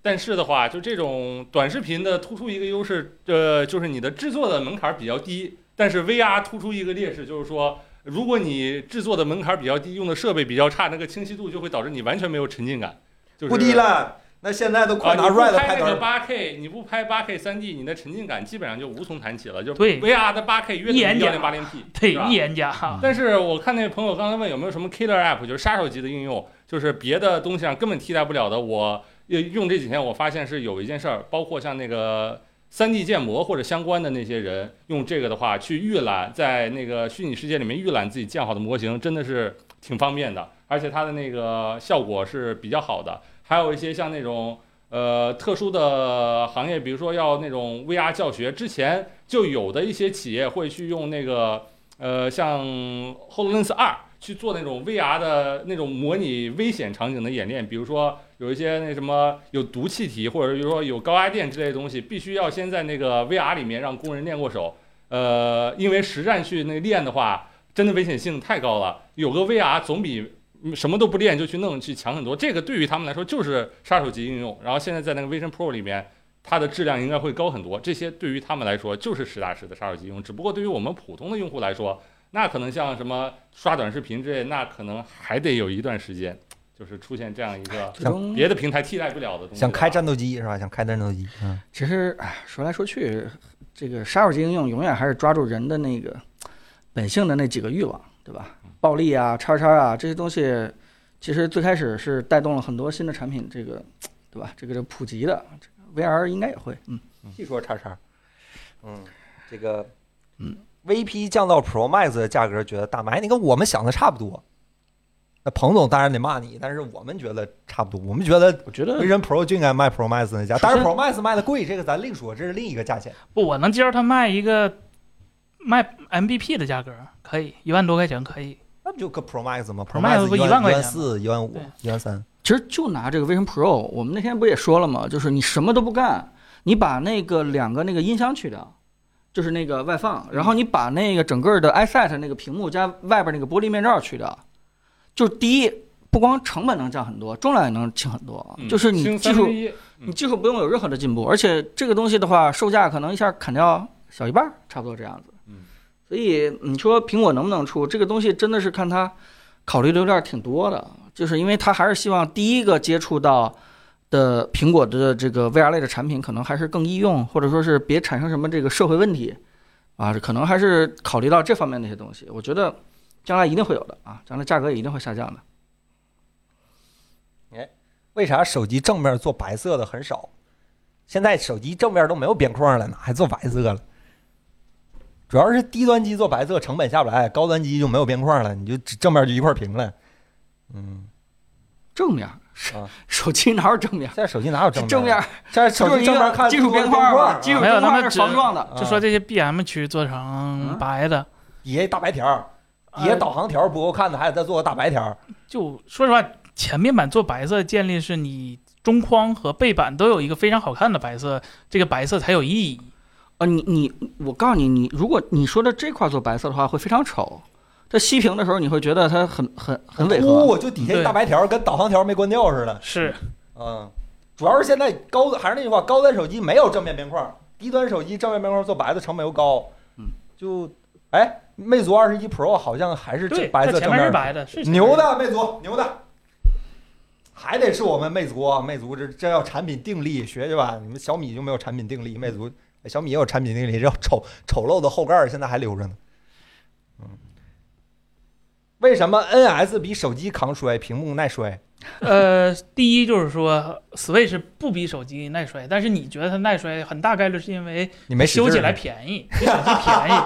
但是的话，就这种短视频的突出一个优势，呃，就是你的制作的门槛比较低。但是 VR 突出一个劣势，就是说，如果你制作的门槛比较低，用的设备比较差，那个清晰度就会导致你完全没有沉浸感。就是、不低了，那现在都啊，快你拿不 Red 拍拍那短个八 K，你不拍八 K 三 D，你的沉浸感基本上就无从谈起了。就对 VR 的八 K 约等一于眼幺点零八零 P，对，一言家哈，但是我看那朋友刚才问有没有什么 killer app，就是杀手级的应用，就是别的东西上根本替代不了的。我呃用这几天我发现是有一件事儿，包括像那个3 D 建模或者相关的那些人用这个的话去预览，在那个虚拟世界里面预览自己建好的模型，真的是挺方便的，而且它的那个效果是比较好的。还有一些像那种呃特殊的行业，比如说要那种 VR 教学，之前就有的一些企业会去用那个呃像 HoloLens 二去做那种 VR 的那种模拟危险场景的演练，比如说有一些那什么有毒气体，或者比如说有高压电之类的东西，必须要先在那个 VR 里面让工人练过手。呃，因为实战去那练的话，真的危险性太高了。有个 VR 总比嗯什么都不练就去弄去强很多。这个对于他们来说就是杀手级应用。然后现在在那个 Vision Pro 里面，它的质量应该会高很多。这些对于他们来说就是实打实的杀手级应用。只不过对于我们普通的用户来说，那可能像什么刷短视频之类，那可能还得有一段时间，就是出现这样一个最终嗯别的平台替代不了的东西。想开战斗机是吧？想开战斗机，嗯，其实哎，说来说去，这个杀手级应用永远还是抓住人的那个本性的那几个欲望，对吧？暴力啊、叉叉啊这些东西，其实最开始是带动了很多新的产品，这个对吧？这个这个普及的这个 VR 应该也会，嗯，细说叉叉，嗯，这个，嗯，VP 降到 Pro Max 的价格，觉得大卖，你跟我们想的差不多。那彭总当然得骂你，但是我们觉得差不多，我们觉得我觉得微神 Pro 就应该卖 Pro Max 那价，当然首 Pro Max 卖的贵，这个咱另说，这是另一个价钱。不，我能接受他卖一个卖 MBP 的价格，可以一万多块钱可以。那不就个 Pro Max 吗 Pro Max Max 不一1万块一万钱四、一万五对、一万三，其实就拿这个 Vision Pro，我们那天不也说了吗？就是你什么都不干，你把那个两个那个音箱去掉，就是那个外放，然后你把那个整个的 iSet 那个屏幕加外边那个玻璃面罩去掉，就第一，不光成本能降很多，重量也能轻很多，嗯就是轻你技三分术之一嗯你技术不用有任何的进步，而且这个东西的话，售价可能一下砍掉小一半儿，差不多这样子。嗯，所以你说苹果能不能出这个东西，真的是看它考虑的有点儿挺多的，就是因为它还是希望第一个接触到的苹果的这个 VR 类的产品，可能还是更易用，或者说是别产生什么这个社会问题啊，可能还是考虑到这方面的一些东西。我觉得将来一定会有的啊，将来价格也一定会下降的。为啥手机正面做白色的很少？现在手机正面都没有边框了呢，还做白色了？主要是低端机做白色成本下不来，高端机就没有边框了，你就只正面就一块屏了。嗯，正面手、手机哪有正面？现在手机哪有啊正面？正面现在手就是机一正面个看技术多了边框边嘛框，技术没有边他框们是只防撞的。啊嗯就说这些 BM 区做成白的，底下大白条，哎底下呃导航条不够看的，还得再做个大白条。就说实话，前面版做白色建立是你中框和背板都有一个非常好看的白色，这个白色才有意义。啊，你你，我告诉你，你如果你说的这块做白色的话，会非常丑。这熄屏的时候，你会觉得它很很很违和。哦，就底下一大白条，跟导航条没关掉似的。是，嗯，主要是现在高还是那句话，高端手机没有正面边框，低端手机正面边框做白的成本又高。嗯，就哎，魅族二十一 Pro 好像还是对，这白它色前正面是面，白的，是牛。的魅族，牛的。还得是我们魅族啊！魅族这这要产品定力，学学吧。你们小米就没有产品定力，魅族哎小米也有产品定力，这丑丑陋的后盖儿现在还留着呢。嗯，为什么 NS 比手机抗摔，屏幕耐摔？呃，第一就是说，Switch 不比手机耐摔，但是你觉得它耐摔，很大概率是因为你没使修劲起儿来呢便宜， 比手机便宜。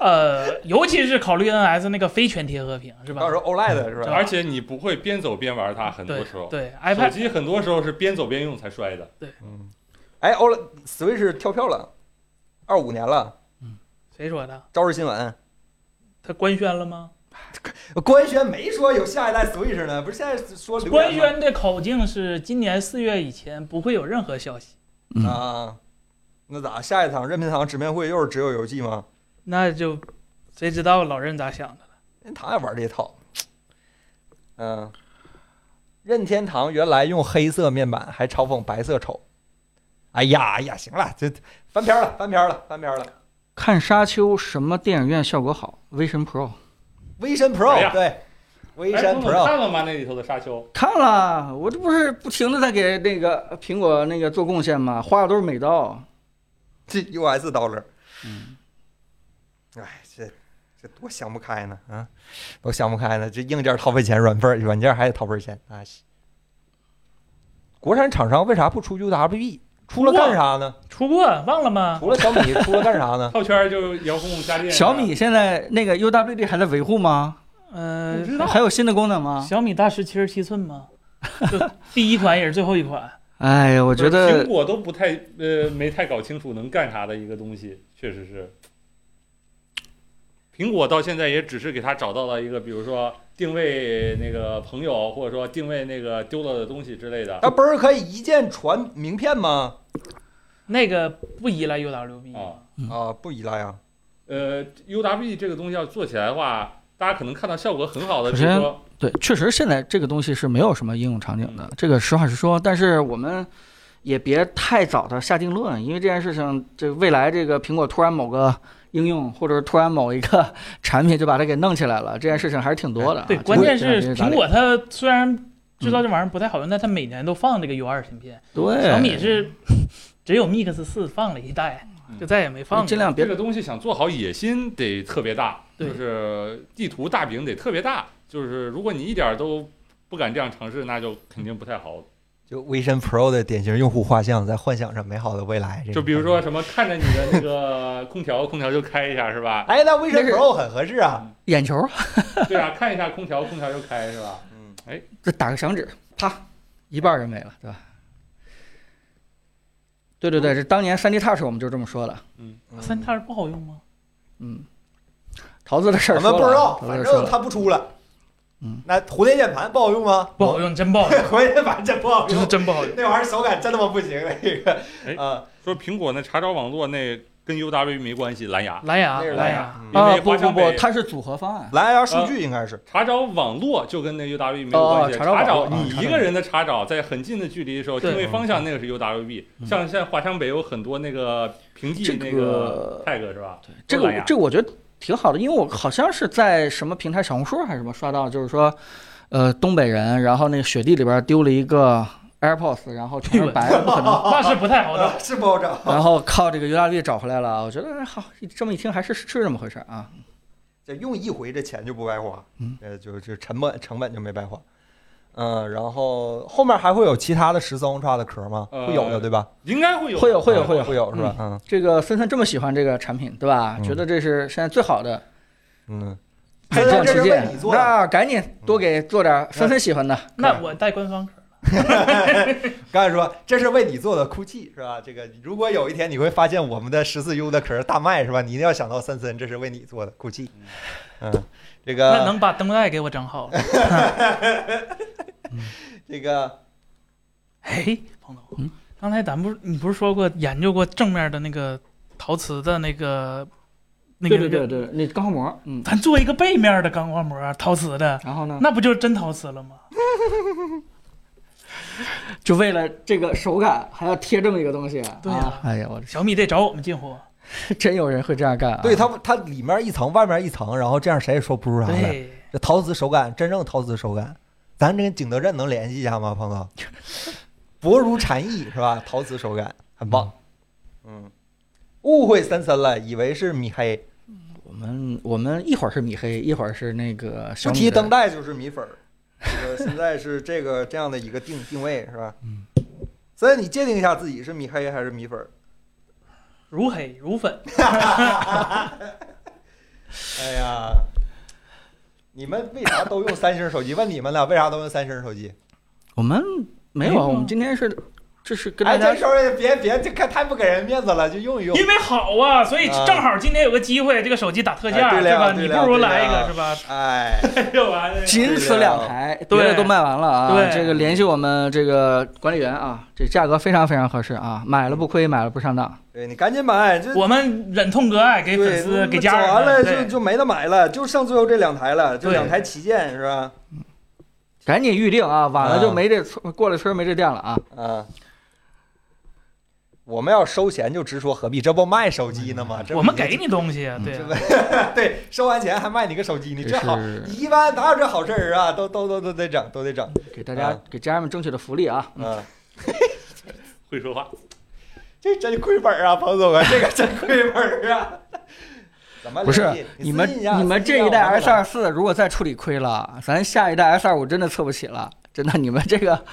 呃，尤其是考虑 NS 那个非全贴合屏是吧到？时候 OLED 是吧？而且你不会边走边玩它，很多对时候。对手，iPad 机很多时候是边走边用才摔的。嗯，哎，OLED Switch 跳票了，二五年了，谁说的？ 《朝日新闻它官宣了吗？》官宣没说有下一代 Switch 呢，不是现在说留官言吗宣的口径是今年四月以前不会有任何消息，嗯啊？那咋？下一场任天堂直面会又是只有游戏吗？那就谁知道老任咋想的了？任天堂也玩这套，嗯。任天堂原来用黑色面板，还嘲讽白色丑。哎呀哎呀，行了，这翻篇了，翻篇了，翻篇了。看沙丘什么电影院效果好？Vision Pro 微神哎 Pro 呀对，微哎神彭总 Pro 看了吗？那里头的沙丘， 看了，我这不是不停的在给那个苹果那个做贡献吗？花的都是美刀。 这 US dollar。嗯，哎，这这多想不开呢啊，都想不开呢。这硬件掏费钱，软份儿软件还得掏份儿钱啊。是国产厂商为啥不出 UWB？出了干啥呢？出过忘了吗？除了小米，出了干啥呢？套圈儿就遥控家电。啊小米现在那个 UWD 还在维护吗？呃，还有新的功能吗？小米大师七十七寸吗？第一款也是最后一款。哎呀，我觉苹得果都不太呃没太搞清楚能干啥的一个东西，确实是。苹果到现在也只是给他找到了一个，比如说定位那个朋友，或者说定位那个丢了的东西之类的。那不是可以一键传名片吗？那个不依赖 UWB，、啊啊，不依赖啊。呃，UWB 这个东西要做起来的话，大家可能看到效果很好的，首比如先说，对，确实现在这个东西是没有什么应用场景嗯的，这个实话实说。但是我们也别太早的下定论，因为这件事情，这未来这个苹果突然某个应用，或者是突然某一个 产品就把它给弄起来了，这件事情还是挺多的啊。哎对，这个关键这个是这个苹果它虽然制造这玩意儿不太好用，但它每年都放这个 U 二芯片，对小米是 只有 Mix 四放了一代，就再也没放过。尽量这别个东西想做好，野心得特别大，对就是地图大饼得特别大，就是如果你一点儿都不敢这样尝试，那就肯定不太好就 Vision Pro 的典型用户画像，在幻想着美好的未来。这就种比如说感觉，什么看着你的那个空调，空调就开一下是吧？哎，那 Vision 那是 Pro 很合适啊。眼球，对啊，看一下空调，空调就开是吧？嗯，这打个响指，啪，一半人没了，对吧？对对对，这当年3 D Touch 我们就这么说的，嗯三叉不好用吗？嗯，桃子的事儿我们说不知了道，啊桃子反的事儿说正了它不出了。嗯，那蝴蝶键盘不好用吗？不好用，真不好用， 蝴蝶键盘真不好这是用，真不好用。那玩意儿手感真他妈不行，那个哎啊，说苹果那查找网络那跟 UW 没关系，蓝牙，蓝牙，那是蓝牙牙，。嗯啊，因为不华不强不北，它是组合方案，蓝牙数据应该是查找网络就跟那 UW 没有关哦系。查找网络你啊查一找个人的查找，在很近的距离的时候，对定位方向那个是 UWB。像现在华强北有很多那个平替嗯这那个 tag 是吧？这都蓝个牙这个我觉得挺好的，因为我好像是在什么平台小红书还是什么刷到，就是说，呃，东北人，然后那个雪地里边丢了一个 AirPods，然后全是白的，不可 能，那是不太好的。啊，是不好找。然后靠这个 UW 找回来了，我觉得哎好，这么一听还是是这么回事儿啊。这用一回这钱就不白花，嗯，呃，就就成本成本就没白花。嗯，然后后面还会有其他的十三 Ultra 的壳吗？呃会有的，对吧？应该会有，啊会有会有会会有会有是吧？嗯这个森森这么喜欢这个产品，对吧？嗯觉得这是现在最好的嗯，海这量这旗是为你舰，做的，那赶紧多给做点森森喜欢的。那我带官方壳，刚才说这是为你做的哭泣是吧？这个如果有一天你会发现我们的十四 U 的壳大卖是吧？你一定要想到森森，这是为你做的哭泣。嗯，这那个能把灯带给我整好了。这个哎，彭总，嗯刚才咱不是你不是说过研究过正面的那个陶瓷的那个那个对对对那个对，那钢化膜，嗯，咱做一个背面的钢化膜，啊陶瓷的，然后呢，那不就是真陶瓷了吗？就为了这个手感还要贴这么一个东西。对呀啊哎呀，我小米得找我们进货。这 真有人会这样干啊！对它它里面一层，外面一层，然后这样谁也说不出啥来。对，这陶瓷手感，真正陶瓷手感，咱这跟景德镇能联系一下吗，彭总？ 薄如蝉翼是吧？陶瓷手感很棒。嗯，误会森森了，以为是米黑，我们我们一会儿是米黑，一会儿是那个不小米提的灯带就是米粉儿。这个现在是这个这样的一个定定位是吧？嗯。森森，你界定一下自己是米黑还是米粉儿？如黑如粉，哎呀，你们为啥都用三星手机？问你们呢，为啥都用三星手机？我们没有没啊，有我们今天是这是跟大哎，家这时候也别别这看太不给人面子了，就用一用。因为好啊，所以啊正好今天有个机会，这个手机打特哎价，对了呀吧？对你了呀不如来一对了个呀是吧？ 哎。这玩意儿仅此两台，对别的都卖完了啊！对这个联系我们这个管理员啊，这价格非常非常合适啊，买了不亏，买了不上当。对你赶紧买，这我们忍痛割爱，给粉对丝给家走人完们。了对就就没得买了，就剩最后这两台了，就对两台旗舰是吧？赶紧预定啊，晚了就啊没这村，过了村没这店了啊！啊，我们要收钱就直说，何必？这不卖手机呢吗？这不我们给你东西，嗯对 啊，对，收完钱还卖你个手机，你这这好，是你一般哪有这好事儿啊？都都都都得整，都得整，给大家啊给家人们争取的福利啊！啊。会说话。这真亏本儿啊，彭总啊，这个真亏本儿啊！怎么不是联系你私们信一下你们私信一这下一代我们 S 二四如果再处理亏了，咱下一代 S 二五真的测不起了，真的你们这个，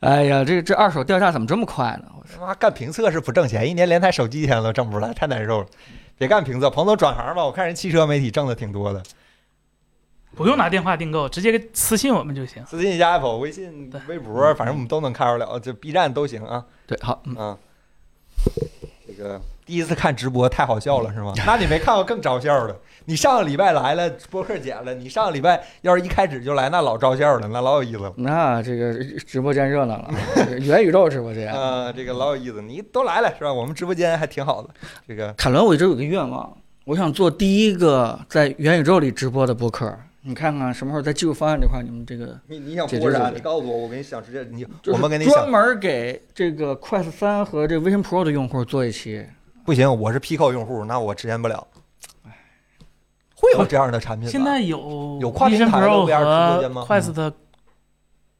哎呀，这这二手掉价怎么这么快呢？我他妈干评测是不挣钱，一年连台手机钱都挣不出来，太难受了。别干评测，彭总转行吧，我看人汽车媒体挣的挺多的。不用拿电话订购，直接给私信我们就行。私信加 Apple 微信对、微博，反正我们都能看着了，就 B 站都行啊。对，好，嗯，嗯，这个第一次看直播太好笑了是吗？那你没看过更招笑的。你上个礼拜来了，播客剪了，你上个礼拜要是一开始就来，那老招笑了，那老有意思了。那这个直播间热闹了，元宇宙直播 间。啊，这个老有意思，你都来了是吧？我们直播间还挺好的，这个凯伦，我一直有个愿望，我想做第一个在元宇宙里直播的播客。你看看什么时候在技术方案这块，你们这个你你想解播决啥？这个你告诉我，我给你想直接你，就是我们给你专想。门给这个 Quest 三和这 Vision Pro 的用户做一期。不行，我是 Pico 用户，那我直言不了。会有这样的产品吧？现在有有跨平 Vision 台的 Pro VR 直播间吗嗯和 Quest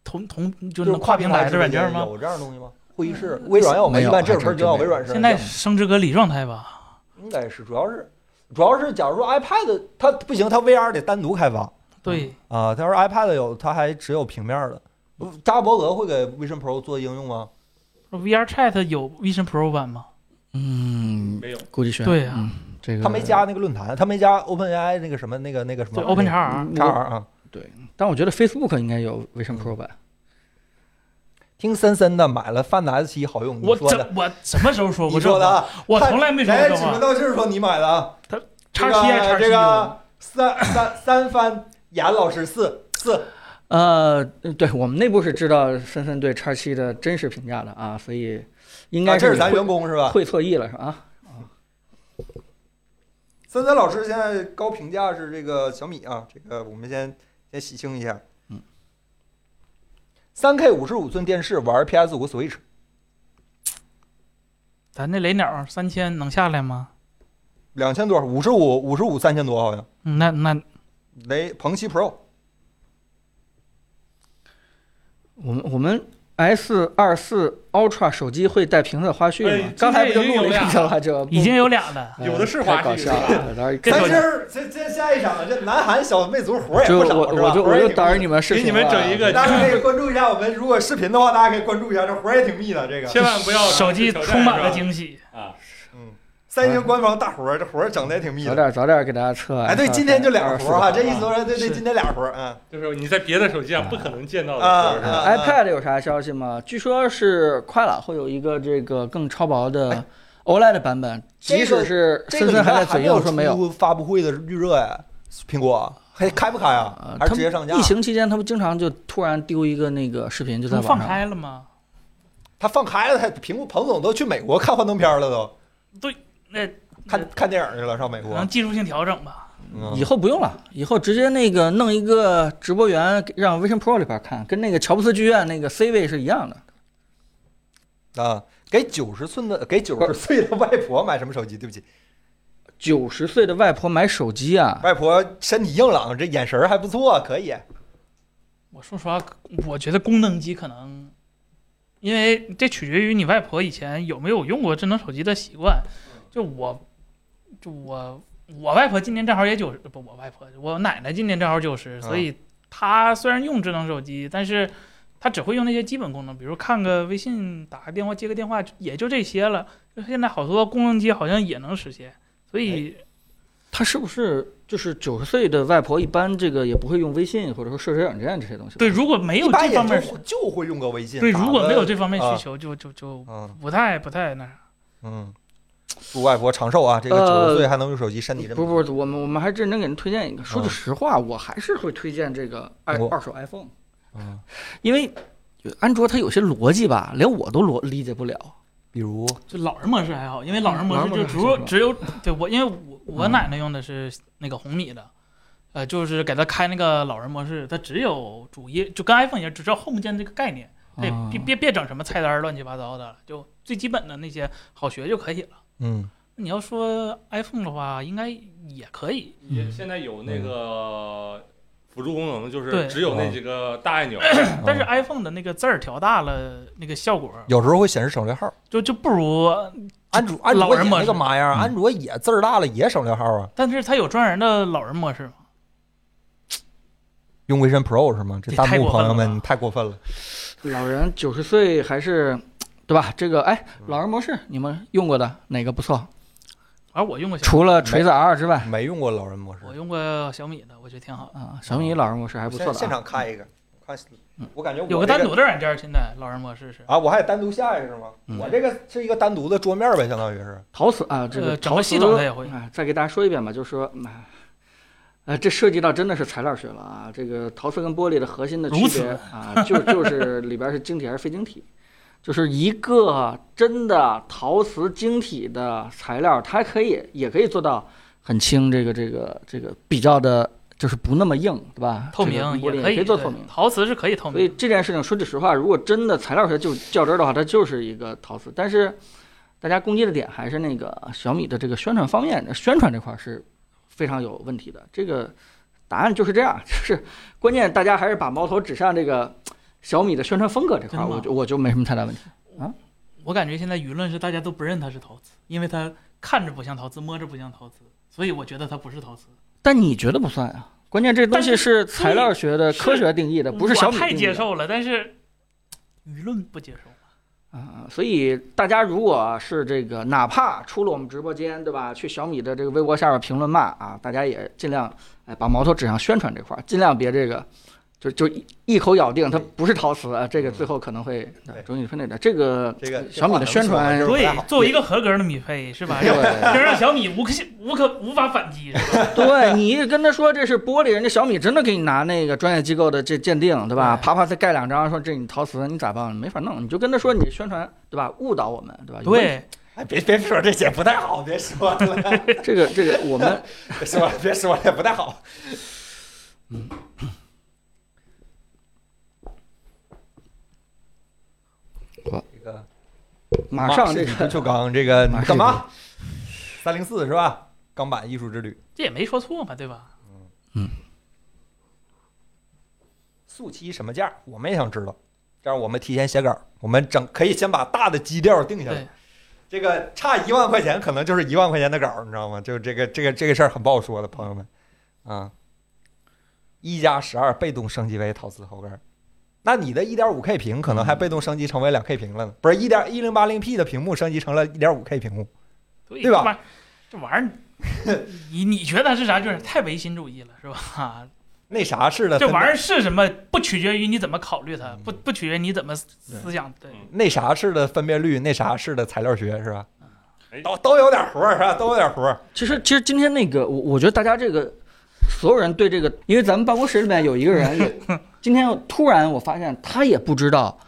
同同就是就是能跨平台直播的软间件吗？有这样的东西吗？会议室，微软要我们一没有办这种事儿就要还真微软是现在升至隔离状态吧？应该是，主要是主要是，假如说 iPad 它不行，它 VR 得单独开发对，啊。它要是 iPad 有，它还只有平面的。扎伯格会给 Vision Pro 做应用吗？嗯 VR Chat 有 Vision Pro 版吗？嗯，没有，估计选对呀嗯这个他没加那个论坛，他没加 OpenAI 那个什么那个那个什对么嗯 OpenXR 叉我 R 啊。但我觉得 Facebook 应该有 Vision 嗯 Pro 版。听森森的买了 Find X 7好用，你我说的，怎我什么时候说你过这说的话？啊，我从来没说过来，这你们话。都是说你买的啊？叉七啊还是这叉个三三三番严老师四四，呃，对我们内部是知道森森对叉七的真实评价的啊，所以应啊该这是你咱会员工是吧？会错意了是吧？啊森森老师现在高评价是这个小米啊，这个我们先先洗清一下。嗯，三 K 五十五寸电视玩 PS 五 Switch，咱这雷鸟三千能下来吗？两千多，五十五五十五三千多好像。嗯那那雷鹏七 Pro 我们我们 S 二四 Ultra 手机会带评测花絮吗？哎刚才不就录了一今天已经有个评俩测花絮吗？不已经有俩了。哎有的是花絮太搞笑是吧了。到时候一这看咱手机今儿这这下一场，这南韩小魅族活儿也就不我少，是吧？我就活我儿也就挺等着你们视频给了，你们整一个大家可以关注一下我们，如果视频的话，大家可以关注一下，这活儿也挺密的。这个，千万不要手机尝试挑战充满了是吧惊喜，啊！嗯，三星官方大活儿，这活儿整的也挺密早的。点早点给大家测。哎，对，今天就俩活儿哈，啊，这一说，对对，是今天俩活儿，嗯就是你在别的手机上不可能见到的啊是吧啊呃 iPad 有啥消息吗？据说是快了，会有一个这个更超薄的 OLED 版本，哎这即个使是这个森礼森拜在嘴硬说没有。出发布会的预热呀，苹果还开不开啊呃啊？还是他直接上架？疫情期间，他不经常就突然丢一个那个视频，就在能网放上。开了吗？他放开了，他苹果彭总都去美国看幻灯片了都，那嗯看看电影去了，上美可国。能技术性调整吧。嗯以后不用了，以后直接那个弄一个直播员给让 Vision Pro 里边看，跟那个乔布斯剧院那个 C 位是一样的。啊，给九十寸的，给九不十岁的外婆买什么手机？对不起，九十岁的外婆买手机啊，外婆身体硬朗，这眼神儿还不错，可以。我说实话，我觉得功能机可能，因为这取决于你外婆以前有没有用过智能手机的习惯。嗯就我，就我，我外婆今年正好也九十，不，我外婆，我奶奶今年正好九十，嗯所以她虽然用智能手机，但是她只会用那些基本功能，比如看个微信、打个电话、接个电话，也就这些了。就现在好多功能机好像也能实现，所以哎她是不是就是九十岁的外婆一般这个也不会用微信或者说社交软件这些东西吧？对，如果没有一般这也方面，就就会用个微信。对，打如果个没有，这方面啊需求，就就就嗯不太不太那啥。嗯，祝外婆长寿啊！这个九十呃岁还能用手机，身体真不不，我们我们还认真给人推荐一个。说句嗯实话，我还是会推荐这个二我二手 iPhone，嗯，因为安卓它有些逻辑吧，连我都逻理解不了。比如就老人模式还好，因为老人模老式就人只模有式只有对我，因为我我奶奶用的是那个红米的，呃，就是给她开那个老人模式，它只有主页，就跟 iPhone 一样，只知道 Home 键这个概念，对，啊别别别整什么菜单乱七八糟的，就最基本的那些好学就可以了。嗯，你要说 iPhone 的话，应该也可以，也现在有那个辅助功能，就对是只有那几个大 按钮。但是 iPhone 的那个字儿调大了，那个效果哦有时候会显示省略号。就就不如，安卓安老卓也人模那式个嘛样，嗯安卓也字儿大了，也省略号啊。但是它有专人的老人模式嘛，用 Vision Pro 是吗？这这弹太幕过分朋友了们吧你太过分了。老人九十岁还是，对吧？这个哎，老人模式你们用过的哪个不错？而我用过小米，除了锤子 R 之外，没用过老人模式。我用过小米的，我觉得挺好的。啊，小米老人模式还不现错的、现啊。场看一个，看嗯我感觉我有个这单独的软件，现在老人模式是，啊，我还得单独下一个是吗？嗯我这个是一个单独的桌面呗，相当于是。陶瓷啊，这个呃整陶个瓷系统它也会啊再给大家说一遍吧，就是说，嗯呃，这涉及到真的是材料学了啊。这个陶瓷跟玻璃的核心的区如此别啊，就就是里边是晶体还是非晶体，就是一个真的陶瓷晶体的材料，它可以也可以做到很轻，这个这个这个比较的，就是不那么硬，对吧？透明这个玻璃也可以做对透明。陶瓷是可以透所以明的。这件事情，说句实话，如果真的材料学就较真儿的话，它就是一个陶瓷。但是大家攻击的点还是那个小米的这个宣传方面，宣传这块儿是非常有问题的。这个答案就是这样， 就是关键大家还是把矛头指向这个小米的宣传风格这块儿，真的吗我就我就没什么太大问题。我感觉现在舆论是大家都不认它是陶瓷，因为它看着不像陶瓷，摸着不像陶瓷，所以我觉得它不是陶瓷。但你觉得不算啊？关键这东西是材料学的是科学定义的，不是小我米太定义接的。受了，但是舆论不接受。啊，所以大家如果是这个，哪怕出了我们直播间，对吧？去小米的这个微博下边评论骂啊，大家也尽量哎把矛头指向宣传这块儿，尽量别这个，就就一一口咬定它不是陶瓷啊，这个最后可能会嗯对呃中意分裂的。这 个这个小米的宣传这话能说吗就是不太好对，作为一个合格的米配是啊吧？要 对要让小米无可无可无法反击是吧？对你跟他说这是玻璃，人家小米真的给你拿那个专业机构的鉴鉴定，对吧？对啪啪再盖两张，说这你陶瓷，你咋办？没法弄，你就跟他说你宣传，对吧？误导我们，对吧？有问题，对，哎，别别说这些不太好，别说了，这个这个我们别说了，别说了，不太好。嗯好这个 马上这啊这个不锈钢这个马上干嘛？三零四是吧？钢板艺术之旅，这也没说错嘛，对吧？速七什么价？我们也想知道。这样我们提前写稿，我们整可以先把大的基调定下来对。这个差一万块钱，可能就是一万块钱的稿，你知道吗？就这个这个这个事儿很不好说的，朋友们，啊，一加十二被动升级为陶瓷后盖儿，那你的一点五 K 屏可能还被动升级成为两 K 屏了呢，不是一点一零八零 P 的屏幕升级成了一点五 K 屏幕，对对吧？这玩意儿你你觉得它是啥？就是太唯心主义了，是吧？那啥似 的，这分玩意儿是什么？不取决于你怎么考虑它嗯，不不取决于你怎么思想。对，嗯那啥似的分辨率，那啥似的材料学是吧哎？都都有点活儿是吧？都有点活儿，其实，其实今天那个，我我觉得大家这个所有人对这个，因为咱们办公室里面有一个人也， 今天突然我发现他也不知道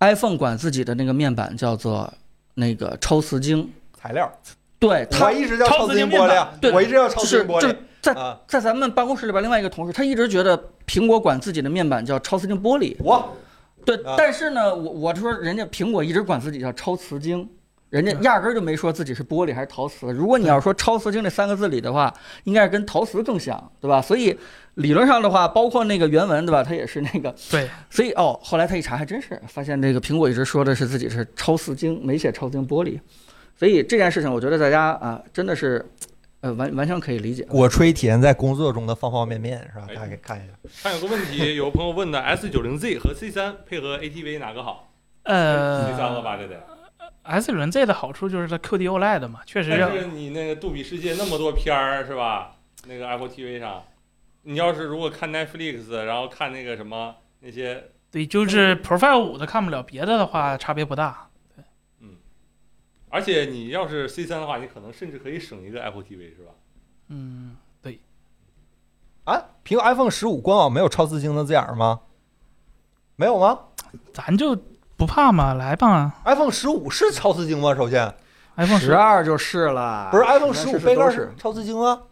，iPhone 管自己的那个面板叫做那个超瓷晶，材料。对他我一直叫超超自自晶晶玻面板璃，对我一直要超就自是晶玻就璃是在啊！在咱们办公室里边另外一个同事，他一直觉得苹果管自己的面板叫超瓷晶玻璃，我对啊，但是呢，我我说人家苹果一直管自己叫超瓷晶。人嗯家压根儿就没说自己是玻璃还是陶瓷。如果你要说超瓷晶这三个字里的话，应该是跟陶瓷更像，对吧？所以理论上的话，包括那个原文，对吧？它也是那个。对。所以哦，后来他一查，还真是发现这个苹果一直说的是自己是超瓷晶，没写超瓷晶玻璃。所以这件事情，我觉得大家啊，真的是，呃，完完全可以理解。果吹体验在工作中的方方面面是吧？哎大家可以看一下，看有个问题，有朋友问的 S 九零 Z 和 C 三配合 ATV 哪个好？C 三了呃吧，这得。 ，S 轮 Z 的好处就是它 QD OLED E 嘛，确实但让是你那个杜比世界那么多片儿是吧？那个 Apple TV 上，你要是如果看 Netflix，然后看那个什么那些，对，就是 Profile 五的看不了别的的话，差别不大。而且你要是 C 三的话，你可能甚至可以省一个 Apple TV 是吧？嗯，啊，苹果 iPhone 十五官网没有超自晶的字眼儿吗？没有吗咱就不怕嘛，来吧？iPhone 十五是超自晶吗？首先啊，iPhone 十啊十二就是了，不是 iPhone 十是五是背都盖是是超自晶吗？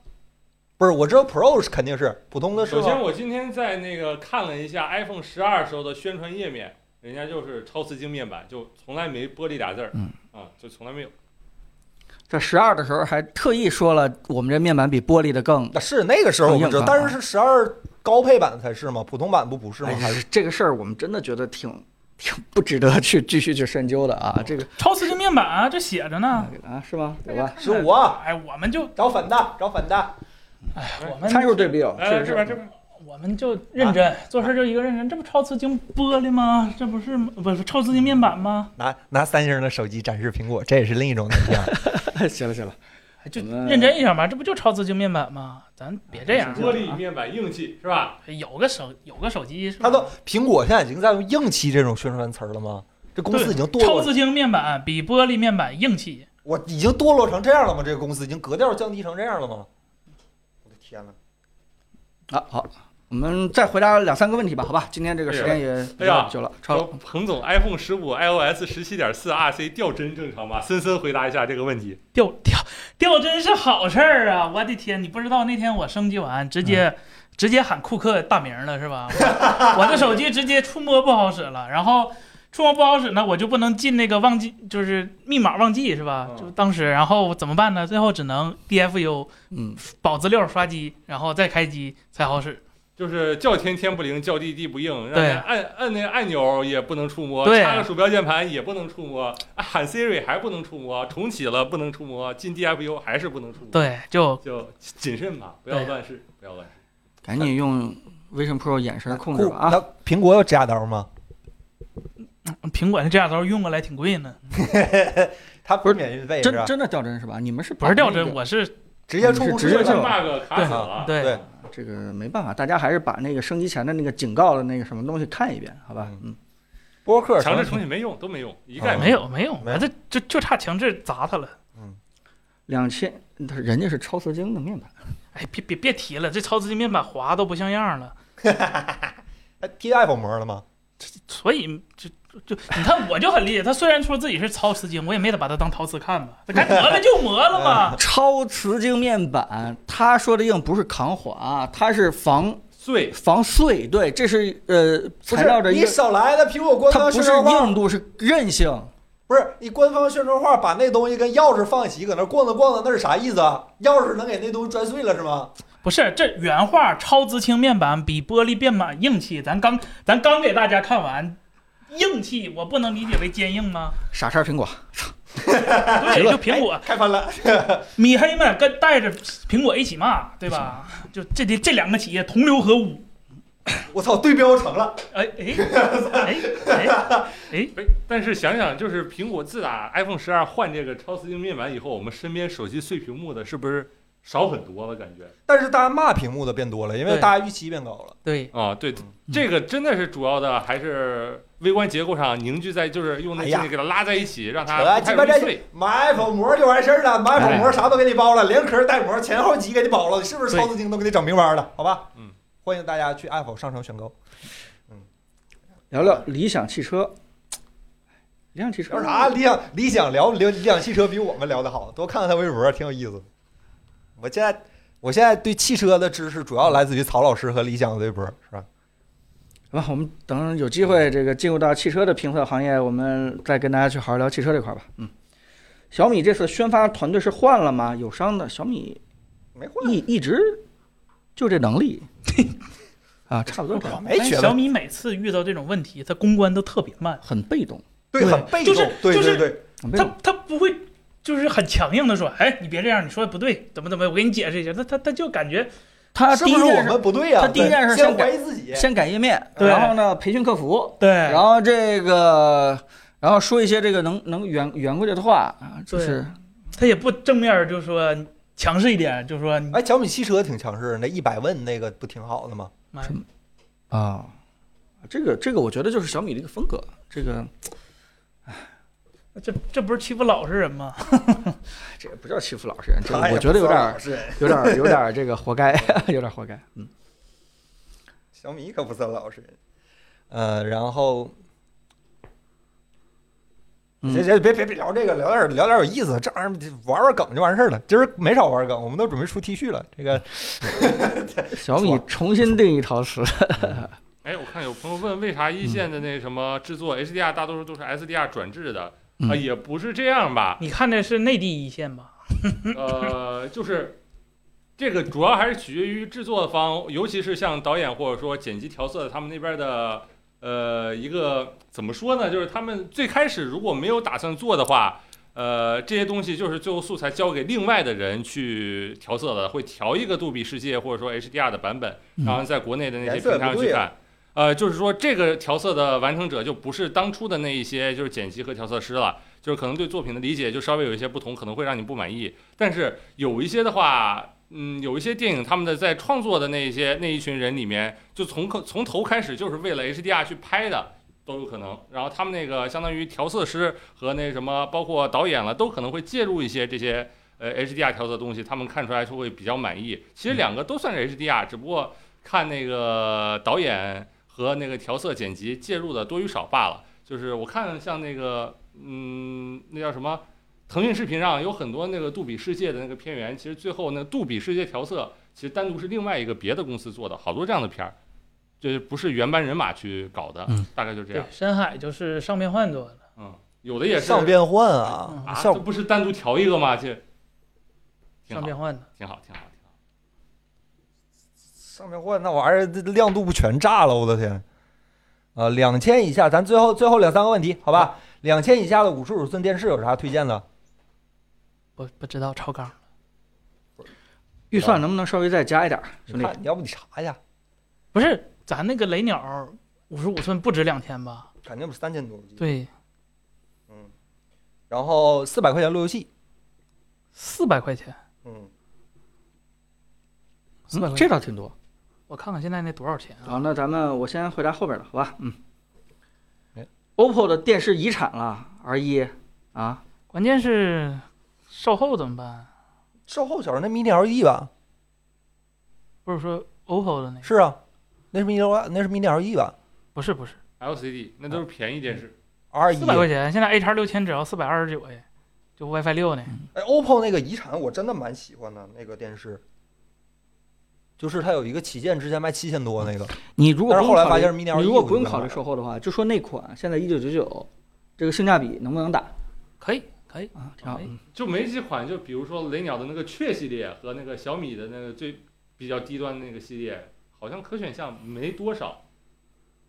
不是，我知道 Pro 是肯定是普通的是首先，吗？我今天在那个看了一下 iPhone 十二时候的宣传页面，人家就是超瓷晶面板，就从来没玻璃俩字儿，嗯啊，就从来没有。在十二的时候还特意说了，我们这面板比玻璃的更。那啊是那个时候我不知道，更硬但汉啊是是十二高配版才是吗？普通版不不是吗？还哎是这个事儿，我们真的觉得挺挺不值得去继续去深究的啊。这个超瓷晶面板啊，这写着呢。啊，是吗？有吧？十五啊？哎，我们就找粉的，找粉的，哎，我们嗯参数啊对比有，来哦确来实哎是这边这边，我们就认真、做事，就一个认真。这不超瓷晶玻璃吗？这不是不是超瓷晶面板吗？拿拿三星的手机展示苹果，这也是另一种难题啊。哎行了行了，哎就我们认真一点嘛，这不就超自晶面板吗？咱别这样哎，玻璃面板硬气是吧？有个手有个手机是 他吧都苹果现在已经在用硬气这种宣传词儿了吗？这公司已经堕超落，自晶面板比玻璃面板硬气，我已经堕落成这样了吗？这个公司已经格调降低成这样了吗？我的天呐，啊，好，我们再回答两三个问题吧，好吧？今天这个时间也比哎呀较久了，超了。彭总，iPhone 十五、iOS 十七点四 RC 掉帧正常吗？森森回答一下这个问题。掉掉掉帧是好事儿啊！我的天，你不知道那天我升级完直接、嗯直接喊库克大名了是吧？我我的手机直接触摸不好使了，然后触摸不好使呢，我就不能进那个忘记就是密码忘记是吧？嗯就当时然后怎么办呢？最后只能 DFU 嗯，保资料刷机，然后再开机才好使。就是叫天天不灵，叫地地不应，让对人按按那个按钮也不能触摸，对插个鼠标键盘也不能触摸，啊喊 Siri 还不能触摸，重启了不能触摸，进 DFU 还是不能触摸。，对，就就谨慎吧，不要对乱试，不要乱试。赶紧用 Vision Pro 眼神控制吧啊！那苹果有指甲 刀吗？苹果的这俩刀用过来挺贵呢，它不是免运费是真吧？真的掉帧是吧？你们是不是啊掉把那帧，个我是直接出你是公直司接了就这是 bug 卡死了，对对这个没办法，大家还是把那个升级前的那个警告的那个什么东西看一遍，好吧？嗯，播客强制重启没用，都没用，一概啊 没用。有没有，没有我这就就差强制砸他了。两千，它人家是超瓷晶的面板，哎，别别别提了，这超自晶面板滑都不像样了。哎贴 iPhone 膜了吗？所以就就你看，我就很理解他。虽然说自己是陶瓷晶，我也没得把它当陶瓷看吧，该磨了就磨了嗯嘛。超瓷晶面板，他说的硬不是抗滑，它是防碎，防碎，对，这是呃不材料是的一你个，少来的苹果官它方不宣是传画，硬度，是韧性。不是你官方宣传画把那东西跟钥匙放一起，搁那逛着逛着，那是啥意思啊？钥匙能给那东西拽碎了是吗？不是，这原话超自清面板比玻璃面板硬气，咱刚咱刚给大家看完。硬气，我不能理解为坚硬吗？傻叉苹果，哎对，就苹果开翻了，米黑们跟带着苹果一起骂，对吧？就这这这两个企业同流合污，我操，对标成了，哎哎哎哎，哎，但是想想，就是苹果自打 iPhone 十二换这个超瓷晶面板以后，我们身边手机碎屏幕的是不是少很多了？感觉但是大家骂屏幕的变多了，因为对大家预期变高了。对，啊，嗯对，这个真的是主要的还是微观结构上凝聚在，就是用那哎个呀东西给它拉在一起，让扯它啊不太鸡巴容易这碎。哎买 iPhone 膜就完事儿了，买 iPhone 膜啥都给你包了，连壳带膜前后机给你包了，是不是对超自精都给你整明白了？好吧，嗯，欢迎大家去 iPhone 商城选购。聊聊理想汽车。理想汽车聊啥？理想理想聊聊理想汽车比我们聊得好，多看看他微博，挺有意思的。我现在我现在对汽车的知识主要来自于曹老师和理想的微博，是吧？好吧，我们等有机会这个进入到汽车的评测行业，我们再跟大家去好好聊汽车这块儿吧。嗯，小米这次宣发团队是换了吗？友商的小米没换，一一直就这能 力啊，差不多这样，没哎觉小得米每次遇到这种问题，它公关都特别慢。很被动，对，对很被就是动，对就是对对，很被他动。他不会就是很强硬的说，哎，你别这样，你说的不对，怎么怎么，我给你解释一下。他他他就感觉他是第一不是我件事们不对呀？他第一件先事先改怀疑自己，先改页面，对然后呢培训客服，对，哎然后这个然后说一些这个能能圆圆过去的话啊，就是他也不正面就说强势一点，就说你哎，小米汽车挺强势的，那一百问那个不挺好的吗？妈什啊，这个这个我觉得就是小米的一个风格，这个这这不是欺负老实人吗？，这也不叫欺负老实人，这个哎呀我觉得有点儿不算老实人有点儿有点儿这个活该，有点儿活该，嗯，小米可不算老实人。呃，然后嗯行行，别别别聊这个，聊点儿聊点儿有意思，这玩意儿玩玩梗就完事儿了。今儿没少玩梗，我们都准备出 T 恤了。这个小米重新定义陶瓷，哎，我看有朋友问，为啥一线的那什么制嗯作 HDR 大多数都是 SDR 转制的？嗯啊，也不是这样吧你看的是内地一线吧？呃，就是这个主要还是取决于制作方，尤其是像导演或者说剪辑调色他们那边的，呃，一个怎么说呢？就是他们最开始如果没有打算做的话，呃，这些东西就是最后素材交给另外的人去调色的，会调一个杜比世界或者说 HDR 的版本，嗯然后在国内的那些颜色也平常不去对啊看。呃，就是说这个调色的完成者就不是当初的那一些就是剪辑和调色师了，就是可能对作品的理解就稍微有一些不同，可能会让你不满意。但是有一些的话，嗯，有一些电影他们的在创作的那一些那一群人里面，就从可从头开始就是为了 HDR 去拍的。都有可能，然后他们那个相当于调色师和那什么，包括导演了，都可能会介入一些这些呃 HDR 调色的东西，他们看出来就会比较满意。其实两个都算是 HDR，只不过看那个导演和那个调色剪辑介入的多与少罢了。就是我看像那个嗯，那叫什么，腾讯视频上有很多那个杜比世界的那个片源，其实最后那杜比世界调色其实单独是另外一个别的公司做的，好多这样的片儿。就是不是原班人马去搞的，嗯大概就这对样，。深海就是上变换做的，嗯，有的也是上变换啊，啊，效这果不是单独调一个吗？这挺上好，变换的。挺好，挺好，挺好。上面换那玩意儿这亮度不全炸了，我的天！啊，两千以下，咱最后最后两三个问题，好吧？两千以下的五十五寸电视有啥推荐的？我不知道超纲，预算能不能稍微再加一点儿，兄你弟看？，要不你查一下，不是咱那个雷鸟五十五寸不止两千吧？肯定不是三千多。对，嗯然后四百块钱路由器，四百块钱，嗯，四百块嗯这钱，倒挺多。我看看现在那多少钱啊？好，那咱们我先回答后边的，好吧？嗯哎。 OPPO 的电视遗产了，R 一啊，关键是售后怎么办？售后小时候那 mini LED 吧？不是说 OPPO 的那个？是啊，那是 mini LED，那是 mini LED 吧不是不是， LCD 那都是便宜电视， ？R 一四百块钱，现在 A 叉六千只要四百二十九哎，就 WiFi 六呢。哎，OPPO 那个遗产我真的蛮喜欢的，那个电视，就是它有一个旗舰之前卖七千多那个，你如果但不是用后来考发虑现是 mini LED，你如果不我就用没考虑买售后的话，就说那款现在一九九九，这个性价比能不能打可以可以，啊？挺好。哎嗯就没几款，就比如说雷鸟的那个雀系列和那个小米的那个最比较低端的那个系列，好像可选项没多少，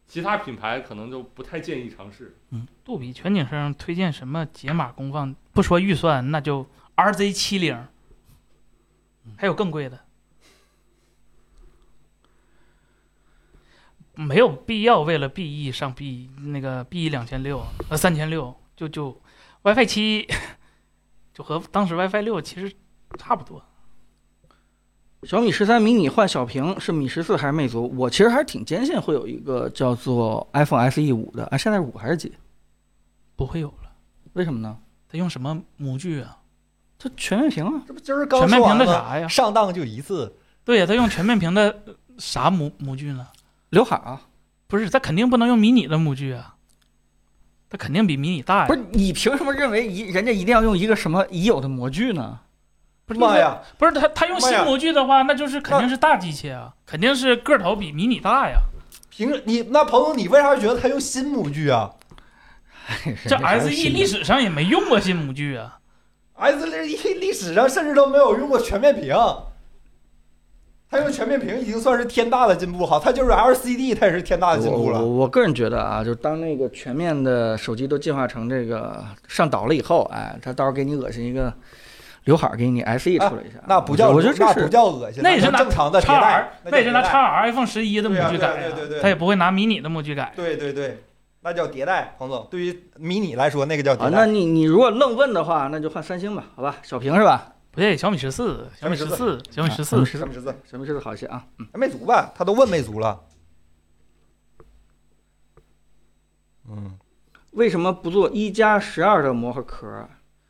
其他品牌可能就不太建议尝试。杜比全景声推荐什么解码功放？不说预算，那就 RZ 七零，还有更贵的，没有必要为了 BE 上 B E，那个 BE 两千六呃三千六就就 WiFi 七 就和当时 WiFi 六其实差不多。小米十三迷你换小屏是米十四还是魅族？我其实还是挺坚信会有一个叫做 iPhone SE 五的，啊，现在是五还是几？不会有了，为什么呢？他用什么模具啊？它全面屏啊，这不今儿全刚面说屏完的吗？啥呀？上当就一次，对呀，他用全面屏的呃啥模模具呢？刘海啊，不是，他肯定不能用迷你的模具啊，他肯定比迷你大呀。不是你凭什么认为一人家一定要用一个什么已有的模具呢？不是妈呀！不是他他用妈呀新模具的话，那就是肯定是大机器啊，肯定是个头比迷你大呀。凭你那朋友，你为啥觉得他用新模具啊这 S E 历史史上也没用过新模具啊， ？S 零一历史上甚至都没有用过全面屏，他用全面屏已经算是天大的进步。好，他就是 LCD，他也是天大的进我步我了。我个人觉得啊，就当那个全面的手机都进化成这个上岛了以后，哎，他到时候给你恶心一个刘海，给你 SE 啊出来一下，那不叫我觉得那这不是叫恶心，那也是拿正常的迭叉代 R，，那也是拿叫迭代叉 R iPhone 十一的模对具改啊对啊呀对对对，他也不会拿迷你的模具改。对对对，那叫迭代，黄总。对于迷你来说，那个叫啊迭，那代。你你如果愣问的话，那就换三星吧，好吧，小屏是吧？不对，小米十四，小米十四，小米十啊四，十什四么，十字？小米十四好一些啊。魅族吧，他都问魅族了。嗯，为什么不做一加十二的魔盒壳？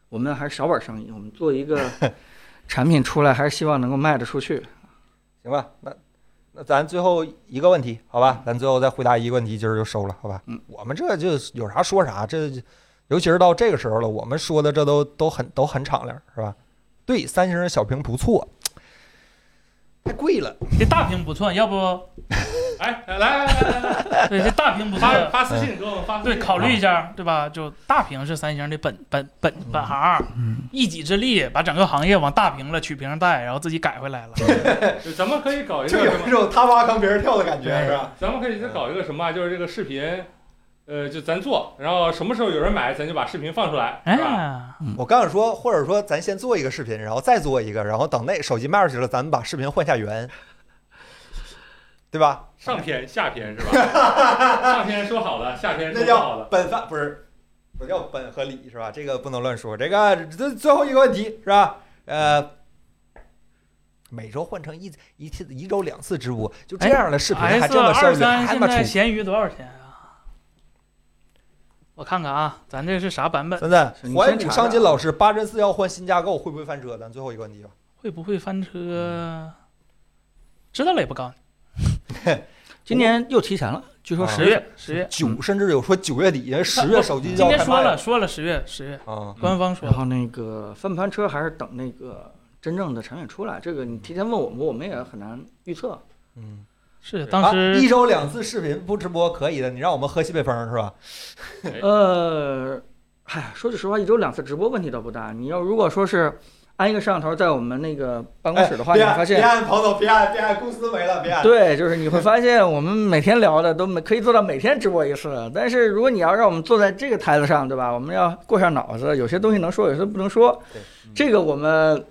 我们还是小本生意，我们做一个 产品出来，还是希望能够卖得出去。行吧，那那咱最后一个问题，好吧，咱最后再回答一个问题，今儿就收了，好吧？嗯，我们这就有啥说啥，这尤其是到这个时候了，我们说的这都都很都很敞亮，是吧？对，三星的小屏不错，太贵了。这大屏不错，要不哎，来来来来来，对这大屏 不错，发发私信给我们发私啊信。嗯对，考虑一下，对吧？就大屏是三星的本本本嗯本行，一己之力把整个行业往大屏了取屏带，然后自己改回来了。就咱们可以搞一就个有什么一？种他挖坑别人跳的感觉，是吧？咱们可以再搞一个什么啊？就是这个视频，呃，就咱做，然后什么时候有人买，咱就把视频放出来，哎是吧？呀，我刚想说，或者说咱先做一个视频，然后再做一个，然后等那手机卖出去了，咱们把视频换下原，对吧？上篇下篇是吧？上篇说好了，下篇说那不好叫了，本番不是都叫本和理是吧？这个不能乱说。这个这最后一个问题是吧？呃，每周换成一一次一周两次直播，就这样的视频还哎 S 这么效二率，三还现他妈在出？闲鱼多少钱啊？我看看啊，咱这是啥版本？森森，你怀先查古查商金老师八针四要换新架构会不会翻车？咱最后一个问题吧。会不会翻车？知道了也不告诉今年又提前了，据说啊你。十十月，哦十月，九甚至有说九月底、十月手机就今要天开说卖了，说了十月，十月，啊，官方说然了。后那个翻盘车还是等那个真正的产品出来，这个你提前问我们，我们也很难预测。嗯，是啊当一时周两次视频不直播可以的，你让我们喝西北风是吧？呃，嗨，说句实话，一周两次直播问题倒不大。你要如果说是安一个摄像头在我们那个办公室的话，哎你别会按发别现，按彭总，别按别按，公司没了，别按。对，就是你会发现我们每天聊的都每可以做到每天直播一次。但是如果你要让我们坐在这个台子上，对吧？我们要过上脑子，有些东西能说，有些不能说对。这个我们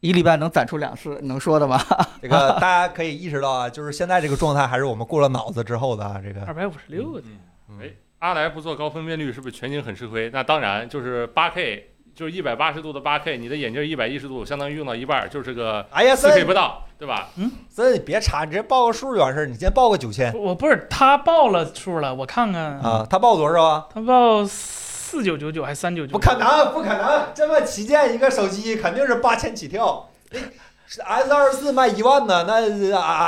一礼拜能攒出两次能说的吗？这个大家可以意识到啊，就是现在这个状态还是我们过了脑子之后的啊，这个嗯二百五十六，嗯阿莱不做高分辨率是不是全景很吃亏？那当然，就是八 K，就是一百八十度的八 K，你的眼镜一百一十度，相当于用到一半，就是个哎呀，四 K 森不到，对吧？森，你别查，你直接报个数就完事儿。你先报个九千不我不是他报了数了，我看嗯看，啊，他报多少啊？他报四九九九还是三九九？不可能，不可能！这么旗舰一个手机肯定是八千起跳。那 S 二四卖一万呢，那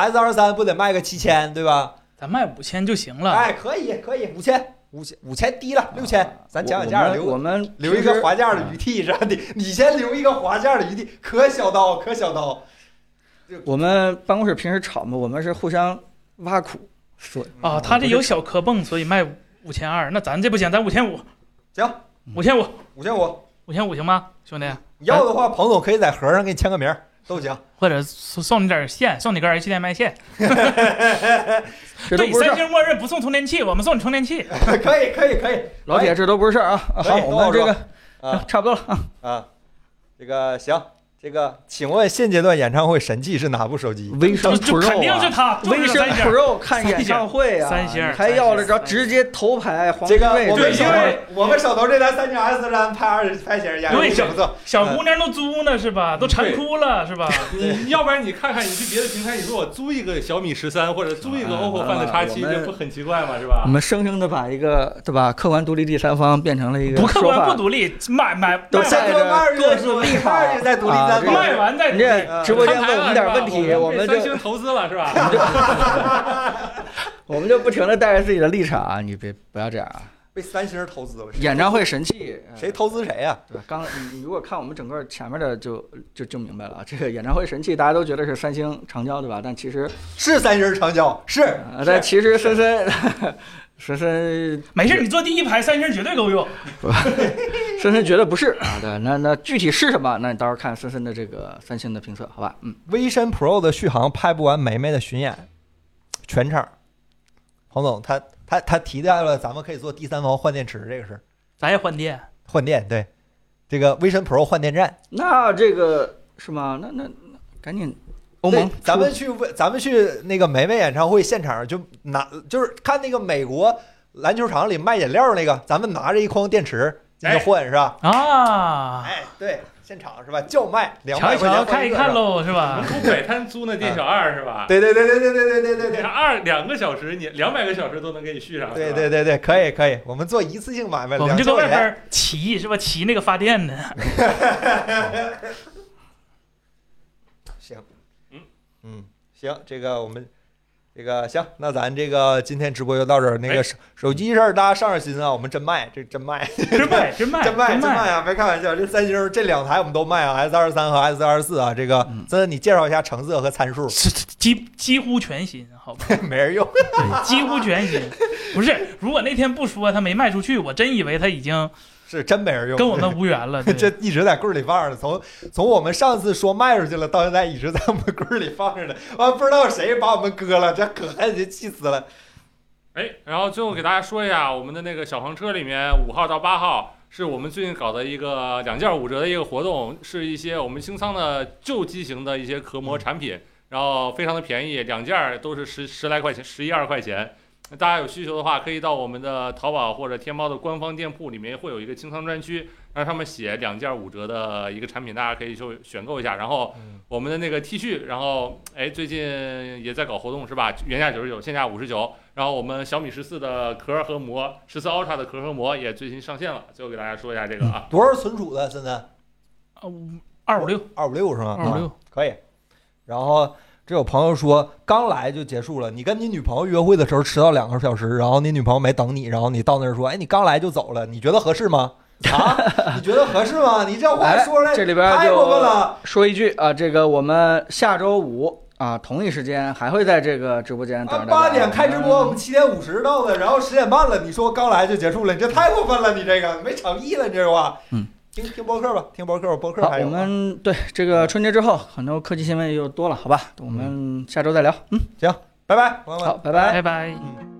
S 二三不得卖个七千对吧？咱卖五千就行了。哎，可以可以，五千五千五千低了，六千，咱讲讲价我留我们留一平个时划价的余地是吧？你你先留一个划价的余地，可小刀可小刀。我们办公室平时吵嘛，我们是互相挖苦，说啊，他这有小磕蹦，所以卖五千二。那咱这不行，咱五千五。行，五千五，五千五，五千五行吗，兄弟？你要的话，彭总可以在盒上给你签个名儿，都行。或者送送你点线，送你根 HDMI 线。这都对，不是事儿。三星默认不送充电器，我们送你充电器。可以可以可以，老哎铁，这都不是事儿啊。啊好，哎我们这个啊差不多了啊。啊，这个行，这个请问现阶段演唱会神器是哪部手机？微商就 Pro 就肯定是啊，他，微就是商三星。 Pro 看演唱会啊，三星你还要了三着星直接头排黄这金个位我们置手对因为头我们手头这台三星 S 三拍二拍显示器，对不错。小姑娘都租呢是吧？都馋哭了是吧？你要不然你看看，你去别的平台，你说我租一个小米十三或者租一个 OPPO Find 啊叉七，我们嗯这不很奇怪吗？是我吧？们生生的把一个对吧，客观独立第三方变成了一个不客说观法不独立，买买都我卖现在带着二各月自说立场二月在独立啊在这个报卖完再你独立哎这直播间问我们点问摊牌题，了我啊被们三就星投资了 是吧？我们就不停的带着自己的立场啊，你别不要这样啊。被三星投资了，演唱会神器，呃谁投资谁呀？对吧？刚你你如果看我们整个前面的就就就明白了啊，这个演唱会神器大家都觉得是三星长焦对吧？但其实，是三星长焦，是呃、但其实深深深深没事，你坐第一排，三星绝对够用。深深觉得不是啊，对，那那具体是什么？那你到时候看深深的这个三星的评测，好吧？嗯， vision Pro 的续航拍不完梅梅的巡演，全场。彭总，他他他提到了咱们可以做第三方换电池这个事儿，咱也换电，换电对，这个 vision Pro 换电站。那这个是吗？那那那赶紧欧对盟出，咱们去问咱们去那个梅梅演唱会现场就拿，就是看那个美国篮球场里卖饮料那个，咱们拿着一筐电池进去换、是吧？啊，哎，对，现场是吧？叫卖两瞧百一块瞧，钱换看一一个看是吧。喽，是啊我们吧？从摆摊租那店小二是吧？对对对对对对对对对你对看二两个小时，你两百个小时都能给你续上。对是吧对对对，可以可以，我们做一次性 买卖，我们两就搁千外块边钱。儿骑是吧？骑那个发电的。 行，嗯嗯，行，这个我们这个行，那咱这个今天直播就到这儿。那个哎手手机事儿，大家上上心啊，我们真卖，这真卖，真卖，真卖，真卖，真卖！，卖啊！别开玩笑，这三星儿这两台我们都卖啊，S 二三和 S 二四啊。这个嗯森，你介绍一下成色和参数是几几乎全新，好 吧？没人用。几乎全新。不是，如果那天不说他没卖出去，我真以为他已经是真没人用，跟我们无缘了。对这一直在柜儿里放着，从从我们上次说卖出去了，到现在一直在我们柜儿里放着呢。完，不知道谁把我们割了，这可恨，就气死了。哎，然后最后给大家说一下，我们的那个小黄车里面五号到八号是我们最近搞的一个两件五折的一个活动，是一些我们清仓的旧机型的一些壳膜产品，然后非常的便宜，两件儿都是十十来块钱，十一二块钱。那大家有需求的话，可以到我们的淘宝或者天猫的官方店铺里面会有一个清仓专区，然后上面写两件五折的一个产品，大家可以去选购一下。然后嗯我们的那个 T 恤，然后哎最近也在搞活动是吧？原价九十九，现价五十九。然后我们小米十四的壳和膜，十四 Ultra 的壳和膜也最新上线了。最后给大家说一下这个啊，多少存储的？现在啊，五二五六，二五六是吗？二五啊六，可以。然后这有朋友说，刚来就结束了。你跟你女朋友约会的时候迟到两个小时，然后你女朋友没等你，然后你到那儿说，哎，你刚来就走了，你觉得合适吗？啊，你觉得合适吗？你这话哎说出来这里边太就过分了。说一句啊，这个我们下周五啊同一时间还会在这个直播间等啊着，大家。嗯八点开直播，我们七点五十到的，然后十点半了，你说刚来就结束了，你这太过分了，你这个没诚意了，你这话。嗯，听听播客吧，听播客，播客好，还我有啊。们对这个春节之后很多嗯科技新闻又多了，好吧？我们下周再聊。拜拜，朋友们，好，拜拜。拜拜。嗯。